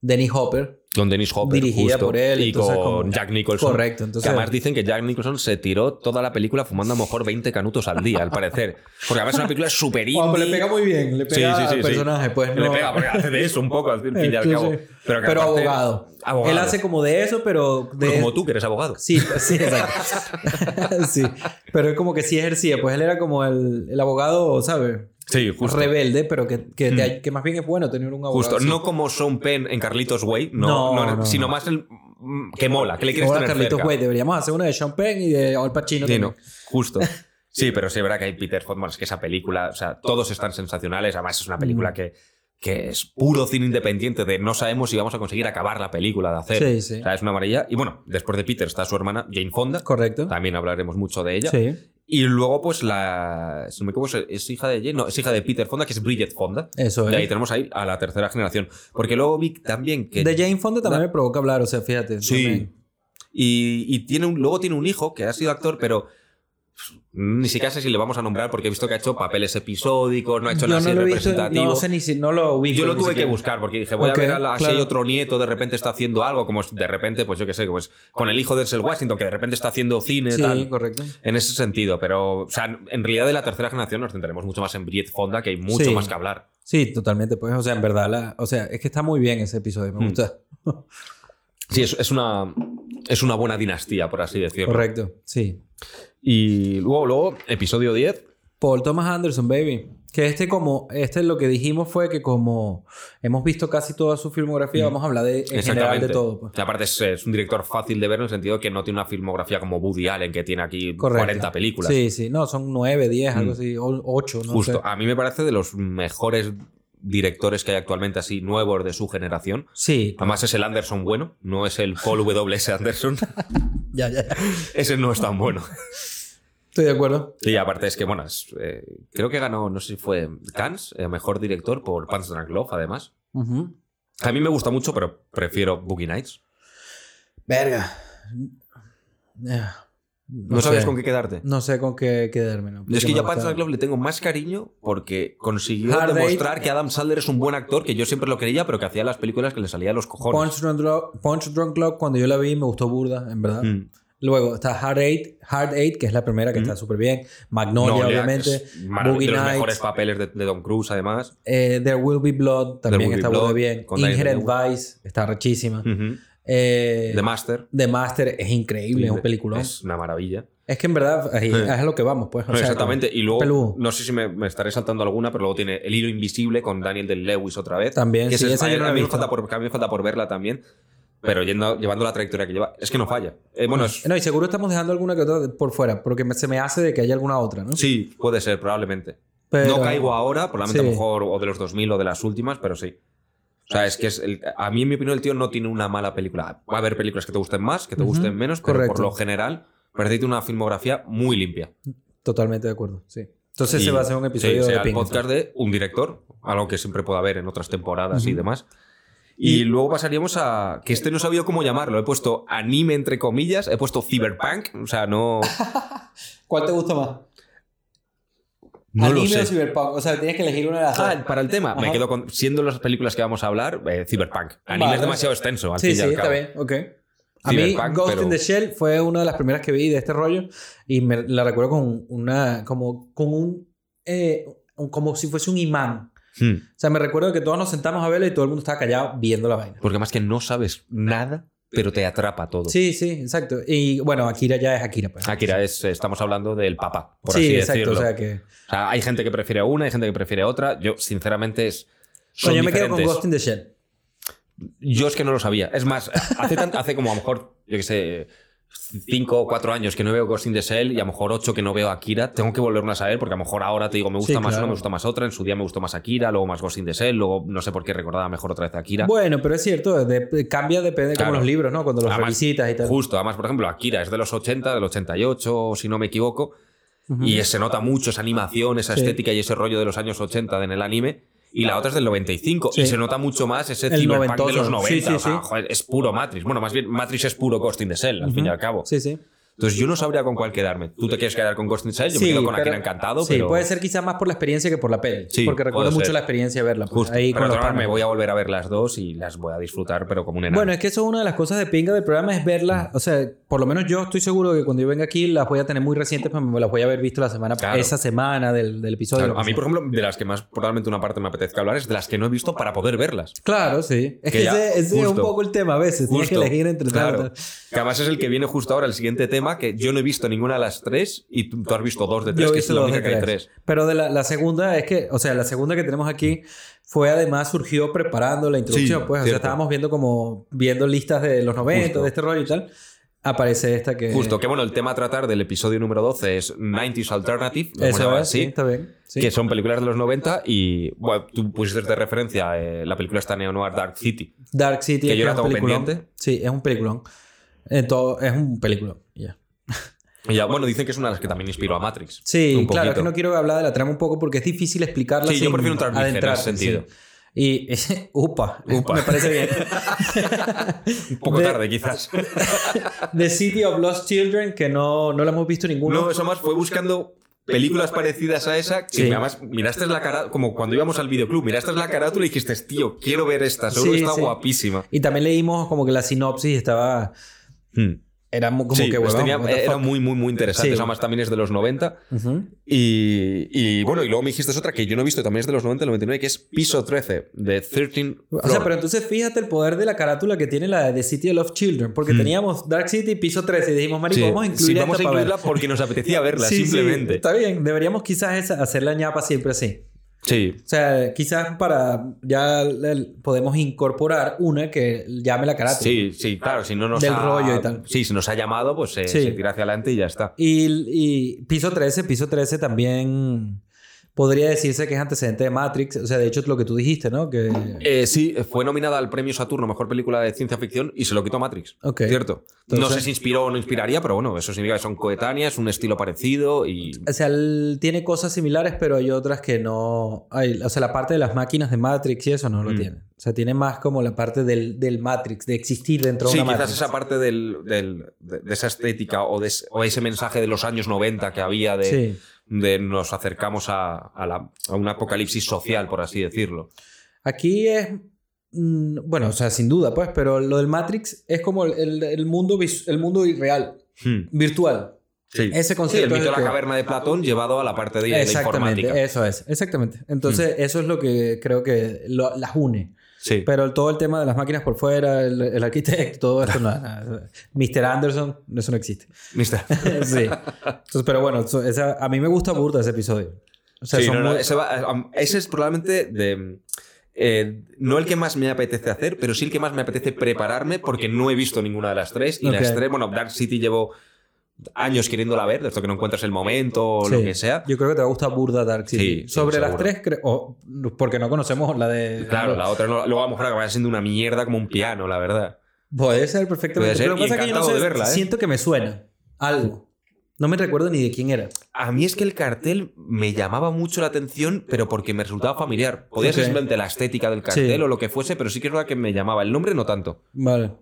Dennis Hopper. con Dennis Hopper, Dirigida justo, por él, y entonces, con como- Jack Nicholson. Correcto, Que entonces- además dicen que Jack Nicholson se tiró toda la película fumando a lo mejor 20 canutos al día, al parecer. Porque además es una película súper indie. Oh, pero le pega muy bien, le pega Sí, sí, sí, sí. al personaje, pues. Le no. pega, porque hace de eso un poco, al fin y al Sí, cabo. sí. Pero, Pero, que aparte- abogado. Abogado. Él hace como de eso, pero de... Como tú, que eres abogado. Sí, pues, sí, exacto. sí. Pero es como que sí ejercía. Pues él era como el, el abogado, ¿sabes? Sí, justo. Hmm. Rebelde, pero que, que, te- que más bien es bueno tener un abogado. Justo, así. no como Sean Penn en Carlitos Way, no, No, no, no, sino no. más el mm, que mola, que le quieres Hola, tener Carlitos, cerca. güey, deberíamos hacer una de Sean Penn y de Al Pacino. Sí, también. no, justo. Sí, pero sí, es verdad que hay Peter Fonda, es que esa película, o sea, todos están sensacionales, además es una película Mm. que, que es puro cine independiente, de no sabemos si vamos a conseguir acabar la película de hacer. Sí, sí. O sea, es una maravilla. Y bueno, después de Peter está su hermana Jane Fonda, Correcto. también hablaremos mucho de ella. Sí, Y luego, pues, la. Si no me equivoco, es- es hija de Jane, no, es hija de Peter Fonda, que es Bridget Fonda. eso Y ahí es. tenemos ahí a la tercera generación. Porque luego vi también que. De Jane Fonda también Da- me provoca hablar, o sea, fíjate. Sí. también. Y, y tiene un, luego tiene un hijo que ha sido actor, pero ni siquiera sé si le vamos a nombrar porque he visto que ha hecho papeles episódicos, no ha hecho Yo nada no así lo he visto, representativo. no sé ni si no lo ubico. yo lo ni tuve que siquiera. buscar porque dije, voy Ok, a ver a la- si claro. hay otro nieto, de repente está haciendo algo, como es- de repente, pues yo qué sé, pues con el hijo de Denzel Washington, que de repente está haciendo cine, Sí, tal. correcto. En ese sentido, pero o sea, en realidad de la tercera generación nos centraremos mucho más en Bridget Fonda, que hay mucho Sí. más que hablar. Sí, totalmente. Pues, o sea, en verdad, la- o sea, es que está muy bien ese episodio, me Mm. gusta. Sí, es, es una, es una buena dinastía, por así decirlo. Correcto, sí. Y luego, luego, episodio 10. Paul Thomas Anderson, baby. Que este como, este lo que dijimos fue que como hemos visto casi toda su filmografía, Mm. vamos a hablar de, en general de todo. pues. Y Aparte es, es un director fácil de ver en el sentido que no tiene una filmografía como Woody Allen, que tiene aquí Correcto. 40 películas. Sí, sí. No, son nueve, diez, algo Mm. así, o- ocho, no Justo. sé. A mí me parece de los mejores directores que hay actualmente así nuevos de su generación. Sí. Además es el Anderson bueno, no es el Paul W.S. Anderson. Ya, ya, ya. Ese no es tan bueno. Estoy de acuerdo. Y aparte es que, bueno, es, eh, creo que ganó, no sé si fue Cannes, eh, mejor director por Pants Drunk Love, además. Ujú. A mí me gusta mucho, pero prefiero Boogie Nights. Verga. Eh, ¿No, sabías sé. con qué quedarte? No sé con qué quedarme. ¿no? Yo es que Porque yo me a Punch gusta- Drunk Love le tengo más cariño porque consiguió Hard Eight. demostrar que Adam Sandler es un buen actor, que yo siempre lo creía, pero que hacía las películas que le salía a los cojones. Punch Drunk Love, Punch Drunk Love, cuando yo la vi, me gustó burda, en verdad. Mm. Luego está Hard Eight, Hard Eight, que es la primera que Mm. está súper bien. Magnolia, Nolia, que obviamente. es maravilloso, Boogie de los Nights. mejores papeles de, de Tom Cruise, además. Eh, There Will Be Blood también Will Be está Blood, muy bien. con Daniel Inherent Day-Lewis. Vice está rechísima. Ujú. Eh, The Master. The Master es increíble, es un peliculón. Es, Es una maravilla. que en verdad ahí Sí. es a lo que vamos, pues. o sea, Exactamente. Y luego, peludo. no sé si me, me estaré saltando alguna, pero luego tiene El hilo invisible con Daniel del Lewis otra vez. También, Que sí, ese- esa yo no a, la he mí me visto. falta por, que a mí me falta por verla también. Pero yendo, llevando la trayectoria que lleva, es que no falla. Eh, bueno, es- No, y seguro estamos dejando alguna que otra por fuera, porque me- se me hace de que haya alguna otra, ¿no? sí, puede ser, probablemente. Pero- No caigo ahora, probablemente Sí. a lo mejor o de los 2000 o de las últimas, pero sí. O sea, es que es el- a mí, en mi opinión, el tío no tiene una mala película. Va a haber películas que te gusten más, que te Ujú, gusten menos, pero correcto. por lo general, parece que tiene una filmografía muy limpia. Totalmente de acuerdo, sí. Entonces Y- se va a hacer un episodio sí, de sea el Pink. podcast de un director, algo que siempre puede haber en otras temporadas y Ujú. demás. Y, Y- luego pasaríamos a. Que este no sabía cómo llamarlo. He puesto anime entre comillas, he puesto cyberpunk. O sea, no. ¿Cuál te gusta más? No lo sé. Cyberpunk? O sea, tienes que elegir una de las Ah, para el tema, me Ajá. quedo con. Siendo las películas que vamos a hablar, eh, Cyberpunk. Anime Vale. es demasiado extenso. Al Sí, fin y sí, al está cabo. bien, ok. A mí Cyberpunk, Ghost pero- in the Shell fue una de las primeras que vi de este rollo y me la recuerdo con una como con un, eh, un- como si fuese un imán. Hmm. O sea, me recuerdo que todos nos sentamos a verla y todo el mundo estaba callado viendo la vaina. Porque más que no sabes nada, pero te atrapa todo. Sí, sí, exacto. Y bueno, Akira ya es Akira, pues. Akira, es, estamos hablando del papá, por sí, así exacto, decirlo. o sea que O sea, hay gente que prefiere una, hay gente que prefiere otra. Yo, sinceramente, es. Son Bueno, yo me quedo con diferentes. Ghost in the Shell. Yo es que no lo sabía. Es más, hace, tan- hace como a lo mejor, yo qué sé, cinco o cuatro años que no veo Ghost in the Shell y a lo mejor ocho que no veo Akira. Tengo que volverme a saber porque a lo mejor ahora te digo, me gusta Sí, más claro. una, me gusta más otra. En su día me gustó más Akira, luego más Ghost in the Shell, luego no sé por qué recordaba mejor otra vez Akira. Bueno, pero es cierto, de- cambia depende de como Claro. los libros, ¿no? Cuando los Además, revisitas y tal. Justo, además, por ejemplo, Akira es de los 80, del 88, si no me equivoco, Ujú. y se nota mucho esa animación, esa Sí. estética y ese rollo de los años 80 en el anime. Y la otra es del 95, Sí. y se nota mucho más ese El cyberpunk de noventoso. los Sí, 90. sí, o sea, sí. joder, es puro Matrix. Bueno, más bien Matrix es puro Ghost in the Shell, al fin y Ujú. al cabo. Sí, sí. Entonces yo no sabría con cuál quedarme. Tú te quieres quedar con Ghost in the Shell, yo me quedo con pero- Akira Encantado, sí, pues, pero... puede ser quizás más por la experiencia que por la peli. Sí, porque recuerdo puede mucho ser. la experiencia de verla. pues, Justo. ahí Pero con los de todas maneras panas. me voy a volver a ver las dos y las voy a disfrutar, pero como un enano. Bueno, es que eso es una de las cosas de pinga del programa, es verlas. O sea, por lo menos yo estoy seguro que cuando yo venga aquí las voy a tener muy recientes, pero me las voy a haber visto la semana, Claro. esa semana del, del episodio. Claro, lo que a mí, sea. por ejemplo, de las que más probablemente una parte me apetezca hablar es de las que no he visto para poder verlas. Claro, sí. Es Que que, ya, ese, ese es un justo. poco el tema a veces. Tienes que Justo, elegir entre claro. tantas. Que además es el que viene justo ahora, el siguiente tema, que yo no he visto ninguna de las tres y tú, tú has visto dos de tres, Yo he que visto es la dos de única que hay tres. tres. Pero de la, la segunda es que, o sea, la segunda que tenemos aquí fue además surgió preparando la introducción, Sí, pues. O sea, cierto. estábamos viendo como viendo listas de los 90, Justo. de este rollo y tal. Aparece esta que. Justo, que bueno, el tema a tratar del episodio número 12 es 90s Alternative. lo Eso llaman es, así, sí, está bien. Sí. Que son películas de los 90 y bueno, tú pusiste de referencia eh, la película esta neo-noir Dark City. Dark City Que es yo la es tengo un peliculón. pendiente. Sí, es un peliculón. En todo, es un peliculón. ya. Y ya, bueno, dicen que es una de las que también inspiró a Matrix. Sí, un claro, es que poquito. no quiero hablar de la trama un poco porque es difícil explicarla. Sí, yo sin prefiero un Tarantino en ese adentrarse, sentido. sí. Y, upa, Upa. me parece bien. Un poco de- tarde, quizás. The City of Lost Children, que no, no la hemos visto ninguno. No, eso más fue buscando películas parecidas a esa. Que Sí. además miraste la cara, como cuando íbamos al videoclub, miraste la carátula y dijiste, tío, quiero ver esta, seguro Sí, está sí. guapísima. Y también leímos como que la sinopsis estaba. Era mu- como Hmm. Sí, que pues huevón, tenía- what the era fuck. muy, muy, muy interesante. Sí. Eso más también es de los 90. Ujú. Y, y bueno, y luego me dijiste otra que yo no he visto, también es de los 90 y 99, que es Piso 13, de 13 O sea, Floor. pero entonces fíjate el poder de la carátula que tiene la de The City of Love Children, porque teníamos Dark City piso 13 y dijimos, marico, Hmm. Sí, vamos a sí, incluir vamos a esta pa' ver". incluirla porque nos apetecía verla, Sí, sí, simplemente. está bien, deberíamos quizás esa- hacer la ñapa siempre así. Sí. O sea, quizás para ya le- podemos incorporar una que llame la carátula. Sí, sí, claro, si no nos Del ha... rollo y tal. Sí, si nos ha llamado, pues eh, Sí. se tira hacia adelante y ya está. Y, y piso 13, piso 13 también podría decirse que es antecedente de Matrix. O sea, de hecho es lo que tú dijiste, ¿no? Que... Eh, sí, fue nominada al premio Saturno Mejor Película de Ciencia Ficción y se lo quitó a Matrix. Ok. Cierto. no Entonces- sé si inspiró o no inspiraría, pero bueno, eso significa que son coetáneas, un estilo parecido y. O sea, el- tiene cosas similares, pero hay otras que no. hay- o sea, la parte de las máquinas de Matrix y eso no lo Mm. tiene. O sea, tiene más como la parte del, del Matrix, de existir dentro Sí, de quizás una Matrix. esa parte del, del- de, de esa estética o, de, ese- o ese mensaje de los años 90 que había de, Sí. de nos acercamos a, a la- a un apocalipsis social, por así decirlo. Aquí es. mm, Bueno, o sea, sin duda, pues, pero lo del Matrix es como el, el- el mundo, vis- el mundo irreal, Hmm. virtual. Sí. Ese Sí, el concepto. mito es de el la que- caverna de Platón llevado a la parte de, de eh, Exactamente, eh, informática. Mm. eso es, exactamente. Entonces, eso es lo que creo que lo- las une. Sí. Pero el- todo el tema de las máquinas por fuera, el, el arquitecto, todo esto, no, no. Mr. Anderson, eso no existe. Mister. sí. Entonces, pero bueno, so- esa- a mí me gusta burda ese episodio. O sea, Sí, son no, no, muy- ese, va- eh, am- ese es probablemente de, eh, no el que más me apetece hacer, pero sí el que más me apetece prepararme porque no he visto ninguna de las tres. Y las Ok. tres, bueno, Dark City llevo años queriéndola ver, de esto que no encuentras el momento o lo sí. que sea. Yo creo que te va a gustar burda Dark City. Sí, sí, Sobre las seguro. tres, cre- o- porque no conocemos la de... Claro, la otra no- luego a lo mejor acabará siendo una mierda como un piano, la verdad. Puede ser perfectamente. Puede ser, Pero lo que y pasa es que yo no encantado sé, de verla, ¿eh? siento que me suena algo. No me recuerdo ni de quién era. A mí es que el cartel me llamaba mucho la atención, pero porque me resultaba familiar. Podía ser Ok. simplemente la estética del cartel o lo que fuese, pero sí que es verdad que me llamaba. El nombre no tanto. Vale.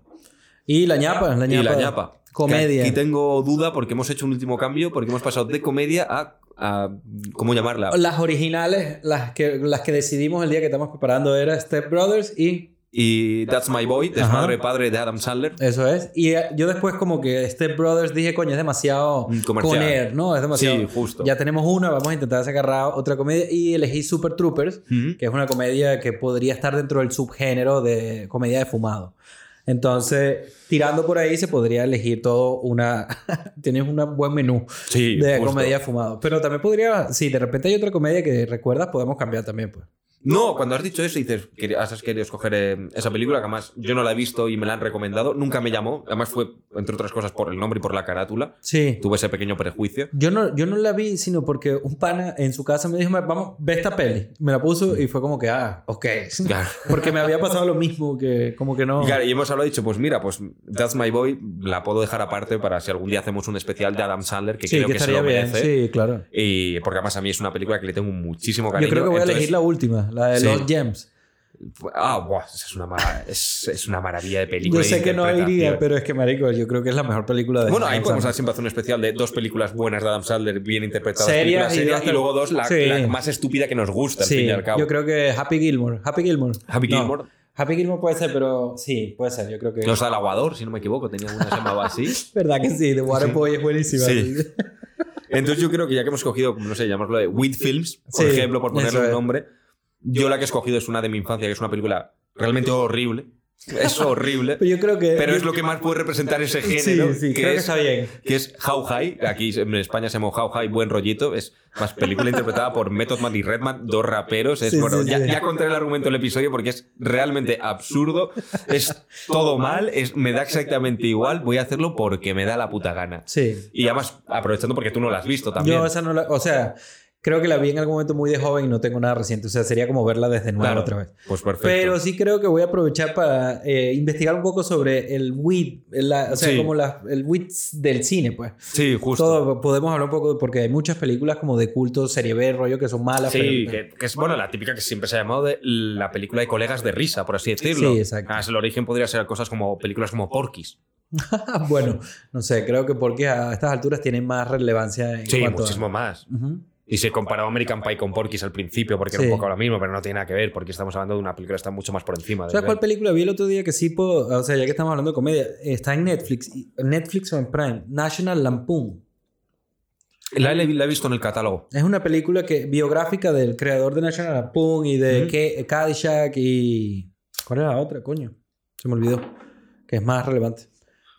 Y la ñapa, la ñapa. Y la ñapa. Comedia. Que aquí tengo duda porque hemos hecho un último cambio, porque hemos pasado de comedia a. a- ¿Cómo llamarla? Las originales, las que, las que decidimos el día que estamos preparando era Step Brothers y Y That's My Boy, Desmadre Ajá. Padre de Adam Sandler. Eso es. Y eh, yo después como que Step Brothers dije, coño, es demasiado Mm, comercial. poner, ¿no? Es demasiado. Sí, justo. Ya tenemos una, vamos a intentar sacar ra- otra comedia. Y elegí Super Troopers, Ujú. que es una comedia que podría estar dentro del subgénero de comedia de fumado. Entonces, tirando por ahí se podría elegir todo una... Tienes un buen menú Sí, de justo. comedia de fumado. Pero también podría... Si de repente hay otra comedia que recuerdas, podemos cambiar también, pues. No, cuando has dicho eso dices, "Quer- has querido escoger eh, esa película, que además yo no la he visto y me la han recomendado, nunca me llamó, además fue, entre otras cosas, por el nombre y por la carátula, Sí. tuve ese pequeño prejuicio. Yo no, yo no la vi, sino porque un pana en su casa me dijo, vamos, ve esta peli. Me la puso y fue como que, ah, ok. Claro. Porque me había pasado lo mismo, que como que no... Y, claro, y hemos hablado y dicho, pues mira, pues That's My Boy la puedo dejar aparte para si algún día hacemos un especial de Adam Sandler, que sí, creo que que, se estaría lo bien. merece. Sí, claro. Y porque además a mí es una película que le tengo muchísimo cariño. yo creo que voy entonces- a elegir la última, la de Sí. Los Gems. Ah, buah, esa es una, mara- es, es una maravilla de película. Yo y sé de que no iría, interpretación. pero es que, marico, yo creo que es la mejor película de... Bueno, ahí Adam podemos hacer Sandler. siempre hacer un especial de dos películas buenas de Adam Sandler bien interpretadas, películas Serias y serias, y, dos- luego dos, la, Sí. la más estúpida que nos gusta, al fin Sí, y al cabo. yo creo que Happy Gilmore. Happy Gilmore. Happy No, Gilmore, Happy Gilmore puede ser, pero sí, puede ser. Yo creo que... no está el aguador, si no me equivoco, tenía una que se llamaba así. ¿Verdad que sí? The Waterboy es buenísima. Sí. Entonces yo creo que ya que hemos cogido, no sé, llamarlo de Weed Films, por Sí, ejemplo, por ponerle eso un es. nombre, yo la que he escogido es una de mi infancia, que es una película realmente horrible, Es horrible. Pero yo creo que. Pero es lo que más puede representar ese Eh, Sí, género. sí, que creo que es está bien. que es How High, aquí en España se llama How High, buen rollito, es más película interpretada por Method Man y Redman, dos raperos, es, Sí, bueno, sí, ya, sí. ya conté el argumento del episodio porque es realmente absurdo, es todo mal, es, me da exactamente igual, voy a hacerlo porque me da la puta gana. Sí. Y además, aprovechando porque tú no la has visto también. Yo esa no la. O sea, creo que la vi en algún momento muy de joven y no tengo nada reciente. O sea, sería como verla desde nuevo Claro. otra vez. Pues perfecto. Pero sí creo que voy a aprovechar para eh, investigar un poco sobre el WIT, la- o sea, Sí. como las- el WIT del cine, pues. sí, justo. Todo, podemos hablar un poco, porque hay muchas películas como de culto, serie B, rollo, que son malas. Sí, pero- que, que es bueno, la típica que siempre se ha llamado de la película de colegas de risa, por así decirlo. Sí, exacto. Ah, El origen podría ser cosas como películas como Porky's. bueno, no sé, creo que porque a estas alturas tienen más relevancia en Sí, cuanto a- muchísimo más. Ujú. Y se comparaba American Pie con Porky's al principio, porque era Sí. un poco lo mismo, pero no tiene nada que ver, porque estamos hablando de una película que está mucho más por encima. de ¿Sabes cuál nivel. película vi el otro día que sí puedo, o sea, ya que estamos hablando de comedia, está en Netflix, y- Netflix o en Prime, National Lampoon. la, he- la he visto en el catálogo. Es una película que biográfica del creador de National Lampoon y de Ujú. Ke- Caddyshack y ¿cuál era la otra, coño? Se me olvidó, que es más relevante.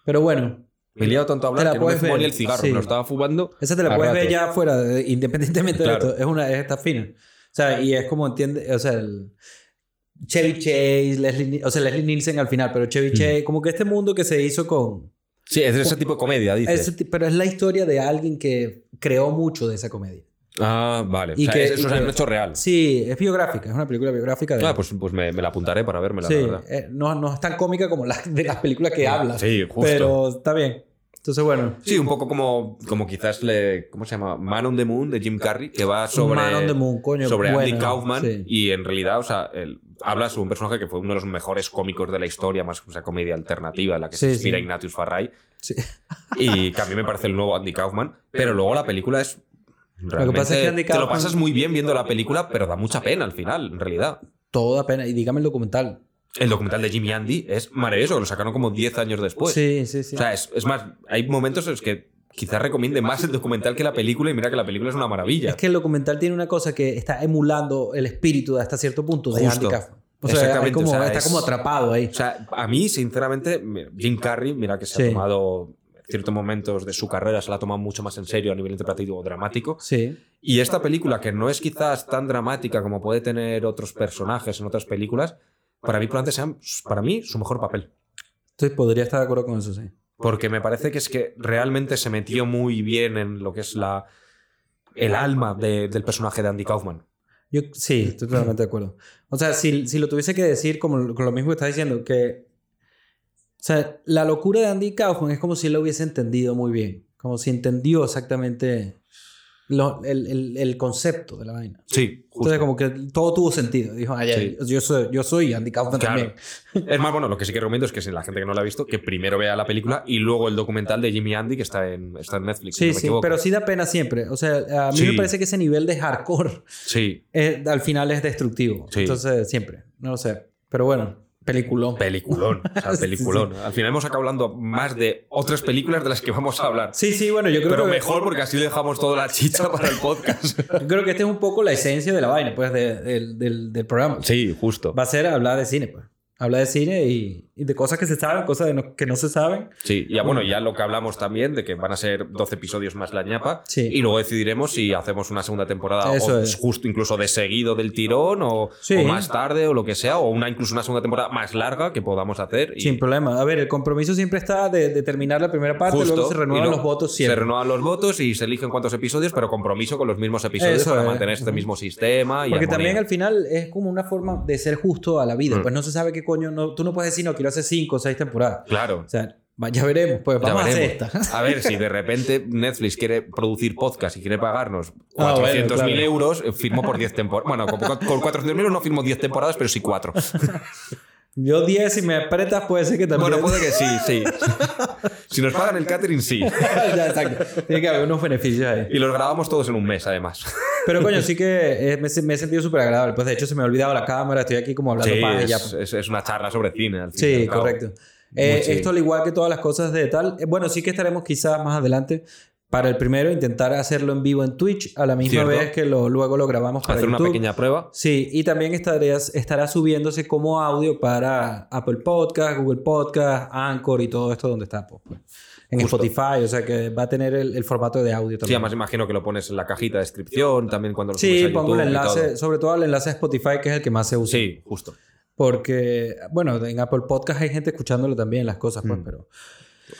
Pero bueno, Me he liado tanto a Te la hablar que no me puedes fumo ver, ni el cigarro, sí. me lo estaba fumando. esa te la A puedes ver ratos. ya afuera, de- independientemente de Claro. esto, es una es esta fina. O sea, y es como entiende, o sea, el Chevy Chase, Leslie, Ni- o sea, Leslie Nielsen al final, pero Chevy Chase, como que este mundo que se hizo con Sí, es de ese tipo de comedia, dice. Ese ti- pero es la historia de alguien que creó mucho de esa comedia. Ah, vale. O Y sea, que- es- y eso es que- un hecho real. Sí, es biográfica, es una película biográfica de... Ah, pues, pues me, me la apuntaré para vérmela, sí, la verdad. eh, no, no es tan cómica como las de las películas que habla. Sí, justo. Pero está bien. Entonces, bueno. Sí, un poco como, como quizás le. ¿Cómo se llama? Man on the Moon de Jim Carrey, que va sobre. Man on the Moon, coño, sobre Andy bueno, Kaufman. sí. Y en realidad, o sea, él habla sobre un personaje que fue uno de los mejores cómicos de la historia, más una comedia alternativa en la que se Sí, inspira sí. Ignatius Farray. Sí. Y que a mí me parece el nuevo Andy Kaufman. Pero luego la película es. Lo pasa es que Andy Te lo Kaufman- pasas muy bien viendo la película, pero da mucha pena al final, en realidad. Toda pena. Y dígame el documental. El documental de Jimmy Andy es maravilloso, que lo sacaron como 10 años después. sí, sí, sí. Pues, O sea, es, es más, hay momentos en los que quizás recomiende más el documental que la película y mira que la película es una maravilla. es que el documental tiene una cosa que está emulando el espíritu de hasta cierto punto de Justo. Andy Kaufman. O sea, hay Exactamente, como- o sea, está es- como atrapado ahí. O sea, a mí, sinceramente, mira, Jim Carrey, mira que se ha Sí. tomado ciertos momentos de su carrera, se la ha tomado mucho más en serio a nivel interpretativo o dramático. Sí. Y esta película, que no es quizás tan dramática como puede tener otros personajes en otras películas, para mí probablemente sea, para mí, su mejor papel. Entonces podría estar de acuerdo con eso, sí. Porque me parece que es que realmente se metió muy bien en lo que es la el alma de- del personaje de Andy Kaufman. Yo, sí, estoy totalmente de acuerdo. O sea, si, si lo tuviese que decir, como lo- con lo mismo que estás diciendo, que. O sea, la locura de Andy Kaufman es como si él lo hubiese entendido muy bien. Como si entendió exactamente lo- el, el- el concepto de la vaina. Sí, Entonces, como que todo tuvo sentido. Dijo, "Ay, ay, yo, soy, yo soy Andy Kaufman Claro. también. Es más, bueno, lo que sí que recomiendo es que si la gente que no la ha visto, que primero vea la película y luego el documental de Jimmy Andy que está en, está en Netflix. si Sí, no me sí, equivoco. pero sí da pena siempre. O sea, a mí Sí. me parece que ese nivel de hardcore Sí, es- al final es destructivo. Sí. Entonces, siempre. No sé. Pero bueno, peliculón. peliculón. O sea, peliculón. Al final hemos acabado hablando más de otras películas de las que vamos a hablar. Sí, sí, bueno, yo creo Pero que. mejor porque así dejamos toda la chicha para el podcast. Yo creo que esta es un poco la esencia de la vaina, pues, de- del, del- del programa. Sí, justo. Va a ser hablar de cine, pues. Hablar de cine y, y de cosas que se saben, cosas de no- que no se saben. Sí, ya bueno, ya lo que hablamos también de que van a ser 12 episodios más la ñapa Sí. y luego decidiremos si hacemos una segunda temporada Eso o es. justo incluso de seguido del tirón o, Sí. o más tarde o lo que sea o una incluso una segunda temporada más larga que podamos hacer y Sin problema. A ver, el compromiso siempre está de, de terminar la primera parte, justo, luego se renuevan y lo- los votos Se siempre. renuevan los votos y se eligen cuántos episodios, pero compromiso con los mismos episodios Eso para es. mantener este Ujú. mismo sistema y Porque armonía. también al final es como una forma de ser justo a la vida. Mm. Pues no se sabe qué coño. No, tú no puedes decir, no, quiero hacer cinco o seis temporadas. Claro. O sea, va- ya veremos. Pues Ya vamos a hacer veremos. esta. A ver, si de repente Netflix quiere producir podcast y quiere pagarnos 400.000 Ah, bueno, claro. euros, eh, firmo por 10 temporadas. Bueno, con, con 400.000 euros no firmo 10 temporadas, pero sí 4. Yo 10, si me apretas, puede ser que también. Bueno, puede que sí, sí. Si nos pagan el catering, sí. Ya, exacto. Tiene que haber unos beneficios ahí. Y los grabamos todos en un mes, además. Pero coño, sí que eh, me, se- me he sentido súper agradable. Pues de hecho se me ha olvidado la cámara, estoy aquí como hablando Sí, paja y ya. es, es- es una charla sobre cine. al fin y Sí, al cabo. correcto. Eh, Muchi- esto al igual que todas las cosas de tal, eh, bueno, sí que estaremos quizás más adelante Para el primero, intentar hacerlo en vivo en Twitch a la misma Cierto. vez que lo, luego lo grabamos para Hacer una YouTube. pequeña prueba. Sí, y también estará, estará subiéndose como audio para Apple Podcast, Google Podcast, Anchor y todo esto donde está. pues, pues. En Justo. Spotify, o sea que va a tener el, el formato de audio Sí, también. además imagino que lo pones en la cajita de descripción, también cuando lo subes Sí, a pongo el YouTube y todo. enlace, sobre todo el enlace a Spotify, que es el que más se usa. Sí, justo. Porque, bueno, en Apple Podcast hay gente escuchándolo también, las cosas, pues, Mm. pero.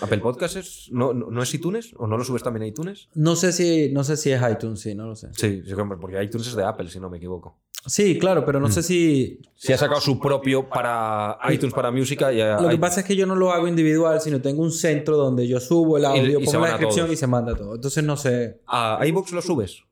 ¿Apple Podcast es, no, no, no es iTunes? ¿O no lo subes también a iTunes? No sé si, no sé si es iTunes, sí, no lo sé. Sí, sí, porque iTunes es de Apple, si no me equivoco. Sí, claro, Mm. pero no sé si. Si ha sacado su propio para iTunes para música y a- Lo que pasa es que yo no lo hago individual, sino tengo un centro donde yo subo el audio, y se pongo van la a descripción todos. y se manda todo. Entonces no sé. a iVoox lo subes.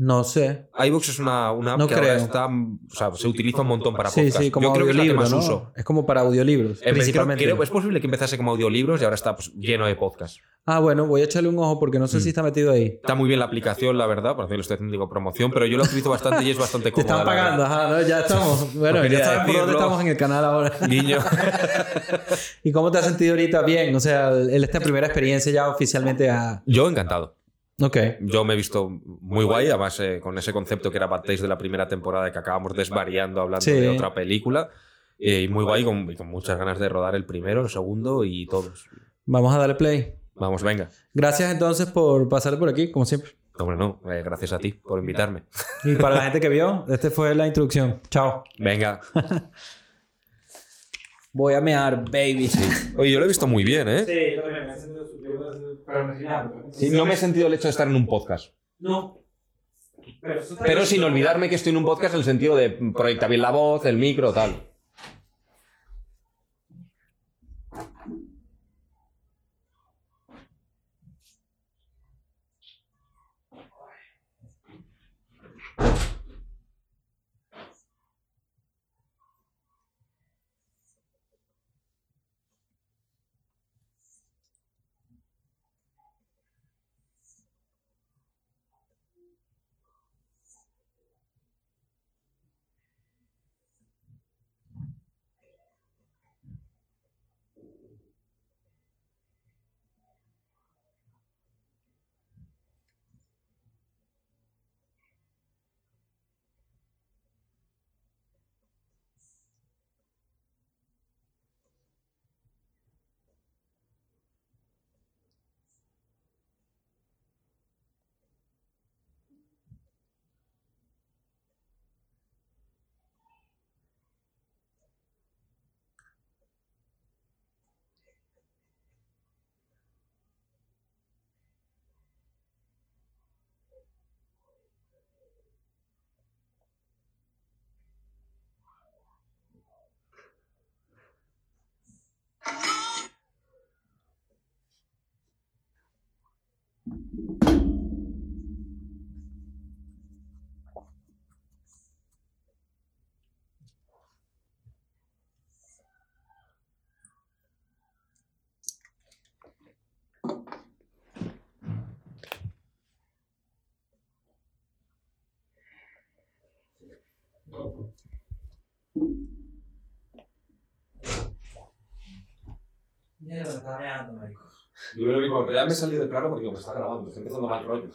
No sé. iVoox es una, una app No que ahora creo. está, o sea, se utiliza un montón para Sí, podcast. sí, como Yo creo que es la que audiolibro, más ¿no? uso. Es como para audiolibros, Eh, creo- principalmente. creo- es posible que empezase como audiolibros y ahora está pues, lleno de podcasts. Ah, bueno, voy a echarle un ojo porque no Mm. sé si está metido ahí. Está muy bien la aplicación, la verdad, por decirlo estoy haciendo digo, promoción, pero yo la utilizo bastante y es bastante Te cómoda. están la verdad. pagando, ajá, ¿no? Ya estamos. Bueno, quería ya sabes por dónde decirlo. estamos en el canal ahora. Niño. ¿Y cómo te has sentido ahorita? Bien, o sea, el- esta primera experiencia ya oficialmente a... Yo encantado. Ok. Yo me he visto muy guay, además eh, con ese concepto que era Bad Taste de la primera temporada que acabamos desvariando hablando Sí. de otra película. Eh, y muy guay, con, y con muchas ganas de rodar el primero, el segundo y todos. Vamos a darle play. Vamos, venga. Gracias entonces por pasar por aquí, como siempre. Hombre, no, eh, gracias a ti por invitarme. Y para la gente que vio, esta fue la introducción. Chao. Venga. Voy a mear, baby. Oye, yo lo he visto muy bien, ¿eh? Sí, yo también, me siento superior para imaginarlo. Sí, no me he sentido el hecho de estar en un podcast. No. Pero, eso está Pero bien. sin olvidarme que estoy en un podcast en el sentido de proyecta bien la voz, el micro, tal. Mierda, estaba meando, marico. Yo creo que como ya me he salido de plano porque me está grabando, está empezando mal rollo.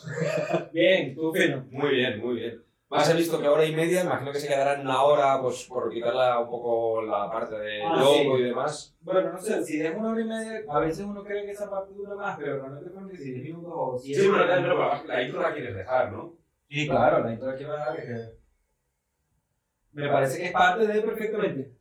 Bien, tú fino. Muy bien, muy bien. Más he visto que hora y media, imagino que se quedará en una hora, pues por quitarla un poco la parte de Ah, logo sí. y demás. Bueno, no sé, si es una hora y media, a veces uno cree que esa parte dura más, pero realmente creo que si 10 minutos o 100 la intro la quieres dejar, ¿no? Sí, claro, la intro aquí va a dejar que... Me parece que es parte de perfectamente.